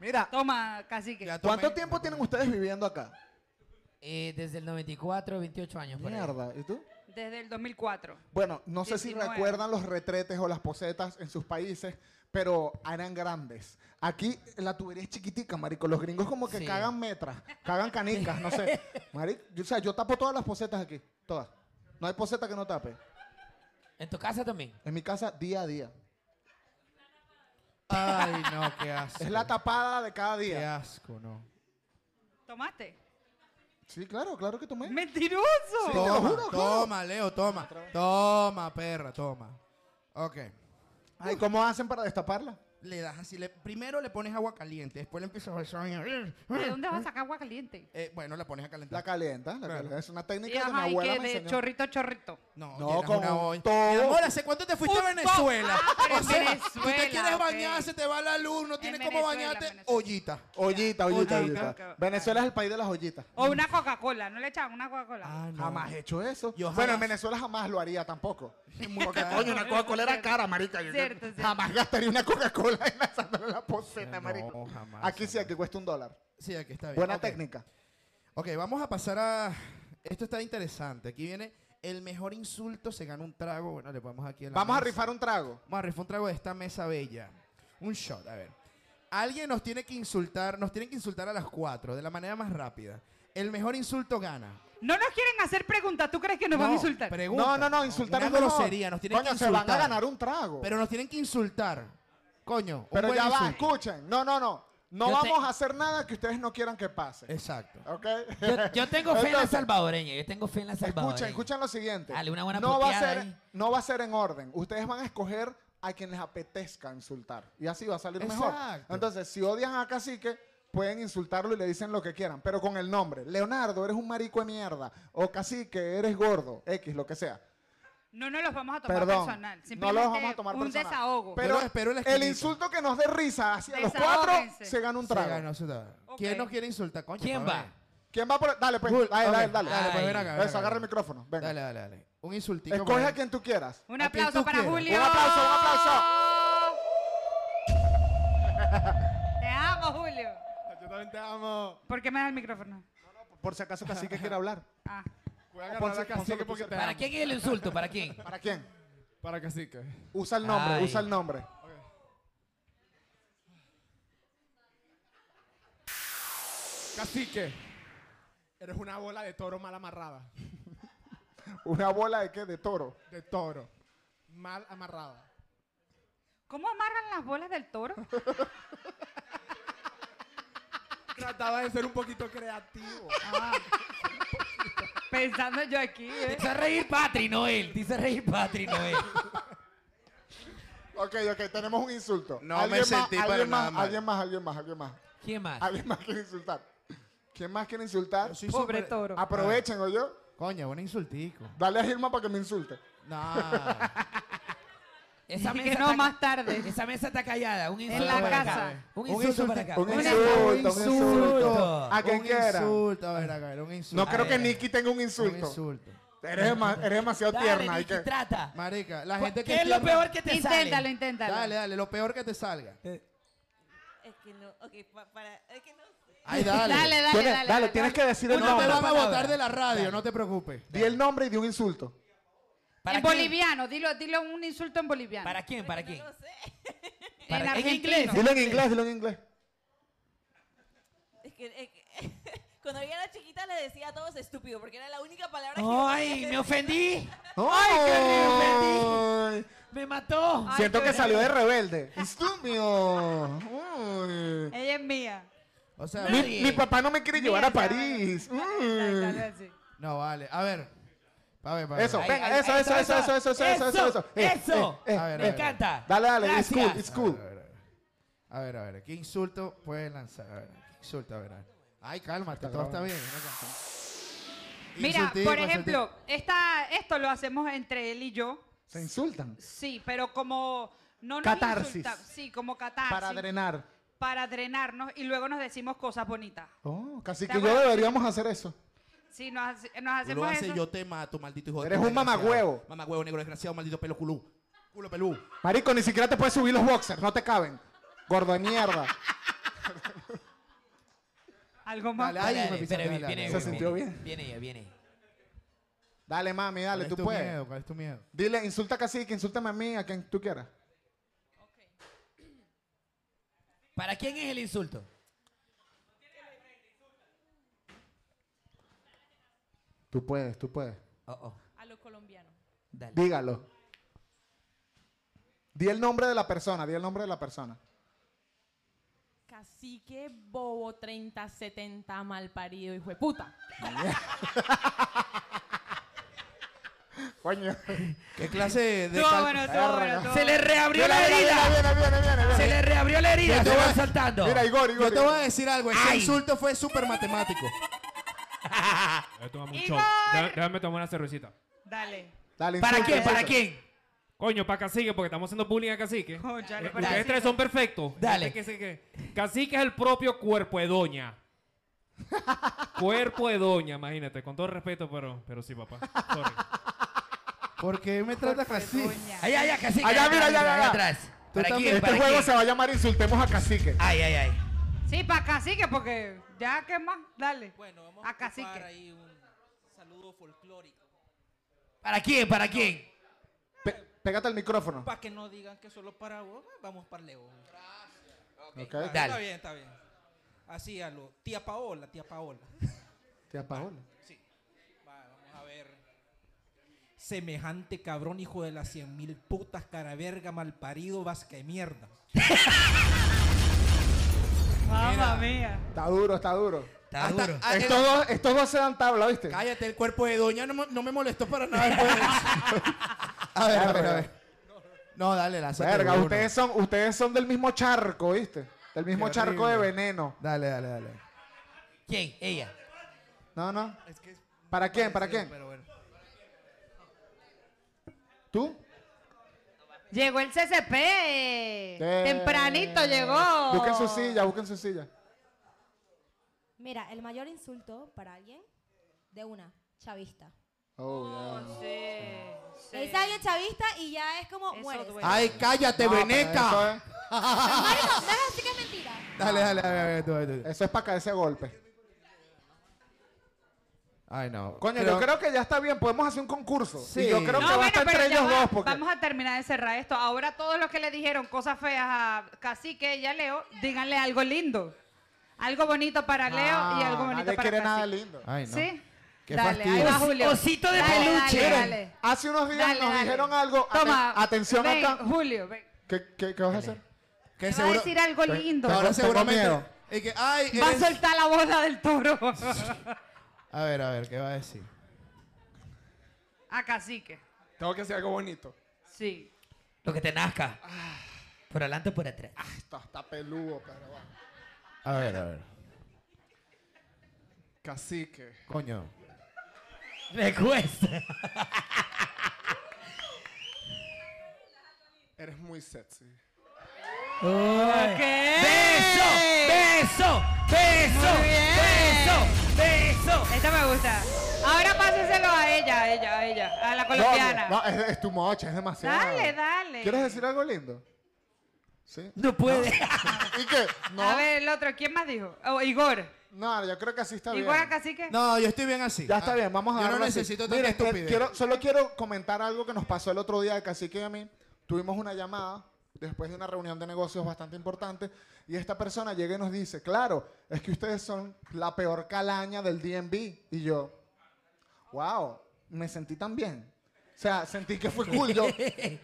[SPEAKER 1] Mira.
[SPEAKER 3] Toma, cacique.
[SPEAKER 1] ¿Cuánto tiempo tienen ustedes viviendo acá?
[SPEAKER 7] Eh, desde el 94, 28 años. por ahí.
[SPEAKER 1] Mierda. ¿Y tú?
[SPEAKER 3] Desde el 2004.
[SPEAKER 1] Bueno, no sé si
[SPEAKER 3] 19.
[SPEAKER 1] recuerdan los retretes o las posetas en sus países, pero eran grandes. Aquí la tubería es chiquitica, marico. Los gringos como que
[SPEAKER 7] Sí.
[SPEAKER 1] cagan metras, cagan canicas, no sé. Marico, yo- o sea, yo tapo todas las posetas aquí, todas. No hay poseta que no tape.
[SPEAKER 7] ¿En tu casa
[SPEAKER 1] (laughs)
[SPEAKER 7] también?
[SPEAKER 1] En mi casa, día a día.
[SPEAKER 10] Ay, no, qué asco.
[SPEAKER 1] (laughs) Es la tapada de cada
[SPEAKER 10] Qué
[SPEAKER 1] día.
[SPEAKER 10] asco, no.
[SPEAKER 3] ¿Tomaste?
[SPEAKER 1] Sí, claro, claro que tomé.
[SPEAKER 3] ¡Mentiroso!
[SPEAKER 1] Sí, te lo
[SPEAKER 10] Toma,
[SPEAKER 1] juro, claro.
[SPEAKER 10] toma, Leo, toma. Toma, perra, toma. Ok.
[SPEAKER 1] Ay, ¿cómo hacen para destaparla?
[SPEAKER 2] le das así, le- primero le pones agua caliente, después le empiezas a besar.
[SPEAKER 3] ¿De
[SPEAKER 1] (laughs)
[SPEAKER 3] dónde vas a sacar agua caliente?
[SPEAKER 2] Eh, bueno, la pones a calentar. La
[SPEAKER 1] calienta, es una técnica
[SPEAKER 3] Y,
[SPEAKER 1] que mi
[SPEAKER 3] ajá, y
[SPEAKER 1] abuela
[SPEAKER 3] que
[SPEAKER 1] me
[SPEAKER 3] de
[SPEAKER 1] enseñó.
[SPEAKER 3] chorrito a chorrito.
[SPEAKER 2] No,
[SPEAKER 1] No,
[SPEAKER 2] llenas
[SPEAKER 1] con
[SPEAKER 2] una olla.
[SPEAKER 1] todo.
[SPEAKER 2] Mi amor, ¿hace cuánto te fuiste a Venezuela?
[SPEAKER 3] Ah, pero en
[SPEAKER 2] o sea, tú
[SPEAKER 3] Venezuela,
[SPEAKER 2] te quieres
[SPEAKER 3] ok.
[SPEAKER 2] bañar, se te va la luz, no tienes cómo
[SPEAKER 3] Venezuela,
[SPEAKER 2] bañarte.
[SPEAKER 3] Venezuela.
[SPEAKER 2] Ollita.
[SPEAKER 1] Ollita, ollita,
[SPEAKER 2] Ollita.
[SPEAKER 1] ollita. Venezuela es el país de las ollitas.
[SPEAKER 3] O una Coca-Cola, ¿no le echaban una Coca-Cola?
[SPEAKER 1] Ah,
[SPEAKER 2] Ah,
[SPEAKER 1] Jamás he hecho eso.
[SPEAKER 2] Yo
[SPEAKER 1] Bueno, en
[SPEAKER 2] jamás.
[SPEAKER 1] Venezuela jamás lo haría tampoco.
[SPEAKER 2] Muy
[SPEAKER 1] Porque
[SPEAKER 2] caro.
[SPEAKER 1] coño, una Coca-Cola era cara, marica. Yo
[SPEAKER 3] Cierto, cierto.
[SPEAKER 1] Jamás gastaría una Coca-Cola en la sala de la poceta,
[SPEAKER 2] No,
[SPEAKER 1] marico.
[SPEAKER 2] jamás.
[SPEAKER 1] Aquí sí, aquí cuesta un dólar.
[SPEAKER 2] Sí, aquí está bien.
[SPEAKER 1] Buena
[SPEAKER 2] Ok.
[SPEAKER 1] técnica.
[SPEAKER 2] Ok, vamos a pasar a. Esto está interesante. Aquí viene el mejor insulto, se gana un trago. Bueno, le ponemos aquí. en la
[SPEAKER 1] Vamos a
[SPEAKER 2] mesa.
[SPEAKER 1] rifar un trago.
[SPEAKER 2] Vamos a rifar un trago de esta mesa bella. Un shot, a ver. Alguien nos tiene que insultar, nos tienen que insultar a las cuatro, de la manera más rápida. El mejor insulto gana.
[SPEAKER 3] No nos quieren hacer preguntas, ¿tú crees que nos van a insultar?
[SPEAKER 2] pregunta.
[SPEAKER 1] No, no, no, insultar
[SPEAKER 2] Una
[SPEAKER 1] es mejor.
[SPEAKER 2] grosería, nos tienen
[SPEAKER 1] Coño,
[SPEAKER 2] que
[SPEAKER 1] se van a
[SPEAKER 2] insultar.
[SPEAKER 1] ganar un trago.
[SPEAKER 2] Pero nos tienen que insultar. Coño, un
[SPEAKER 1] Pero
[SPEAKER 2] buen
[SPEAKER 1] ya va,
[SPEAKER 2] insulto.
[SPEAKER 1] escuchen. No, no, no. No
[SPEAKER 2] Yo te-
[SPEAKER 1] vamos a hacer nada que ustedes no quieran que pase.
[SPEAKER 2] Exacto.
[SPEAKER 1] ¿Ok?
[SPEAKER 7] Yo, yo tengo fe en la
[SPEAKER 1] Entonces,
[SPEAKER 7] salvadoreña. Yo tengo fe en la
[SPEAKER 1] Escuchen,
[SPEAKER 2] eh.
[SPEAKER 7] salvadoreña.
[SPEAKER 1] escuchen lo siguiente.
[SPEAKER 7] Dale, una buena
[SPEAKER 1] no va, a
[SPEAKER 7] puteada
[SPEAKER 1] ser,
[SPEAKER 7] ahí.
[SPEAKER 1] no va a ser en orden. Ustedes van a escoger a quien les apetezca insultar. Y así va a salir mejor.
[SPEAKER 2] Exacto.
[SPEAKER 1] Entonces, si odian a Cacique, pueden insultarlo y le dicen lo que quieran, pero con el nombre. Leonardo, eres un marico de mierda. O Cacique, eres gordo. X, lo que sea.
[SPEAKER 3] No nos los vamos a tomar
[SPEAKER 1] Perdón.
[SPEAKER 3] personal.
[SPEAKER 1] No
[SPEAKER 3] Simplemente
[SPEAKER 1] los vamos a tomar
[SPEAKER 3] un
[SPEAKER 1] personal.
[SPEAKER 3] desahogo.
[SPEAKER 1] Pero
[SPEAKER 2] Yo espero el
[SPEAKER 1] el,
[SPEAKER 2] escrito.
[SPEAKER 1] insulto que nos dé risa hacia los cuatro
[SPEAKER 3] Desahóguense.
[SPEAKER 1] se gana un
[SPEAKER 2] Se
[SPEAKER 1] trago.
[SPEAKER 2] ganó su trago. ¿Quién nos quiere insultar, coño?
[SPEAKER 7] ¿Quién
[SPEAKER 2] pa'
[SPEAKER 7] va?
[SPEAKER 2] ver?
[SPEAKER 1] ¿Quién va por.? Dale, pues.
[SPEAKER 2] Bull,
[SPEAKER 1] dale,
[SPEAKER 2] ok.
[SPEAKER 1] dale, dale.
[SPEAKER 2] Dale, pues, ven acá, ven
[SPEAKER 1] Eso,
[SPEAKER 2] acá,
[SPEAKER 1] agarra el
[SPEAKER 2] ven acá.
[SPEAKER 1] micrófono. Venga.
[SPEAKER 2] Dale, pues. dale, dale. Un insultico.
[SPEAKER 1] Escoge
[SPEAKER 2] para-
[SPEAKER 1] a quien tú quieras.
[SPEAKER 3] Un
[SPEAKER 2] ¿A quién
[SPEAKER 3] aplauso
[SPEAKER 2] tú
[SPEAKER 3] para
[SPEAKER 2] quieres?
[SPEAKER 3] Julio.
[SPEAKER 1] Un aplauso, un aplauso.
[SPEAKER 3] (laughs) Te amo, Julio.
[SPEAKER 1] Yo también te amo.
[SPEAKER 3] ¿Por qué me das el micrófono?
[SPEAKER 1] Por si acaso Cacique quiere hablar.
[SPEAKER 3] Ah.
[SPEAKER 1] Ponce- Ponce que tú sepas.
[SPEAKER 7] ¿Para quién es el insulto? ¿Para quién?
[SPEAKER 1] ¿Para quién?
[SPEAKER 18] Para cacique.
[SPEAKER 1] Usa el nombre,
[SPEAKER 7] Ay.
[SPEAKER 1] usa el nombre.
[SPEAKER 18] Cacique. Eres una bola de toro mal amarrada.
[SPEAKER 1] ¿Una bola de qué? De toro.
[SPEAKER 18] De toro. Mal amarrada.
[SPEAKER 3] ¿Cómo amarran las bolas
[SPEAKER 1] (laughs)
[SPEAKER 3] del toro?
[SPEAKER 18] Trataba de ser un poquito creativo.
[SPEAKER 3] Pensando yo aquí.
[SPEAKER 7] Te
[SPEAKER 3] ¿eh?
[SPEAKER 7] hice reír Patri, Noel. Te hice reír
[SPEAKER 1] (laughs)
[SPEAKER 7] Patri, Noel.
[SPEAKER 1] Ok, ok, tenemos un insulto.
[SPEAKER 2] No me
[SPEAKER 1] ¿Alguien
[SPEAKER 2] sentí
[SPEAKER 1] más,
[SPEAKER 2] para
[SPEAKER 1] alguien
[SPEAKER 2] nada
[SPEAKER 1] más,
[SPEAKER 2] mal. Ah.
[SPEAKER 1] Alguien más, alguien más, alguien más.
[SPEAKER 7] ¿Quién más?
[SPEAKER 1] ¿Alguien más quiere insultar? ¿Quién más quiere insultar?
[SPEAKER 2] Yo soy Pobre súper-
[SPEAKER 3] toro.
[SPEAKER 1] Aprovechen, yo.
[SPEAKER 2] Coño, buen insultico.
[SPEAKER 1] Dale a Gilma para que me insulte.
[SPEAKER 2] No. (laughs)
[SPEAKER 7] Esa
[SPEAKER 3] Y
[SPEAKER 7] mesa
[SPEAKER 3] que no,
[SPEAKER 7] está-
[SPEAKER 3] más tarde.
[SPEAKER 7] Esa mesa está callada. Un insulto
[SPEAKER 3] la
[SPEAKER 7] para
[SPEAKER 3] casa.
[SPEAKER 7] acá. Un insulto para acá.
[SPEAKER 1] Un
[SPEAKER 7] Una-
[SPEAKER 1] insulto, un
[SPEAKER 2] insulto.
[SPEAKER 1] insulto. A quien
[SPEAKER 2] Un
[SPEAKER 1] quiera.
[SPEAKER 2] insulto, a ver, a ver, un insulto.
[SPEAKER 1] No creo que
[SPEAKER 7] ver.
[SPEAKER 1] Nicky tenga un
[SPEAKER 2] Un
[SPEAKER 1] insulto.
[SPEAKER 2] insulto.
[SPEAKER 1] Eres, dema- eres demasiado
[SPEAKER 7] Dale,
[SPEAKER 1] tierna. hay
[SPEAKER 7] Nicky,
[SPEAKER 1] que-
[SPEAKER 7] trata.
[SPEAKER 2] Marica, la
[SPEAKER 7] ¿Cu-
[SPEAKER 2] gente que
[SPEAKER 7] ¿Qué es lo
[SPEAKER 2] entienda-
[SPEAKER 7] peor que te
[SPEAKER 3] Inténtalo,
[SPEAKER 7] sale?
[SPEAKER 3] inténtalo.
[SPEAKER 2] Dale, dale, lo peor que te salga.
[SPEAKER 21] Es que no, ok, pa- para, es que no sé.
[SPEAKER 3] (laughs)
[SPEAKER 2] Ay,
[SPEAKER 3] Dale,
[SPEAKER 2] dale.
[SPEAKER 3] dale,
[SPEAKER 1] Tienes-
[SPEAKER 3] dale,
[SPEAKER 1] dale,
[SPEAKER 3] dale.
[SPEAKER 1] tienes que decir el
[SPEAKER 2] No te
[SPEAKER 1] nombre.
[SPEAKER 2] van a
[SPEAKER 7] palabra.
[SPEAKER 2] botar de la radio, no te preocupes.
[SPEAKER 1] Di el nombre y di un insulto.
[SPEAKER 7] ¿Para
[SPEAKER 3] en
[SPEAKER 7] quién?
[SPEAKER 3] boliviano, dilo, dilo un insulto en boliviano.
[SPEAKER 7] ¿Para quién? ¿Para quién?
[SPEAKER 3] en
[SPEAKER 7] para- en
[SPEAKER 3] argentino.
[SPEAKER 7] inglés.
[SPEAKER 1] Dilo en inglés, dilo en inglés.
[SPEAKER 21] Es que, es que- (laughs) cuando yo era chiquita le decía a todos estúpido, porque era la única palabra que yo
[SPEAKER 7] ¡Ay,
[SPEAKER 21] podía
[SPEAKER 7] me
[SPEAKER 21] decir.
[SPEAKER 7] ofendí!
[SPEAKER 1] ¡Ay!
[SPEAKER 7] ¡Me mató!
[SPEAKER 3] Ay,
[SPEAKER 1] Siento
[SPEAKER 3] qué
[SPEAKER 1] que
[SPEAKER 3] horrible.
[SPEAKER 1] salió de
[SPEAKER 3] (laughs)
[SPEAKER 1] rebelde. Estúpido. Uy.
[SPEAKER 3] Ella es mía.
[SPEAKER 2] O sea,
[SPEAKER 1] Mi, mi papá no me quiere llevar a París.
[SPEAKER 3] Dale,
[SPEAKER 1] Uy.
[SPEAKER 3] dale, así.
[SPEAKER 2] no vale. A ver. A ver, a ver.
[SPEAKER 1] Eso,
[SPEAKER 7] Ahí,
[SPEAKER 1] venga,
[SPEAKER 7] ahí,
[SPEAKER 1] eso,
[SPEAKER 7] ahí
[SPEAKER 1] eso,
[SPEAKER 7] está,
[SPEAKER 1] eso,
[SPEAKER 7] ahí
[SPEAKER 1] eso, eso, eso, eso, eso, eso. Eh,
[SPEAKER 7] Eso,
[SPEAKER 1] eh, eh.
[SPEAKER 2] A ver, a
[SPEAKER 7] Me
[SPEAKER 2] ver.
[SPEAKER 7] encanta.
[SPEAKER 1] Dale, dale, it's
[SPEAKER 7] Gracias.
[SPEAKER 1] cool, it's cool.
[SPEAKER 2] A ver, a ver, a ver. A ver, a ver, ¿qué insulto puedes lanzar? A ver, ¿qué insulto? A ver, a ver. Ay, cálmate, todo está bien.
[SPEAKER 3] Mira,
[SPEAKER 2] Insultico,
[SPEAKER 3] por ejemplo, esta, esto lo hacemos entre él y yo.
[SPEAKER 1] Se insultan
[SPEAKER 3] Sí, pero como no nos
[SPEAKER 1] Catarsis.
[SPEAKER 3] insulta- Ah, Sí, como catarsis.
[SPEAKER 1] para drenar.
[SPEAKER 3] para drenarnos y luego nos decimos cosas bonitas.
[SPEAKER 1] Oh, casi
[SPEAKER 3] Está
[SPEAKER 1] que yo
[SPEAKER 3] bueno.
[SPEAKER 1] deberíamos hacer eso.
[SPEAKER 3] Sí, nos, hace- nos
[SPEAKER 2] Tú lo
[SPEAKER 3] hacemos
[SPEAKER 2] haces,
[SPEAKER 3] eso.
[SPEAKER 2] yo te mato, maldito hijo de
[SPEAKER 1] Eres
[SPEAKER 2] puta
[SPEAKER 1] un
[SPEAKER 2] desgraciado.
[SPEAKER 1] mamagüevo.
[SPEAKER 2] Mamagüevo, negro desgraciado, maldito pelo culú. Culo pelú.
[SPEAKER 1] Marico, ni siquiera te puedes subir los boxers, no te caben. Gordo de mierda.
[SPEAKER 3] Algo más.
[SPEAKER 2] Dale,
[SPEAKER 7] Dale, ah,
[SPEAKER 2] me
[SPEAKER 7] pero
[SPEAKER 2] pisaste,
[SPEAKER 7] viene-
[SPEAKER 2] dale.
[SPEAKER 7] viene-
[SPEAKER 1] Se
[SPEAKER 7] viene-
[SPEAKER 1] sintió
[SPEAKER 7] viene-
[SPEAKER 1] bien.
[SPEAKER 7] Viene ella, viene. ella.
[SPEAKER 1] Dale, mami,
[SPEAKER 2] ¿Cuál
[SPEAKER 1] dale,
[SPEAKER 2] es
[SPEAKER 1] tú
[SPEAKER 2] tu
[SPEAKER 1] puedes.
[SPEAKER 2] miedo? ¿Cuál es tu miedo?
[SPEAKER 1] Dile, insulta a Cacique, insúltame a mí, a quien tú quieras.
[SPEAKER 7] ¿Para quién es el insulto?
[SPEAKER 1] Tú puedes, tú puedes.
[SPEAKER 7] Oh, oh,
[SPEAKER 9] A los colombianos.
[SPEAKER 7] dale.
[SPEAKER 1] Dígalo. Di el nombre de la persona, di el nombre de la persona.
[SPEAKER 9] Cacique bobo 3070 mal parido hijo de puta.
[SPEAKER 1] Coño.
[SPEAKER 2] ¿Qué clase de
[SPEAKER 1] Todo
[SPEAKER 2] cal-
[SPEAKER 1] bueno, todo Perra, bueno, ¿no? todo
[SPEAKER 7] Se le reabrió
[SPEAKER 2] Viene,
[SPEAKER 7] la
[SPEAKER 2] viene,
[SPEAKER 7] herida.
[SPEAKER 2] viene, viene, viene, viene.
[SPEAKER 7] Se le reabrió la herida.
[SPEAKER 2] Yo te
[SPEAKER 7] Se
[SPEAKER 2] voy-
[SPEAKER 7] va saltando.
[SPEAKER 2] Mira, Igor, Igor. Yo te
[SPEAKER 7] Igor.
[SPEAKER 2] voy a decir algo. Ese
[SPEAKER 7] Ay.
[SPEAKER 2] insulto fue súper matemático.
[SPEAKER 19] Yo tomo
[SPEAKER 3] Igor.
[SPEAKER 19] mucho. Déjame tomar una cervecita.
[SPEAKER 3] Dale.
[SPEAKER 19] ¿Para
[SPEAKER 3] insulta,
[SPEAKER 19] quién? ¿Para
[SPEAKER 3] insulta.
[SPEAKER 19] quién? Coño, para Cacique, porque estamos haciendo bullying a Cacique.
[SPEAKER 3] Cónchale,
[SPEAKER 19] Eh,
[SPEAKER 3] para
[SPEAKER 19] ustedes tres
[SPEAKER 3] Cacique.
[SPEAKER 19] son perfectos.
[SPEAKER 3] Dale.
[SPEAKER 19] Este que se- que- Cacique es el propio cuerpo de doña. cuerpo de doña, imagínate. Con todo respeto, pero, pero sí, papá. Sorry.
[SPEAKER 2] ¿Por qué me tratas así?
[SPEAKER 7] Ay, ay, ay, Cacique.
[SPEAKER 1] Allá,
[SPEAKER 7] atrás,
[SPEAKER 1] mira, allá,
[SPEAKER 7] atrás,
[SPEAKER 1] allá.
[SPEAKER 7] atrás.
[SPEAKER 1] Tú
[SPEAKER 7] ¿Para
[SPEAKER 1] también.
[SPEAKER 7] quién?
[SPEAKER 1] Este
[SPEAKER 7] ¿Para Ah.
[SPEAKER 1] juego
[SPEAKER 7] quién?
[SPEAKER 1] se va a llamar Insultemos a Cacique.
[SPEAKER 7] Ay, ay, ay.
[SPEAKER 3] Sí, para cacique, porque ya, ¿qué más? Dale. Bueno, vamos a
[SPEAKER 7] ocupar
[SPEAKER 3] cacique.
[SPEAKER 15] Saludo folclórico.
[SPEAKER 7] ¿Para quién? ¿Para quién?
[SPEAKER 1] Pégate al micrófono.
[SPEAKER 15] Para que no digan que solo para vos, vamos para León.
[SPEAKER 1] Ok.
[SPEAKER 6] Ah.
[SPEAKER 15] Dale.
[SPEAKER 1] Dale.
[SPEAKER 15] Está bien, está bien. Así a lo. Tía Paola, tía Paola.
[SPEAKER 1] Tía Paola.
[SPEAKER 15] Sí. Va, vamos a ver. Semejante cabrón, hijo de las cien mil putas, cara verga, mal parido, vasca de mierda.
[SPEAKER 3] Mamma mía.
[SPEAKER 1] Está duro, está duro.
[SPEAKER 7] Está
[SPEAKER 2] duro. ah,
[SPEAKER 1] Estos
[SPEAKER 2] eh,
[SPEAKER 1] dos, estos dos se dan tabla, ¿viste?
[SPEAKER 2] Cállate, el cuerpo de doña no, mo- no me molestó para nada después de eso. A ver, a ver, a ver. No, dale, lánzate
[SPEAKER 1] Verga,
[SPEAKER 2] uno.
[SPEAKER 1] ustedes son, ustedes son del mismo charco, ¿viste? Del mismo
[SPEAKER 2] Qué
[SPEAKER 1] charco de
[SPEAKER 2] horrible.
[SPEAKER 1] veneno.
[SPEAKER 2] Dale, dale, dale.
[SPEAKER 7] (laughs) ¿Quién? Ella.
[SPEAKER 1] No, no. ¿Para quién? ¿Para quién? ¿Tú?
[SPEAKER 3] Llegó el CCP. Eh, Tempranito llegó.
[SPEAKER 1] Busquen su silla, busquen su silla.
[SPEAKER 9] Mira, el mayor insulto para alguien de una chavista.
[SPEAKER 1] Oh,
[SPEAKER 9] Le dice a alguien chavista y ya es como mueres.
[SPEAKER 2] Ay, cállate,
[SPEAKER 1] No, pero
[SPEAKER 2] veneca.
[SPEAKER 1] pues eso
[SPEAKER 21] Ah.
[SPEAKER 9] Marico, no es así que es mentira.
[SPEAKER 2] Dale, dale, dale, dale, tú, tú, tú.
[SPEAKER 1] Eso es para caer ese golpe.
[SPEAKER 2] Ay, no.
[SPEAKER 1] Coño, yo
[SPEAKER 2] Pero-
[SPEAKER 1] creo que ya está bien. Podemos hacer un concurso.
[SPEAKER 2] Sí.
[SPEAKER 1] Y yo creo
[SPEAKER 2] No,
[SPEAKER 1] que va a estar
[SPEAKER 3] pero
[SPEAKER 1] entre
[SPEAKER 3] ya
[SPEAKER 1] ellos
[SPEAKER 3] va,
[SPEAKER 1] dos. Porque...
[SPEAKER 3] Vamos a terminar de cerrar esto. Ahora todos los que le dijeron cosas feas a Cacique y a Leo, díganle algo lindo. Algo bonito para Leo y algo bonito
[SPEAKER 1] Ah, nadie
[SPEAKER 3] para
[SPEAKER 1] quiere
[SPEAKER 3] Cacique.
[SPEAKER 1] nada lindo.
[SPEAKER 2] Ay, no.
[SPEAKER 3] ¿Sí?
[SPEAKER 2] Qué
[SPEAKER 3] Dale,
[SPEAKER 2] fastidio.
[SPEAKER 3] ahí va Julio.
[SPEAKER 7] Osito de
[SPEAKER 3] Dale,
[SPEAKER 7] peluche.
[SPEAKER 3] dale,
[SPEAKER 1] Miren,
[SPEAKER 3] dale.
[SPEAKER 1] hace unos días
[SPEAKER 3] Dale,
[SPEAKER 1] nos
[SPEAKER 3] dale.
[SPEAKER 1] dijeron algo. Aten-
[SPEAKER 3] Toma,
[SPEAKER 1] atención
[SPEAKER 3] ven,
[SPEAKER 1] acá.
[SPEAKER 3] Julio, ven.
[SPEAKER 1] ¿Qué, qué, qué vas a hacer?
[SPEAKER 2] Que
[SPEAKER 3] Te va a decir algo lindo.
[SPEAKER 2] Ahora
[SPEAKER 1] Tengo- tengo
[SPEAKER 2] seguramente.
[SPEAKER 1] miedo.
[SPEAKER 2] y que, ay,
[SPEAKER 3] Va a
[SPEAKER 2] eres-
[SPEAKER 3] soltar la bola del toro (laughs)
[SPEAKER 2] A ver, a ver, ¿qué va a decir?
[SPEAKER 3] a Cacique.
[SPEAKER 18] Tengo que hacer algo bonito.
[SPEAKER 3] Sí.
[SPEAKER 7] Lo que te nazca. Por adelante o por atrás. (laughs)
[SPEAKER 1] Está, está peludo, pero bueno.
[SPEAKER 2] A ver, a ver.
[SPEAKER 18] Cacique.
[SPEAKER 2] Coño.
[SPEAKER 7] Me cuesta.
[SPEAKER 18] Eres muy sexy.
[SPEAKER 3] Ah.
[SPEAKER 7] Ok. Beso, beso, beso, beso, beso.
[SPEAKER 3] Esta me gusta. Ahora páseselo a ella, a ella, a ella, a la colombiana.
[SPEAKER 1] No, no, es, es tu mocha, es demasiado.
[SPEAKER 3] Dale, dale.
[SPEAKER 1] ¿Quieres decir algo lindo? Sí.
[SPEAKER 7] No puede.
[SPEAKER 1] ¿Y qué? No.
[SPEAKER 3] A ver, el otro, ¿quién más dijo? Oh, Igor.
[SPEAKER 1] No, yo creo que así está bien.
[SPEAKER 3] Igor a Cacique.
[SPEAKER 2] No, yo estoy bien así.
[SPEAKER 1] Ya está
[SPEAKER 2] Ah,
[SPEAKER 1] bien, vamos a
[SPEAKER 2] Yo no
[SPEAKER 1] darlo así.
[SPEAKER 2] necesito tanta
[SPEAKER 1] Miren, que
[SPEAKER 2] estupidez.
[SPEAKER 1] quiero- solo quiero comentar algo que nos pasó el otro día de Cacique y a mí. Tuvimos una llamada después de una reunión de negocios bastante importante y esta persona llega y nos dice, claro, es que ustedes son la peor calaña del DNB. Y yo, wow, me sentí tan bien. O sea, sentí que fue cool.
[SPEAKER 2] (laughs)
[SPEAKER 1] Yo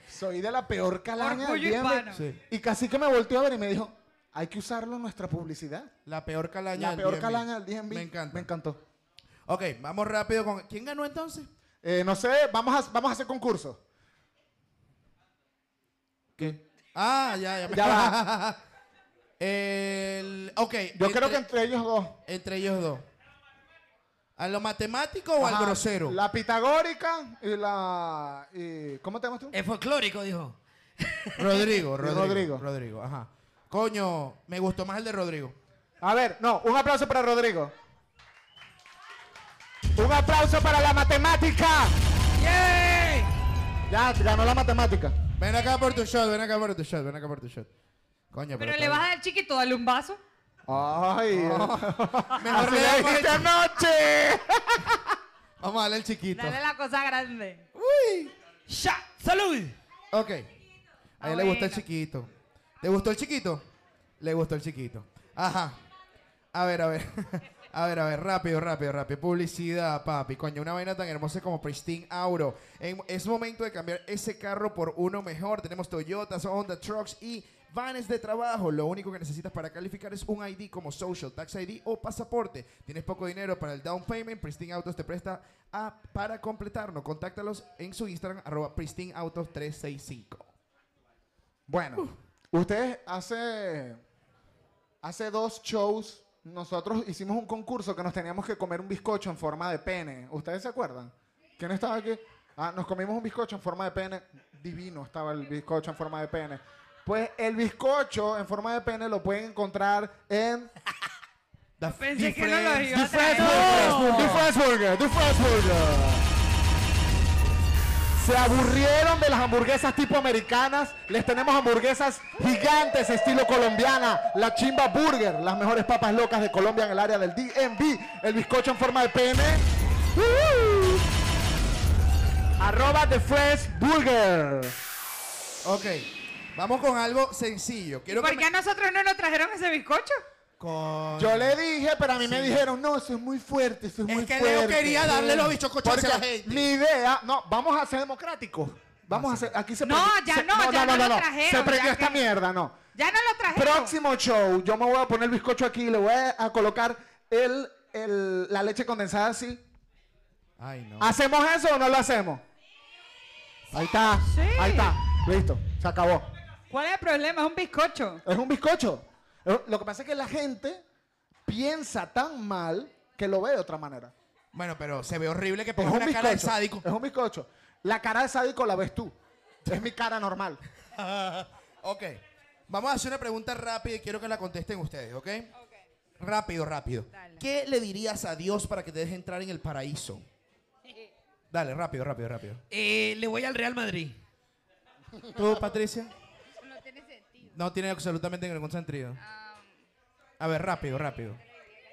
[SPEAKER 1] soy de la peor calaña
[SPEAKER 3] Orgullo
[SPEAKER 1] del DNB.
[SPEAKER 3] hispano.
[SPEAKER 2] Sí.
[SPEAKER 1] Y Cacique me volteó a ver y me dijo, hay que usarlo en nuestra publicidad.
[SPEAKER 2] La peor calaña
[SPEAKER 1] La
[SPEAKER 2] del
[SPEAKER 1] peor
[SPEAKER 2] DNB.
[SPEAKER 1] calaña del DNB.
[SPEAKER 2] Me encanta.
[SPEAKER 1] Me encantó.
[SPEAKER 2] Ok, vamos rápido con. ¿Quién ganó entonces?
[SPEAKER 1] Eh, no sé, vamos a, vamos a hacer concurso.
[SPEAKER 2] ¿Qué? Ah, ya, ya. me-
[SPEAKER 1] Ya va.
[SPEAKER 2] El. Ok.
[SPEAKER 1] (laughs) Yo creo que entre ellos dos.
[SPEAKER 2] Entre ellos dos. ¿A lo matemático o
[SPEAKER 1] Ajá,
[SPEAKER 2] al grosero?
[SPEAKER 1] La pitagórica y la. y- ¿Cómo te llamas tú?
[SPEAKER 7] Es folclórico, dijo.
[SPEAKER 1] (laughs)
[SPEAKER 2] Rodrigo,
[SPEAKER 1] Y
[SPEAKER 2] Rodrigo.
[SPEAKER 1] Rodrigo.
[SPEAKER 2] Rodrigo. ajá. Coño, me gustó más el de Rodrigo.
[SPEAKER 1] A ver, no, un aplauso para Rodrigo. Un aplauso para la matemática. Ya, ganó la matemática.
[SPEAKER 2] Ven acá por tu shot, ven acá por tu shot, ven acá por tu shot. Coño,
[SPEAKER 3] Pero
[SPEAKER 2] pero.
[SPEAKER 3] le vas a dar chiquito, dale un vaso.
[SPEAKER 1] Ay,
[SPEAKER 2] Ah. Mejor
[SPEAKER 1] (laughs) así
[SPEAKER 2] le
[SPEAKER 1] le
[SPEAKER 2] damos
[SPEAKER 1] dijiste
[SPEAKER 2] el-
[SPEAKER 1] anoche.
[SPEAKER 2] Vamos a darle el chiquito.
[SPEAKER 3] Dale la cosa grande.
[SPEAKER 2] Uy.
[SPEAKER 7] ¡Ya! ¡Salud!
[SPEAKER 2] Ok. A ella le gustó el
[SPEAKER 3] bueno.
[SPEAKER 2] chiquito. ¿Te gustó el chiquito? Le gustó el chiquito. Ajá. A ver, (laughs) a ver. A ver, a ver, rápido, rápido, rápido. Publicidad, papi. Coño, una vaina tan hermosa como Pristine Auro. En- es momento de cambiar ese carro por uno mejor. Tenemos Toyotas, Honda Trucks y Vanes de trabajo, lo único que necesitas para calificar es un ID como Social, Tax ID o pasaporte. Tienes poco dinero para el down payment, Pristine Autos te presta a, para completarlo. Contáctalos en su Instagram, arroba pristineautos365.
[SPEAKER 1] Bueno, ustedes hace, hace dos shows, nosotros hicimos un concurso que nos teníamos que comer un bizcocho en forma de pene. ¿Ustedes se acuerdan? ¿Quién estaba aquí? Ah, nos comimos un bizcocho en forma de pene. Divino estaba el bizcocho en forma de pene. Pues el bizcocho en forma de pene lo pueden encontrar en...
[SPEAKER 12] Pensé que no lo iba a
[SPEAKER 1] The Fresh
[SPEAKER 12] traer.
[SPEAKER 1] Burger, The Fresh Burger, The Fresh Burger. Se aburrieron de las hamburguesas tipo americanas. Les tenemos hamburguesas gigantes estilo colombiana. La chimba burger, las mejores papas locas de Colombia en el área del DMV. El bizcocho en forma de pene. ¡Uhú! Arroba The Fresh Burger.
[SPEAKER 2] Ok, vamos con algo sencillo.
[SPEAKER 3] ¿Y
[SPEAKER 2] Quiero que
[SPEAKER 3] por
[SPEAKER 2] me-
[SPEAKER 3] qué a nosotros no nos trajeron ese bizcocho?
[SPEAKER 2] Con-
[SPEAKER 1] Yo le dije, pero a mí me
[SPEAKER 2] Sí.
[SPEAKER 1] dijeron, no, eso es muy fuerte, eso es, muy
[SPEAKER 2] que
[SPEAKER 1] fuerte.
[SPEAKER 2] Leo quería darle los bichocochos
[SPEAKER 1] Porque
[SPEAKER 2] a la gente.
[SPEAKER 1] Mi idea, no, vamos a ser democráticos. Vamos a ser, aquí se
[SPEAKER 3] No,
[SPEAKER 1] prendió-
[SPEAKER 3] ya
[SPEAKER 1] se-
[SPEAKER 3] no, ya no lo trajeron,
[SPEAKER 1] Se prendió
[SPEAKER 3] ya
[SPEAKER 1] esta
[SPEAKER 3] que-
[SPEAKER 1] mierda, no.
[SPEAKER 3] Ya no lo trajeron.
[SPEAKER 1] Próximo show, yo me voy a poner el bizcocho aquí y le voy a, a colocar el, el- la leche condensada así.
[SPEAKER 2] Ay, no.
[SPEAKER 1] ¿Hacemos eso o no lo hacemos? Ahí está, ahí está, listo, se acabó.
[SPEAKER 3] ¿Cuál es el problema? Es un bizcocho.
[SPEAKER 1] Es un bizcocho. Eh, Lo que pasa es que la gente piensa tan mal que lo ve de otra manera.
[SPEAKER 2] Bueno, pero se ve horrible que
[SPEAKER 1] Es
[SPEAKER 2] pongas
[SPEAKER 1] un
[SPEAKER 2] una cara de
[SPEAKER 1] bizcocho.
[SPEAKER 2] sádico.
[SPEAKER 1] Es un bizcocho. La cara de sádico la ves tú. Es mi cara normal.
[SPEAKER 2] ok, vamos a hacer una pregunta rápida y quiero que la contesten ustedes, ¿ok? Rápido, rápido. ¿Qué le dirías a Dios para que te deje entrar en el (laughs) paraíso? Dale, rápido, rápido, rápido.
[SPEAKER 7] Eh, le voy al Real Madrid.
[SPEAKER 2] ¿Tú, Patricia? No tiene sentido. Ah, No tiene absolutamente ningún sentido. A ver, rápido, rápido.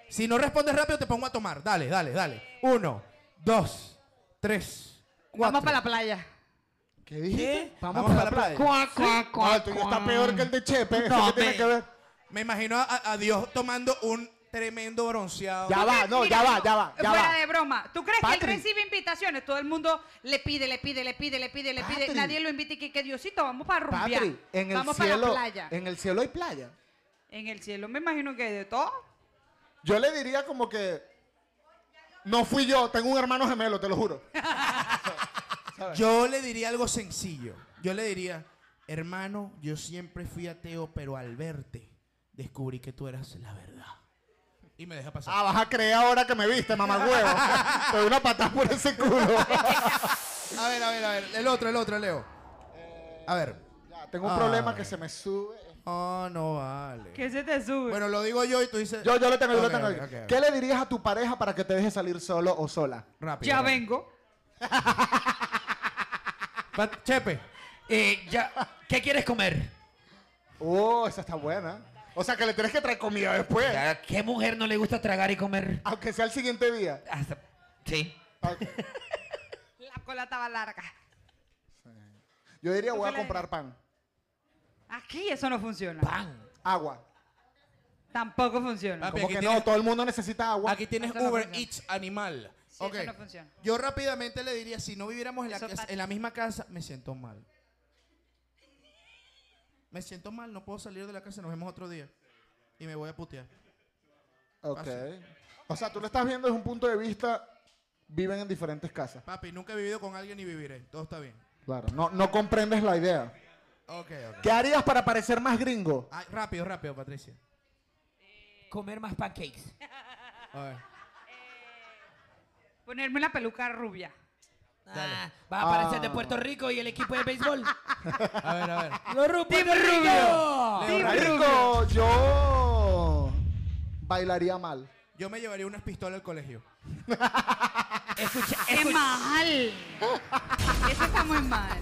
[SPEAKER 2] Si no respondes rápido, te pongo a tomar. Dale, dale, dale. Uno, dos, tres, cuatro.
[SPEAKER 3] Vamos para la playa.
[SPEAKER 1] ¿Qué dijiste? Vamos,
[SPEAKER 2] Vamos
[SPEAKER 1] para la playa.
[SPEAKER 2] Cuá, cuá,
[SPEAKER 1] Sí. No,
[SPEAKER 2] cuá,
[SPEAKER 1] Ah, el tuyo está
[SPEAKER 2] cuá.
[SPEAKER 1] peor que el de Chepe. ¿Eso qué tiene que ver?
[SPEAKER 2] Me imagino a, a Dios tomando un tremendo bronceado.
[SPEAKER 1] Ya Ah, va, no, ya va, ya va, ya
[SPEAKER 3] Fuera
[SPEAKER 1] va.
[SPEAKER 3] de broma. ¿Tú crees que
[SPEAKER 1] Patrick.
[SPEAKER 3] él recibe invitaciones? Todo el mundo le pide, le pide, le pide, le pide, le pide.
[SPEAKER 1] Patrick.
[SPEAKER 3] Nadie lo invita y que, que Diosito, vamos para rumbear.
[SPEAKER 1] Patri, en el
[SPEAKER 3] vamos para
[SPEAKER 1] cielo,
[SPEAKER 3] la playa. En...
[SPEAKER 1] en el cielo hay playa.
[SPEAKER 3] el cielo me imagino que hay de todo.
[SPEAKER 1] Yo le diría como que no fui yo, tengo un hermano gemelo, te lo juro.
[SPEAKER 2] Yo le diría algo sencillo. Yo le diría, hermano, yo siempre fui ateo, pero al verte descubrí que tú eras la verdad. Y me deja pasar.
[SPEAKER 1] Ah, vas a creer ahora que me viste, (laughs) mamagüevo. Te doy una patada por ese (laughs) culo.
[SPEAKER 2] A ver, a ver, a ver. El otro, el otro, Leo. A ver.
[SPEAKER 1] Tengo un
[SPEAKER 2] Ah.
[SPEAKER 1] problema que se me sube.
[SPEAKER 2] Ah, no vale.
[SPEAKER 3] Que se te sube.
[SPEAKER 2] Bueno, lo digo yo y tú dices.
[SPEAKER 1] Yo, yo le tengo, yo le
[SPEAKER 2] Ok,
[SPEAKER 1] tengo.
[SPEAKER 2] ok, ok, ok.
[SPEAKER 1] ¿Qué le dirías a tu pareja para que te deje salir solo o sola?
[SPEAKER 2] Rápido.
[SPEAKER 3] ya
[SPEAKER 2] rápido.
[SPEAKER 3] vengo.
[SPEAKER 2] Pat- Chepe.
[SPEAKER 7] Eh, ya, ¿Qué quieres comer?
[SPEAKER 1] Oh, esa está buena. O sea, que le tienes que traer comida después.
[SPEAKER 7] Ya, ¿Qué mujer no le gusta tragar y comer?
[SPEAKER 1] Aunque sea el siguiente día.
[SPEAKER 7] Hasta- sí.
[SPEAKER 3] La cola estaba larga.
[SPEAKER 1] Yo diría,
[SPEAKER 3] ¿Tú
[SPEAKER 1] voy
[SPEAKER 3] qué
[SPEAKER 1] a
[SPEAKER 3] le
[SPEAKER 1] comprar pan,
[SPEAKER 3] Aquí eso no funciona.
[SPEAKER 7] Pan.
[SPEAKER 1] agua.
[SPEAKER 3] Tampoco funciona.
[SPEAKER 2] Papi,
[SPEAKER 1] Como
[SPEAKER 2] Ah, aquí
[SPEAKER 1] que
[SPEAKER 2] tienes-
[SPEAKER 1] no, todo el mundo necesita agua.
[SPEAKER 2] Aquí tienes
[SPEAKER 3] Eso no
[SPEAKER 2] Uber
[SPEAKER 3] funciona.
[SPEAKER 2] Eats animal.
[SPEAKER 3] Sí,
[SPEAKER 2] Ok.
[SPEAKER 3] eso no funciona.
[SPEAKER 2] Yo rápidamente le diría, si no viviéramos en la,
[SPEAKER 3] Eso
[SPEAKER 2] casa-
[SPEAKER 3] pasa.
[SPEAKER 2] en la misma casa, me siento mal. Me siento mal, no puedo salir de la casa, nos vemos otro día. Y me voy a putear.
[SPEAKER 1] Ok.
[SPEAKER 2] Así.
[SPEAKER 1] O sea, tú lo estás viendo desde un punto de vista, viven en diferentes casas.
[SPEAKER 2] Papi, nunca he vivido con alguien y viviré. Todo está bien.
[SPEAKER 1] Claro, no, no comprendes la idea.
[SPEAKER 2] Ok, ok.
[SPEAKER 1] ¿Qué harías para parecer más gringo?
[SPEAKER 2] Ay, rápido, rápido, Patricia.
[SPEAKER 7] Comer más pancakes.
[SPEAKER 2] A ver.
[SPEAKER 3] Ponerme una peluca rubia.
[SPEAKER 7] Ah, va a aparecer de
[SPEAKER 1] Ah.
[SPEAKER 7] Puerto Rico y el equipo de (laughs) béisbol.
[SPEAKER 2] A ver, a ver.
[SPEAKER 7] ¡Los Ru-
[SPEAKER 3] Team
[SPEAKER 7] Puerto Rico!
[SPEAKER 3] rubio.
[SPEAKER 2] Leo,
[SPEAKER 3] Team
[SPEAKER 2] rápido.
[SPEAKER 3] rubio.
[SPEAKER 1] Gringo, yo bailaría mal.
[SPEAKER 2] Yo me llevaría unas pistolas al colegio.
[SPEAKER 7] Escucha-
[SPEAKER 3] ¡Qué
[SPEAKER 7] escu-
[SPEAKER 3] mal!
[SPEAKER 1] (laughs)
[SPEAKER 3] Eso está muy mal.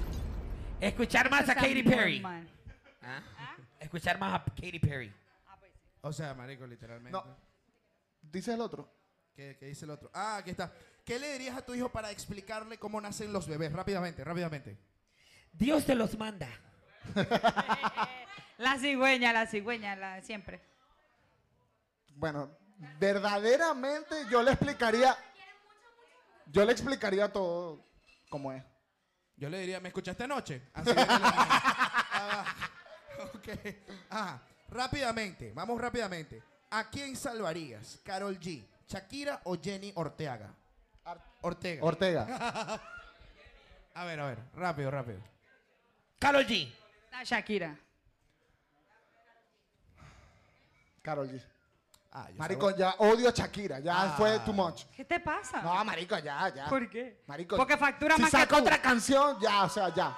[SPEAKER 7] escuchar más
[SPEAKER 3] Eso
[SPEAKER 7] a
[SPEAKER 3] está
[SPEAKER 7] Katy
[SPEAKER 3] muy
[SPEAKER 7] Perry.
[SPEAKER 3] mal.
[SPEAKER 7] ¿Ah? Escuchar más a Katy Perry.
[SPEAKER 2] O sea, marico, literalmente.
[SPEAKER 1] No. Dice el otro.
[SPEAKER 2] ¿Qué, qué dice el otro? Ah, aquí está. ¿Qué le dirías a tu hijo para explicarle cómo nacen los bebés? Rápidamente, rápidamente.
[SPEAKER 7] Dios te los manda.
[SPEAKER 3] La cigüeña, la cigüeña, la siempre.
[SPEAKER 1] Bueno, verdaderamente yo le explicaría. Yo le explicaría todo como es.
[SPEAKER 2] Yo le diría, ¿me escuchaste anoche? Así de- Ah, ok. Ok. Ajá. Rápidamente, vamos rápidamente. ¿A quién salvarías? Carol G, Shakira o Jenny Ortega?
[SPEAKER 1] (laughs)
[SPEAKER 2] Ortega.
[SPEAKER 1] Ortega.
[SPEAKER 2] a ver, a ver, rápido, rápido.
[SPEAKER 12] Carol G.
[SPEAKER 3] La Shakira.
[SPEAKER 1] Carol G.
[SPEAKER 2] Ah, yo
[SPEAKER 1] Marico, ya odio a Shakira. Ya
[SPEAKER 2] Ah.
[SPEAKER 1] fue too much.
[SPEAKER 3] ¿Qué te pasa?
[SPEAKER 1] No, marico, ya, ya.
[SPEAKER 3] ¿Por qué?
[SPEAKER 1] Marico,
[SPEAKER 3] Porque factura
[SPEAKER 1] si
[SPEAKER 3] más que
[SPEAKER 1] saca
[SPEAKER 3] tú.
[SPEAKER 1] otra canción, ya, o sea, ya.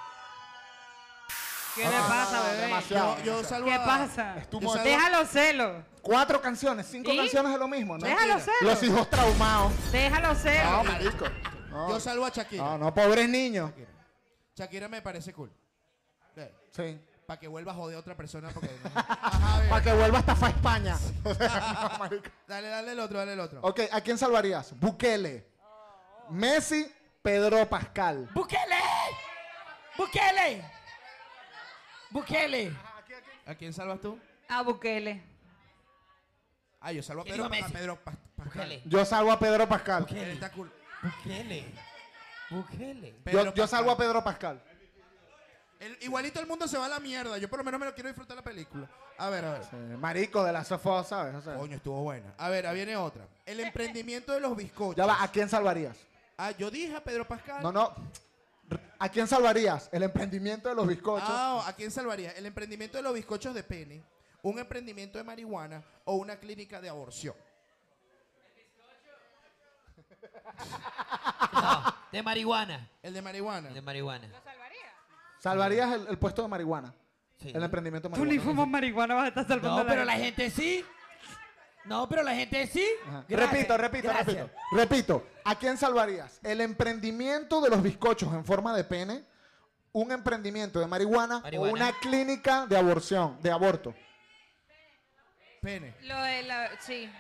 [SPEAKER 3] ¿Qué
[SPEAKER 1] No,
[SPEAKER 3] le
[SPEAKER 1] no, no,
[SPEAKER 3] pasa,
[SPEAKER 1] no,
[SPEAKER 3] bebé?
[SPEAKER 1] demasiado. Yo- yo salvo
[SPEAKER 3] ¿Qué
[SPEAKER 1] a-
[SPEAKER 3] pasa?
[SPEAKER 1] Es too much.
[SPEAKER 3] Déjalo celo.
[SPEAKER 1] Cuatro canciones, cinco
[SPEAKER 3] ¿Y?
[SPEAKER 1] canciones de lo mismo, ¿no?
[SPEAKER 3] Déjalo
[SPEAKER 1] Mentira.
[SPEAKER 3] ser.
[SPEAKER 1] Los hijos traumados.
[SPEAKER 3] Déjalo ser.
[SPEAKER 1] No, marico.
[SPEAKER 2] Yo salvo a Shakira.
[SPEAKER 1] No, no, pobres niños.
[SPEAKER 2] Shakira me parece cool.
[SPEAKER 1] Sí.
[SPEAKER 2] Para que vuelva a joder a otra persona. Porque
[SPEAKER 1] Para que vuelva hasta fa España. O sea, no, marico.
[SPEAKER 2] dale, dale el otro, dale el otro.
[SPEAKER 1] ok, ¿a quién salvarías? Bukele.
[SPEAKER 3] Oh.
[SPEAKER 1] Messi, Pedro Pascal.
[SPEAKER 7] ¡Bukele! ¡Bukele! ¡Bukele!
[SPEAKER 2] ¿A quién salvas tú?
[SPEAKER 3] A Bukele.
[SPEAKER 2] Ah, yo salvo a
[SPEAKER 7] Yo
[SPEAKER 2] Pedro,
[SPEAKER 7] digo
[SPEAKER 2] a
[SPEAKER 7] Messi.
[SPEAKER 2] Pedro Pa- Pascal.
[SPEAKER 1] Yo salvo a Pedro Pascal.
[SPEAKER 2] Él está cool.
[SPEAKER 7] Bukele. Bukele.
[SPEAKER 1] Yo, yo salvo a Pedro Pascal.
[SPEAKER 2] El- igualito el mundo se va a la mierda. Yo por lo menos me lo quiero disfrutar la película. A ver, a ver.
[SPEAKER 1] Eh, Marico de la Sofó, ¿sabes?
[SPEAKER 2] Coño, estuvo buena. A ver, ahí viene otra. El emprendimiento de los bizcochos.
[SPEAKER 1] Ya va, ¿a quién salvarías?
[SPEAKER 2] Ah, yo dije a Pedro Pascal.
[SPEAKER 1] No, no. ¿A quién salvarías? El emprendimiento de los bizcochos.
[SPEAKER 2] Ah, ¿a quién salvaría? El emprendimiento de los bizcochos de pene, un emprendimiento de marihuana o una clínica de aborción.
[SPEAKER 7] De marihuana.
[SPEAKER 2] El de marihuana.
[SPEAKER 7] De marihuana.
[SPEAKER 1] ¿Salvarías el, el puesto de marihuana? El emprendimiento de
[SPEAKER 7] Tú ni
[SPEAKER 1] marihuana.
[SPEAKER 7] fumas
[SPEAKER 3] marihuana, vas a estar
[SPEAKER 7] No, pero la gente sí. No, pero la gente sí.
[SPEAKER 1] Ajá.
[SPEAKER 7] Gracias,
[SPEAKER 1] Repito, repito,
[SPEAKER 7] gracias.
[SPEAKER 1] repito. Repito, ¿a quién salvarías? ¿El emprendimiento de los bizcochos en forma de pene? ¿Un emprendimiento de marihuana,
[SPEAKER 7] Marihuana.
[SPEAKER 1] o una clínica de aborción, de aborto?
[SPEAKER 2] Pene.
[SPEAKER 3] Lo de la, sí.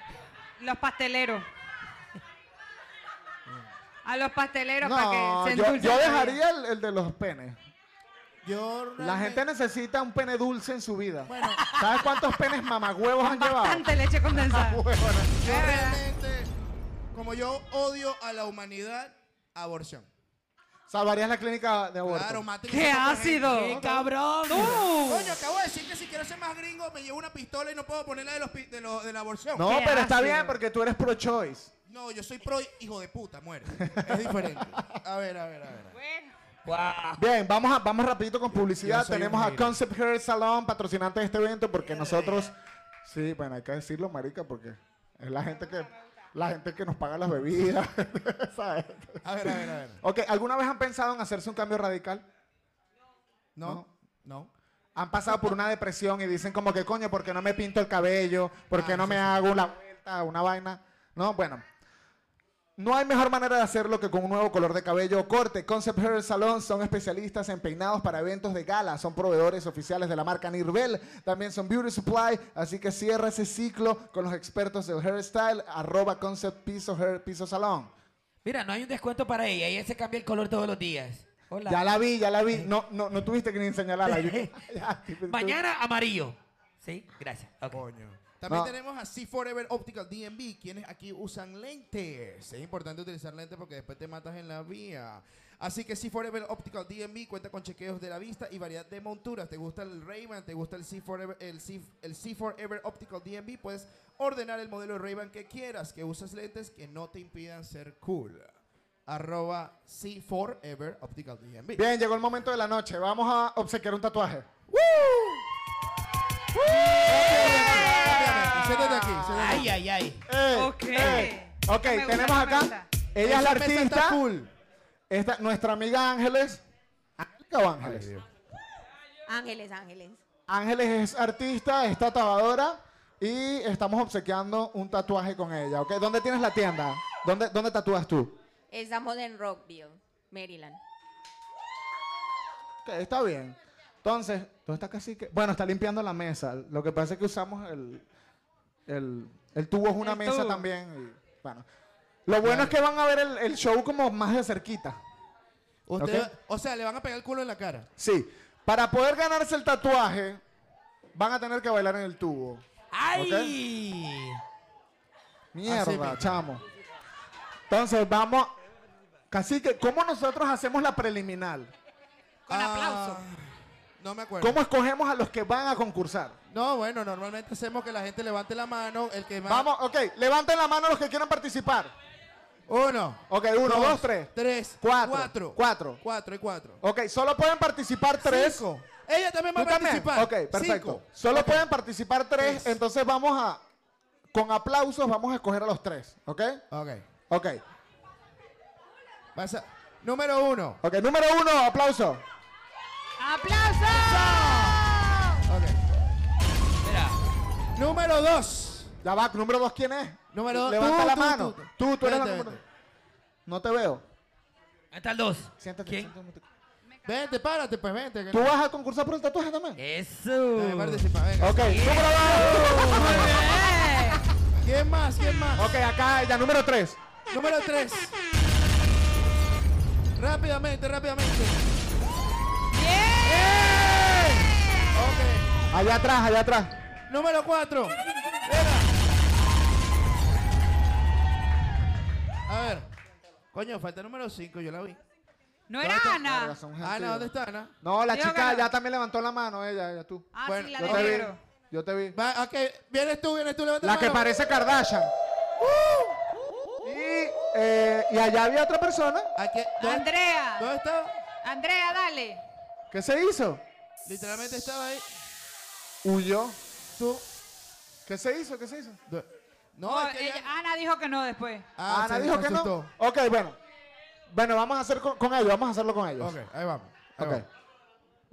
[SPEAKER 3] Los pasteleros. A los pasteleros para
[SPEAKER 1] Mm. No,
[SPEAKER 3] que se
[SPEAKER 1] yo,
[SPEAKER 3] endulcen.
[SPEAKER 1] yo
[SPEAKER 3] la vida.
[SPEAKER 1] dejaría el, el de los penes.
[SPEAKER 2] Yo
[SPEAKER 1] La gente necesita un pene dulce en su vida.
[SPEAKER 2] Bueno.
[SPEAKER 1] ¿Sabes cuántos penes mamagüevos han llevado?
[SPEAKER 3] Bastante
[SPEAKER 1] (laughs)
[SPEAKER 3] leche condensada.
[SPEAKER 2] Yo realmente, como yo odio a la humanidad, aborción.
[SPEAKER 1] Salvarías la clínica de aborto.
[SPEAKER 2] Claro, maten
[SPEAKER 3] ¡Qué
[SPEAKER 2] esa poca
[SPEAKER 3] ácido!
[SPEAKER 2] gente.
[SPEAKER 7] ¡Qué cabrón!
[SPEAKER 3] ¡Tú!
[SPEAKER 2] Coño, acabo de decir que si quiero ser más gringo me llevo una pistola y no puedo ponerla de, los pi- de, lo- de la aborción.
[SPEAKER 1] No, pero está bien porque tú eres pro choice.
[SPEAKER 2] No, yo soy pro hijo de puta, muere. Es diferente. A ver, a ver, a ver.
[SPEAKER 1] Bien, vamos a, vamos rapidito con publicidad.
[SPEAKER 2] Yo soy un
[SPEAKER 1] Tenemos a
[SPEAKER 2] hater.
[SPEAKER 1] Concept Hair Salon, patrocinante de este evento, porque nosotros, sí, bueno, hay que decirlo, marica, porque es la gente que, la gente que nos paga las bebidas, (laughs) ¿sabes?
[SPEAKER 2] A ver, a ver, a ver.
[SPEAKER 1] Ok, ¿alguna vez han pensado en hacerse un cambio radical?
[SPEAKER 2] No, no.
[SPEAKER 1] Han pasado por una depresión y dicen como que, coño, ¿por qué no me pinto el cabello? ¿Por qué
[SPEAKER 2] Ah,
[SPEAKER 1] no
[SPEAKER 2] sí,
[SPEAKER 1] me
[SPEAKER 2] sí.
[SPEAKER 1] hago la vuelta, una vaina? No, bueno. No hay mejor manera de hacerlo que con un nuevo color de cabello o corte. Concept Hair Salon son especialistas en peinados para eventos de gala. Son proveedores oficiales de la marca Nirbel. También son Beauty Supply. Así que cierra ese ciclo con los expertos del hairstyle. Arroba Concept Piso Hair Piso Salon.
[SPEAKER 7] Mira, no hay un descuento para ella. Ella se cambia el color todos los días. Hola.
[SPEAKER 1] Ya la vi, ya la vi. No, no, no tuviste que ni señalarla. Yo- (laughs)
[SPEAKER 3] (laughs)
[SPEAKER 7] Mañana amarillo. Sí, gracias. Ok.
[SPEAKER 2] También
[SPEAKER 1] No.
[SPEAKER 2] tenemos a C Forever Optical DMV, quienes aquí usan lentes. Es importante utilizar lentes porque después te matas en la vía. Así que C Forever Optical DMV cuenta con chequeos de la vista y variedad de monturas. ¿Te gusta el Ray-Ban? ¿Te gusta el C Forever, el C, el C Forever Optical DMV? Puedes ordenar el modelo de Ray-Ban que quieras, que uses lentes que no te impidan ser cool. Arroba C Forever Optical DMV.
[SPEAKER 1] Bien, llegó el momento de la noche. Vamos a obsequiar un tatuaje.
[SPEAKER 2] Rápidamente, siéntate aquí, siéntate aquí.
[SPEAKER 7] Ay, ay, ay.
[SPEAKER 1] Eh,
[SPEAKER 3] Ok.
[SPEAKER 1] eh. Ok,
[SPEAKER 3] Esta me gusta,
[SPEAKER 1] tenemos
[SPEAKER 3] esta me
[SPEAKER 1] acá.
[SPEAKER 3] gusta.
[SPEAKER 1] Ella es la
[SPEAKER 2] Esa mesa está
[SPEAKER 1] artista.
[SPEAKER 2] full.
[SPEAKER 1] Esta, nuestra amiga Ángeles. ¿Angélica o Ángeles?
[SPEAKER 21] Ángeles, ángeles.
[SPEAKER 1] Ángeles es artista, es tatuadora y estamos obsequiando un tatuaje con ella. ¿ok? ¿Dónde tienes la tienda? ¿Dónde, dónde tatúas tú?
[SPEAKER 21] Estamos en Rockville, Maryland.
[SPEAKER 1] Ok, está bien. Entonces, ¿dónde está Cacique? Bueno, está limpiando la mesa. Lo que pasa es que usamos el. El, el tubo es una
[SPEAKER 3] El
[SPEAKER 1] mesa
[SPEAKER 3] tubo.
[SPEAKER 1] también. y, bueno. Lo bueno es que van a ver el, el show como más de cerquita.
[SPEAKER 2] Usted-
[SPEAKER 1] ¿ok?
[SPEAKER 2] O sea, le van a pegar el culo en la cara.
[SPEAKER 1] Sí. Para poder ganarse el tatuaje, van a tener que bailar en el tubo.
[SPEAKER 7] ¡Ay!
[SPEAKER 1] Mierda,
[SPEAKER 2] Así mismo.
[SPEAKER 1] chamo. Entonces, vamos. Cacique, ¿cómo nosotros hacemos la preliminar?
[SPEAKER 3] Con aplauso.
[SPEAKER 2] No me acuerdo.
[SPEAKER 1] ¿Cómo escogemos a los que van a concursar?
[SPEAKER 2] No, bueno, normalmente hacemos que la gente levante la mano, el que más...
[SPEAKER 1] Vamos, ok, levanten la mano los que quieran participar.
[SPEAKER 2] Uno.
[SPEAKER 1] Ok, uno, dos, tres.
[SPEAKER 2] Tres.
[SPEAKER 1] Cuatro.
[SPEAKER 2] Cuatro.
[SPEAKER 1] Cuatro.
[SPEAKER 2] Cuatro y cuatro.
[SPEAKER 1] Ok, solo pueden participar tres.
[SPEAKER 2] Cinco. Ella también va a
[SPEAKER 1] ¿Tú también?
[SPEAKER 2] participar.
[SPEAKER 1] Ok, perfecto.
[SPEAKER 2] Cinco.
[SPEAKER 1] Solo
[SPEAKER 2] Ok.
[SPEAKER 1] pueden participar tres, entonces vamos a, con aplausos vamos a escoger a los tres, ¿ok?
[SPEAKER 2] Ok.
[SPEAKER 1] Ok.
[SPEAKER 2] Vas a- Número uno.
[SPEAKER 1] Ok, número uno, aplauso.
[SPEAKER 3] ¡Aplausos!
[SPEAKER 2] Número dos.
[SPEAKER 1] Ya va, número dos, ¿quién es?
[SPEAKER 2] Número dos.
[SPEAKER 1] Levanta
[SPEAKER 2] Tú,
[SPEAKER 1] la
[SPEAKER 2] tú,
[SPEAKER 1] mano.
[SPEAKER 2] tú,
[SPEAKER 1] Tú,
[SPEAKER 2] tú.
[SPEAKER 1] tú, eres la
[SPEAKER 2] Vente,
[SPEAKER 1] número No te veo.
[SPEAKER 12] Ahí están los dos.
[SPEAKER 1] Siéntate,
[SPEAKER 12] ¿Quién?
[SPEAKER 1] siéntate un momento.
[SPEAKER 2] Vente, párate, pues vente. que
[SPEAKER 1] ¿Tú
[SPEAKER 2] no-
[SPEAKER 1] vas a concursar por el tatuaje también?
[SPEAKER 2] Eh,
[SPEAKER 12] Eso.
[SPEAKER 2] Dale, participa, venga.
[SPEAKER 1] Ok, número dos.
[SPEAKER 3] ¡Eh!
[SPEAKER 2] ¿Quién más? ¿Quién más?
[SPEAKER 1] Ok, acá ya, número tres.
[SPEAKER 2] Número 3. Rápidamente, rápidamente.
[SPEAKER 1] ¡Eh!
[SPEAKER 2] ¡Bien!
[SPEAKER 1] Allá atrás, allá atrás.
[SPEAKER 2] Ok. Número 4. A ver. Coño, falta el número 5, yo la vi.
[SPEAKER 3] No era Ana.
[SPEAKER 2] Ana, ¿dónde está Ana?
[SPEAKER 1] No, la
[SPEAKER 3] Digo
[SPEAKER 1] chica
[SPEAKER 3] que no.
[SPEAKER 1] ya también levantó la mano, ella, ella tú.
[SPEAKER 3] Ah, sí, la
[SPEAKER 1] yo
[SPEAKER 3] de
[SPEAKER 1] te vi,
[SPEAKER 3] negro.
[SPEAKER 1] Yo te vi.
[SPEAKER 2] Va, ok, vienes tú, vienes tú, levanta
[SPEAKER 1] La que
[SPEAKER 2] mano.
[SPEAKER 1] parece Kardashian.
[SPEAKER 3] Uh,
[SPEAKER 1] Y, eh, y allá había otra persona.
[SPEAKER 2] Aquí, ¿dónde-
[SPEAKER 3] Andrea.
[SPEAKER 2] ¿Dónde está?
[SPEAKER 3] Andrea, dale.
[SPEAKER 1] ¿Qué se hizo?
[SPEAKER 2] Literalmente estaba ahí.
[SPEAKER 1] Huyó.
[SPEAKER 2] Tú.
[SPEAKER 1] ¿Qué se hizo? ¿Qué se hizo?
[SPEAKER 2] No,
[SPEAKER 3] No,
[SPEAKER 2] es que
[SPEAKER 3] ella-
[SPEAKER 2] ella-
[SPEAKER 3] eh, Ana dijo que no después.
[SPEAKER 2] Ah,
[SPEAKER 1] Ana
[SPEAKER 2] se
[SPEAKER 1] dijo que no.
[SPEAKER 2] asustó.
[SPEAKER 1] Ok, bueno. Bueno, vamos a hacer con, con ellos, vamos a hacerlo con ellos.
[SPEAKER 2] Ok, ahí vamos. ahí
[SPEAKER 1] Ok.
[SPEAKER 2] vamos.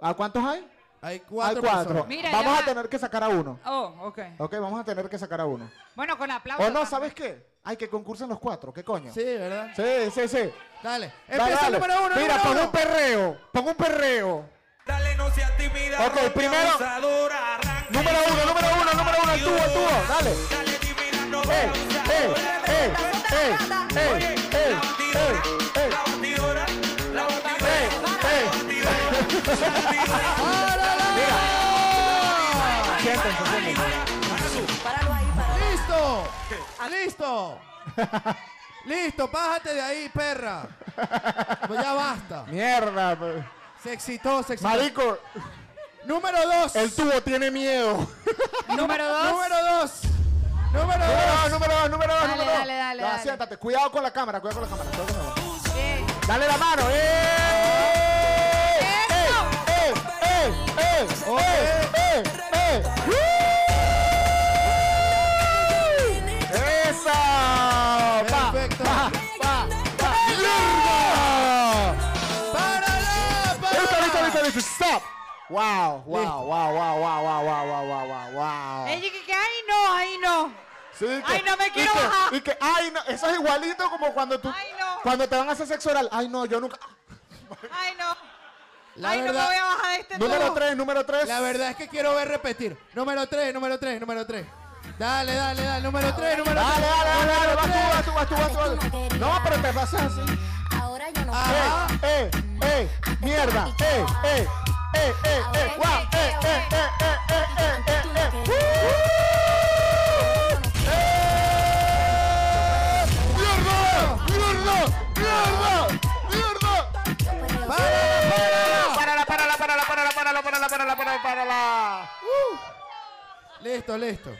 [SPEAKER 1] ¿A cuántos hay?
[SPEAKER 2] Hay cuatro.
[SPEAKER 1] hay cuatro.
[SPEAKER 2] personas.
[SPEAKER 3] Mira,
[SPEAKER 1] vamos
[SPEAKER 3] ya
[SPEAKER 1] a
[SPEAKER 3] va.
[SPEAKER 1] tener que sacar a uno.
[SPEAKER 3] Oh, ok.
[SPEAKER 1] Ok, vamos a tener que sacar a uno.
[SPEAKER 3] Ah, Bueno, con aplausos.
[SPEAKER 1] O no,
[SPEAKER 3] también.
[SPEAKER 1] ¿sabes qué? Hay que concursen los cuatro, ¿qué coño?
[SPEAKER 2] Sí, ¿verdad?
[SPEAKER 1] sí, sí. sí.
[SPEAKER 2] Dale.
[SPEAKER 1] Dale,
[SPEAKER 2] Empieza el
[SPEAKER 1] dale.
[SPEAKER 2] número uno.
[SPEAKER 1] Mira,
[SPEAKER 2] número
[SPEAKER 1] pon
[SPEAKER 2] uno.
[SPEAKER 1] un perreo. Pon un perreo.
[SPEAKER 6] Dale, no seas tímida.
[SPEAKER 1] Ok,
[SPEAKER 6] rompe,
[SPEAKER 1] primero.
[SPEAKER 6] abusadora, arranca
[SPEAKER 1] Número
[SPEAKER 6] esa
[SPEAKER 1] uno, número uno, número uno. El tubo, el tubo. Dale.
[SPEAKER 6] Dale, divina, no
[SPEAKER 1] Ey, ey, ey, ey, ey,
[SPEAKER 6] Oye,
[SPEAKER 1] ey,
[SPEAKER 6] la batidora,
[SPEAKER 1] ey,
[SPEAKER 6] la batidora, la batidora,
[SPEAKER 1] ey. (laughs)
[SPEAKER 6] la batidora.
[SPEAKER 1] Siéntense, siéntense.
[SPEAKER 2] ¡Listo!
[SPEAKER 1] (laughs)
[SPEAKER 2] ¡Listo! ¡Listo! ¡Pájate de ahí, perra! Pues ya basta.
[SPEAKER 1] Mierda. pe-
[SPEAKER 2] Se excitó, se excitó.
[SPEAKER 1] Marico,
[SPEAKER 2] Número dos.
[SPEAKER 1] el tubo tiene miedo.
[SPEAKER 3] Número dos.
[SPEAKER 2] Número dos. Número
[SPEAKER 1] Número
[SPEAKER 2] dos.
[SPEAKER 1] dos, número dos, número dos,
[SPEAKER 3] Dale,
[SPEAKER 1] número dos.
[SPEAKER 3] dale, dale,
[SPEAKER 1] Ya,
[SPEAKER 3] dale.
[SPEAKER 1] siéntate. Cuidado con la cámara, cuidado con la cámara. cuidado con la cámara.
[SPEAKER 3] Bien.
[SPEAKER 1] Dale la mano. ¡Eh! ¡Eh! ¡Eh! ¡Eh! ¡Eh! ¡Eh! ¡Uh! ¡Esa! Pa,
[SPEAKER 2] Perfecto.
[SPEAKER 1] pa, pa, pa. ¡Mierda!
[SPEAKER 2] ¡Párala!
[SPEAKER 1] Listo, listo,
[SPEAKER 2] ¡Párala!
[SPEAKER 1] listo, listo. Stop. Wow, wow,
[SPEAKER 2] Listo.
[SPEAKER 1] wow, wow, wow, wow, wow, wow, wow, wow, wow.
[SPEAKER 3] Ella que, que, ay, no, ay, no.
[SPEAKER 1] Sí, que-
[SPEAKER 3] Ay, no me
[SPEAKER 1] y
[SPEAKER 3] quiero
[SPEAKER 1] que-
[SPEAKER 3] bajar.
[SPEAKER 1] y que, ay, no, eso es igualito como cuando tú,
[SPEAKER 3] Ay, no.
[SPEAKER 1] cuando te van a hacer sexo oral. Ay, no, yo nunca.
[SPEAKER 3] Ay, no.
[SPEAKER 2] La
[SPEAKER 3] ay, no me
[SPEAKER 2] verdad,
[SPEAKER 3] voy a bajar de este
[SPEAKER 1] Número
[SPEAKER 3] tubo.
[SPEAKER 1] tres, número tres.
[SPEAKER 2] la verdad es que quiero ver repetir. Número tres, número tres, número tres. Dale, dale, dale. Número tres, número
[SPEAKER 1] Dale,
[SPEAKER 2] tres.
[SPEAKER 1] dale, dale, dale,
[SPEAKER 2] número tres.
[SPEAKER 1] vas tú, vas tú, vas tú, vas tú. vas tú. No, pero te pasas así.
[SPEAKER 22] Ahora yo no
[SPEAKER 7] Ah.
[SPEAKER 2] Ajá.
[SPEAKER 1] Eh, eh, eh, mierda. Eh, eh, eh, eh, eh, guau. Eh, eh, eh, eh, eh, eh, eh, eh. ¡Uh! ¡Eh! ¡Mierda! ¡Mierda! ¡Mierda! ¡Mierda!
[SPEAKER 2] ¡Párala, párala!
[SPEAKER 1] Párala, párala, párala, párala, párala, párala, párala, párala, párala. ¡Uh!
[SPEAKER 2] Listo, listo.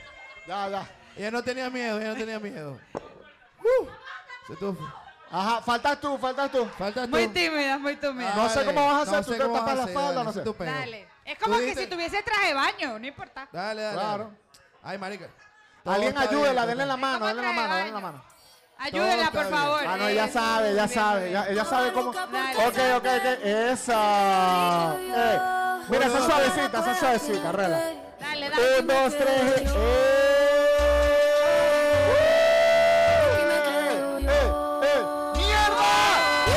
[SPEAKER 1] Ya, ya.
[SPEAKER 2] Ella no tenía miedo, ella no tenía miedo. Se tuvo.
[SPEAKER 1] Ajá, faltas tú, faltas tú.
[SPEAKER 2] Falta tú.
[SPEAKER 3] Muy tímida, muy tímida.
[SPEAKER 1] No sé
[SPEAKER 2] Dale,
[SPEAKER 1] cómo vas a hacer,
[SPEAKER 2] no
[SPEAKER 1] tú
[SPEAKER 2] sé
[SPEAKER 1] te
[SPEAKER 2] cómo vas
[SPEAKER 1] tapas
[SPEAKER 2] a
[SPEAKER 1] la
[SPEAKER 2] hacer,
[SPEAKER 1] espalda, no
[SPEAKER 2] ese
[SPEAKER 1] sé.
[SPEAKER 2] es tu peo.
[SPEAKER 3] Dale. Es como
[SPEAKER 2] Tú
[SPEAKER 3] que
[SPEAKER 2] dices-
[SPEAKER 3] si tuviese traje de baño, no importa.
[SPEAKER 2] Dale, dale.
[SPEAKER 1] Claro.
[SPEAKER 2] dale. Ay, marica. Todo
[SPEAKER 1] Alguien
[SPEAKER 2] está bien,
[SPEAKER 1] ayúdela,
[SPEAKER 2] todo
[SPEAKER 1] denle la
[SPEAKER 2] está
[SPEAKER 1] mano, denle la
[SPEAKER 3] trae
[SPEAKER 1] mano,
[SPEAKER 3] baño.
[SPEAKER 1] denle la mano.
[SPEAKER 3] Ayúdela,
[SPEAKER 2] Todo
[SPEAKER 3] por
[SPEAKER 2] está
[SPEAKER 3] favor.
[SPEAKER 1] Ah, no,
[SPEAKER 3] Eh,
[SPEAKER 1] ella sabe, ella
[SPEAKER 3] muy bien, muy
[SPEAKER 1] sabe,
[SPEAKER 3] bien.
[SPEAKER 1] ella, ella sabe cómo. Ok,
[SPEAKER 3] Dale.
[SPEAKER 1] ok, ok. Esa. Eh, Mira, esa suavecita, esa suavecita, rela.
[SPEAKER 3] Dale, dale.
[SPEAKER 1] Un, dos, tres. eh. Eh, eh. ¡Mierda! Eh,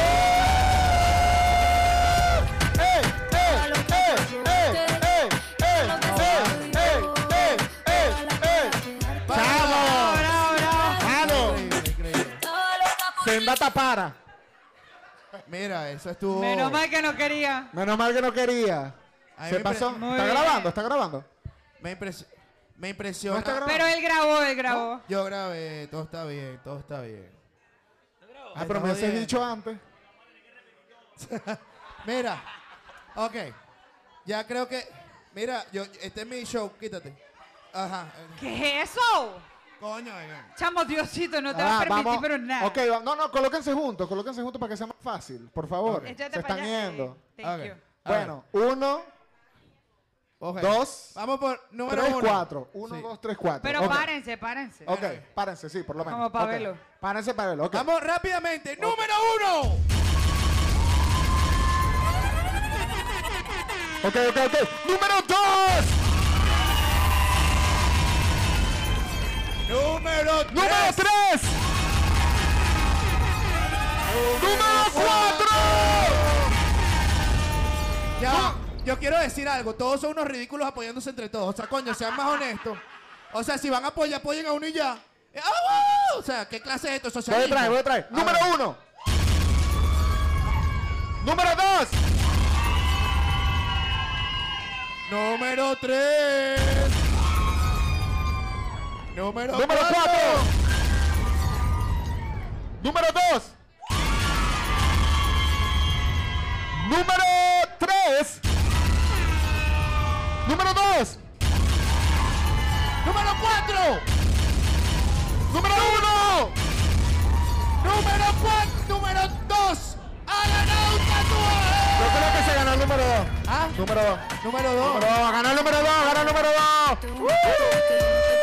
[SPEAKER 1] eh, eh, eh, eh, eh, eh, eh, eh, eh, eh. ¡Vamos! ¡Vamos!
[SPEAKER 2] Increíble, increíble.
[SPEAKER 1] Sendata para.
[SPEAKER 2] Mira, eso estuvo.
[SPEAKER 3] Menos mal que no quería.
[SPEAKER 1] Menos mal que no quería.
[SPEAKER 2] Ay,
[SPEAKER 1] Se
[SPEAKER 2] me
[SPEAKER 1] pasó.
[SPEAKER 2] pre- Muy
[SPEAKER 1] Está
[SPEAKER 3] bien.
[SPEAKER 1] grabando, está grabando.
[SPEAKER 2] Me, impresi- me impresiona.
[SPEAKER 1] No está grabando.
[SPEAKER 3] Pero él grabó, él grabó.
[SPEAKER 2] Yo grabé, todo está bien, todo está bien.
[SPEAKER 1] Ah, pero me
[SPEAKER 2] Está
[SPEAKER 1] hubiese
[SPEAKER 2] bien.
[SPEAKER 1] dicho antes.
[SPEAKER 2] Mira, ok. Ya creo que. Mira, yo, este es mi show, quítate. Ajá.
[SPEAKER 3] ¿Qué es eso?
[SPEAKER 2] Coño,
[SPEAKER 3] Chamo, Diosito, no te va a permitir, pero nada.
[SPEAKER 1] Ah, Ok, va- no, no, colóquense juntos, colóquense juntos para que sea más fácil, por favor.
[SPEAKER 3] Échate
[SPEAKER 1] Se
[SPEAKER 3] para
[SPEAKER 1] están
[SPEAKER 3] allá. Eh,
[SPEAKER 1] yendo.
[SPEAKER 3] Sí, thank you.
[SPEAKER 1] Bueno, uno, dos,
[SPEAKER 2] Vamos por número
[SPEAKER 1] tres,
[SPEAKER 2] uno.
[SPEAKER 1] cuatro. Uno,
[SPEAKER 2] Sí.
[SPEAKER 1] dos, tres, cuatro.
[SPEAKER 3] Pero
[SPEAKER 1] Ok.
[SPEAKER 3] párense, párense.
[SPEAKER 1] Ok, párense, sí, por lo menos.
[SPEAKER 3] Como pa'
[SPEAKER 1] Ok.
[SPEAKER 3] verlo.
[SPEAKER 1] Párense para verlo, ok.
[SPEAKER 2] Vamos rápidamente. ¡Número uno!
[SPEAKER 1] Ok, ok, ok. Número dos.
[SPEAKER 2] Número tres.
[SPEAKER 6] Número tres.
[SPEAKER 2] Número cuatro. Ya, yo quiero decir algo. Todos son unos ridículos apoyándose entre todos. O sea, coño, sean más honestos. O sea, si van a apoyar, apoyen a uno y ya. Eh, ¡ah, wow! O sea, ¿qué clase es esto?
[SPEAKER 1] Voy a
[SPEAKER 2] Socialismo.
[SPEAKER 1] traer, voy a traer. Número uno. Número dos.
[SPEAKER 2] Número tres. Número,
[SPEAKER 6] Número cuatro.
[SPEAKER 1] Número 2. Número 3. Número 2.
[SPEAKER 2] Número 4.
[SPEAKER 1] Número 1.
[SPEAKER 2] Número 4. Número 2. ¡Ha ganado
[SPEAKER 1] Yo creo que se ganó el número 2.
[SPEAKER 2] ¿Ah?
[SPEAKER 1] Número 2.
[SPEAKER 2] Número 2.
[SPEAKER 1] Número 2. Ganó el número 2. Ganó el número 2.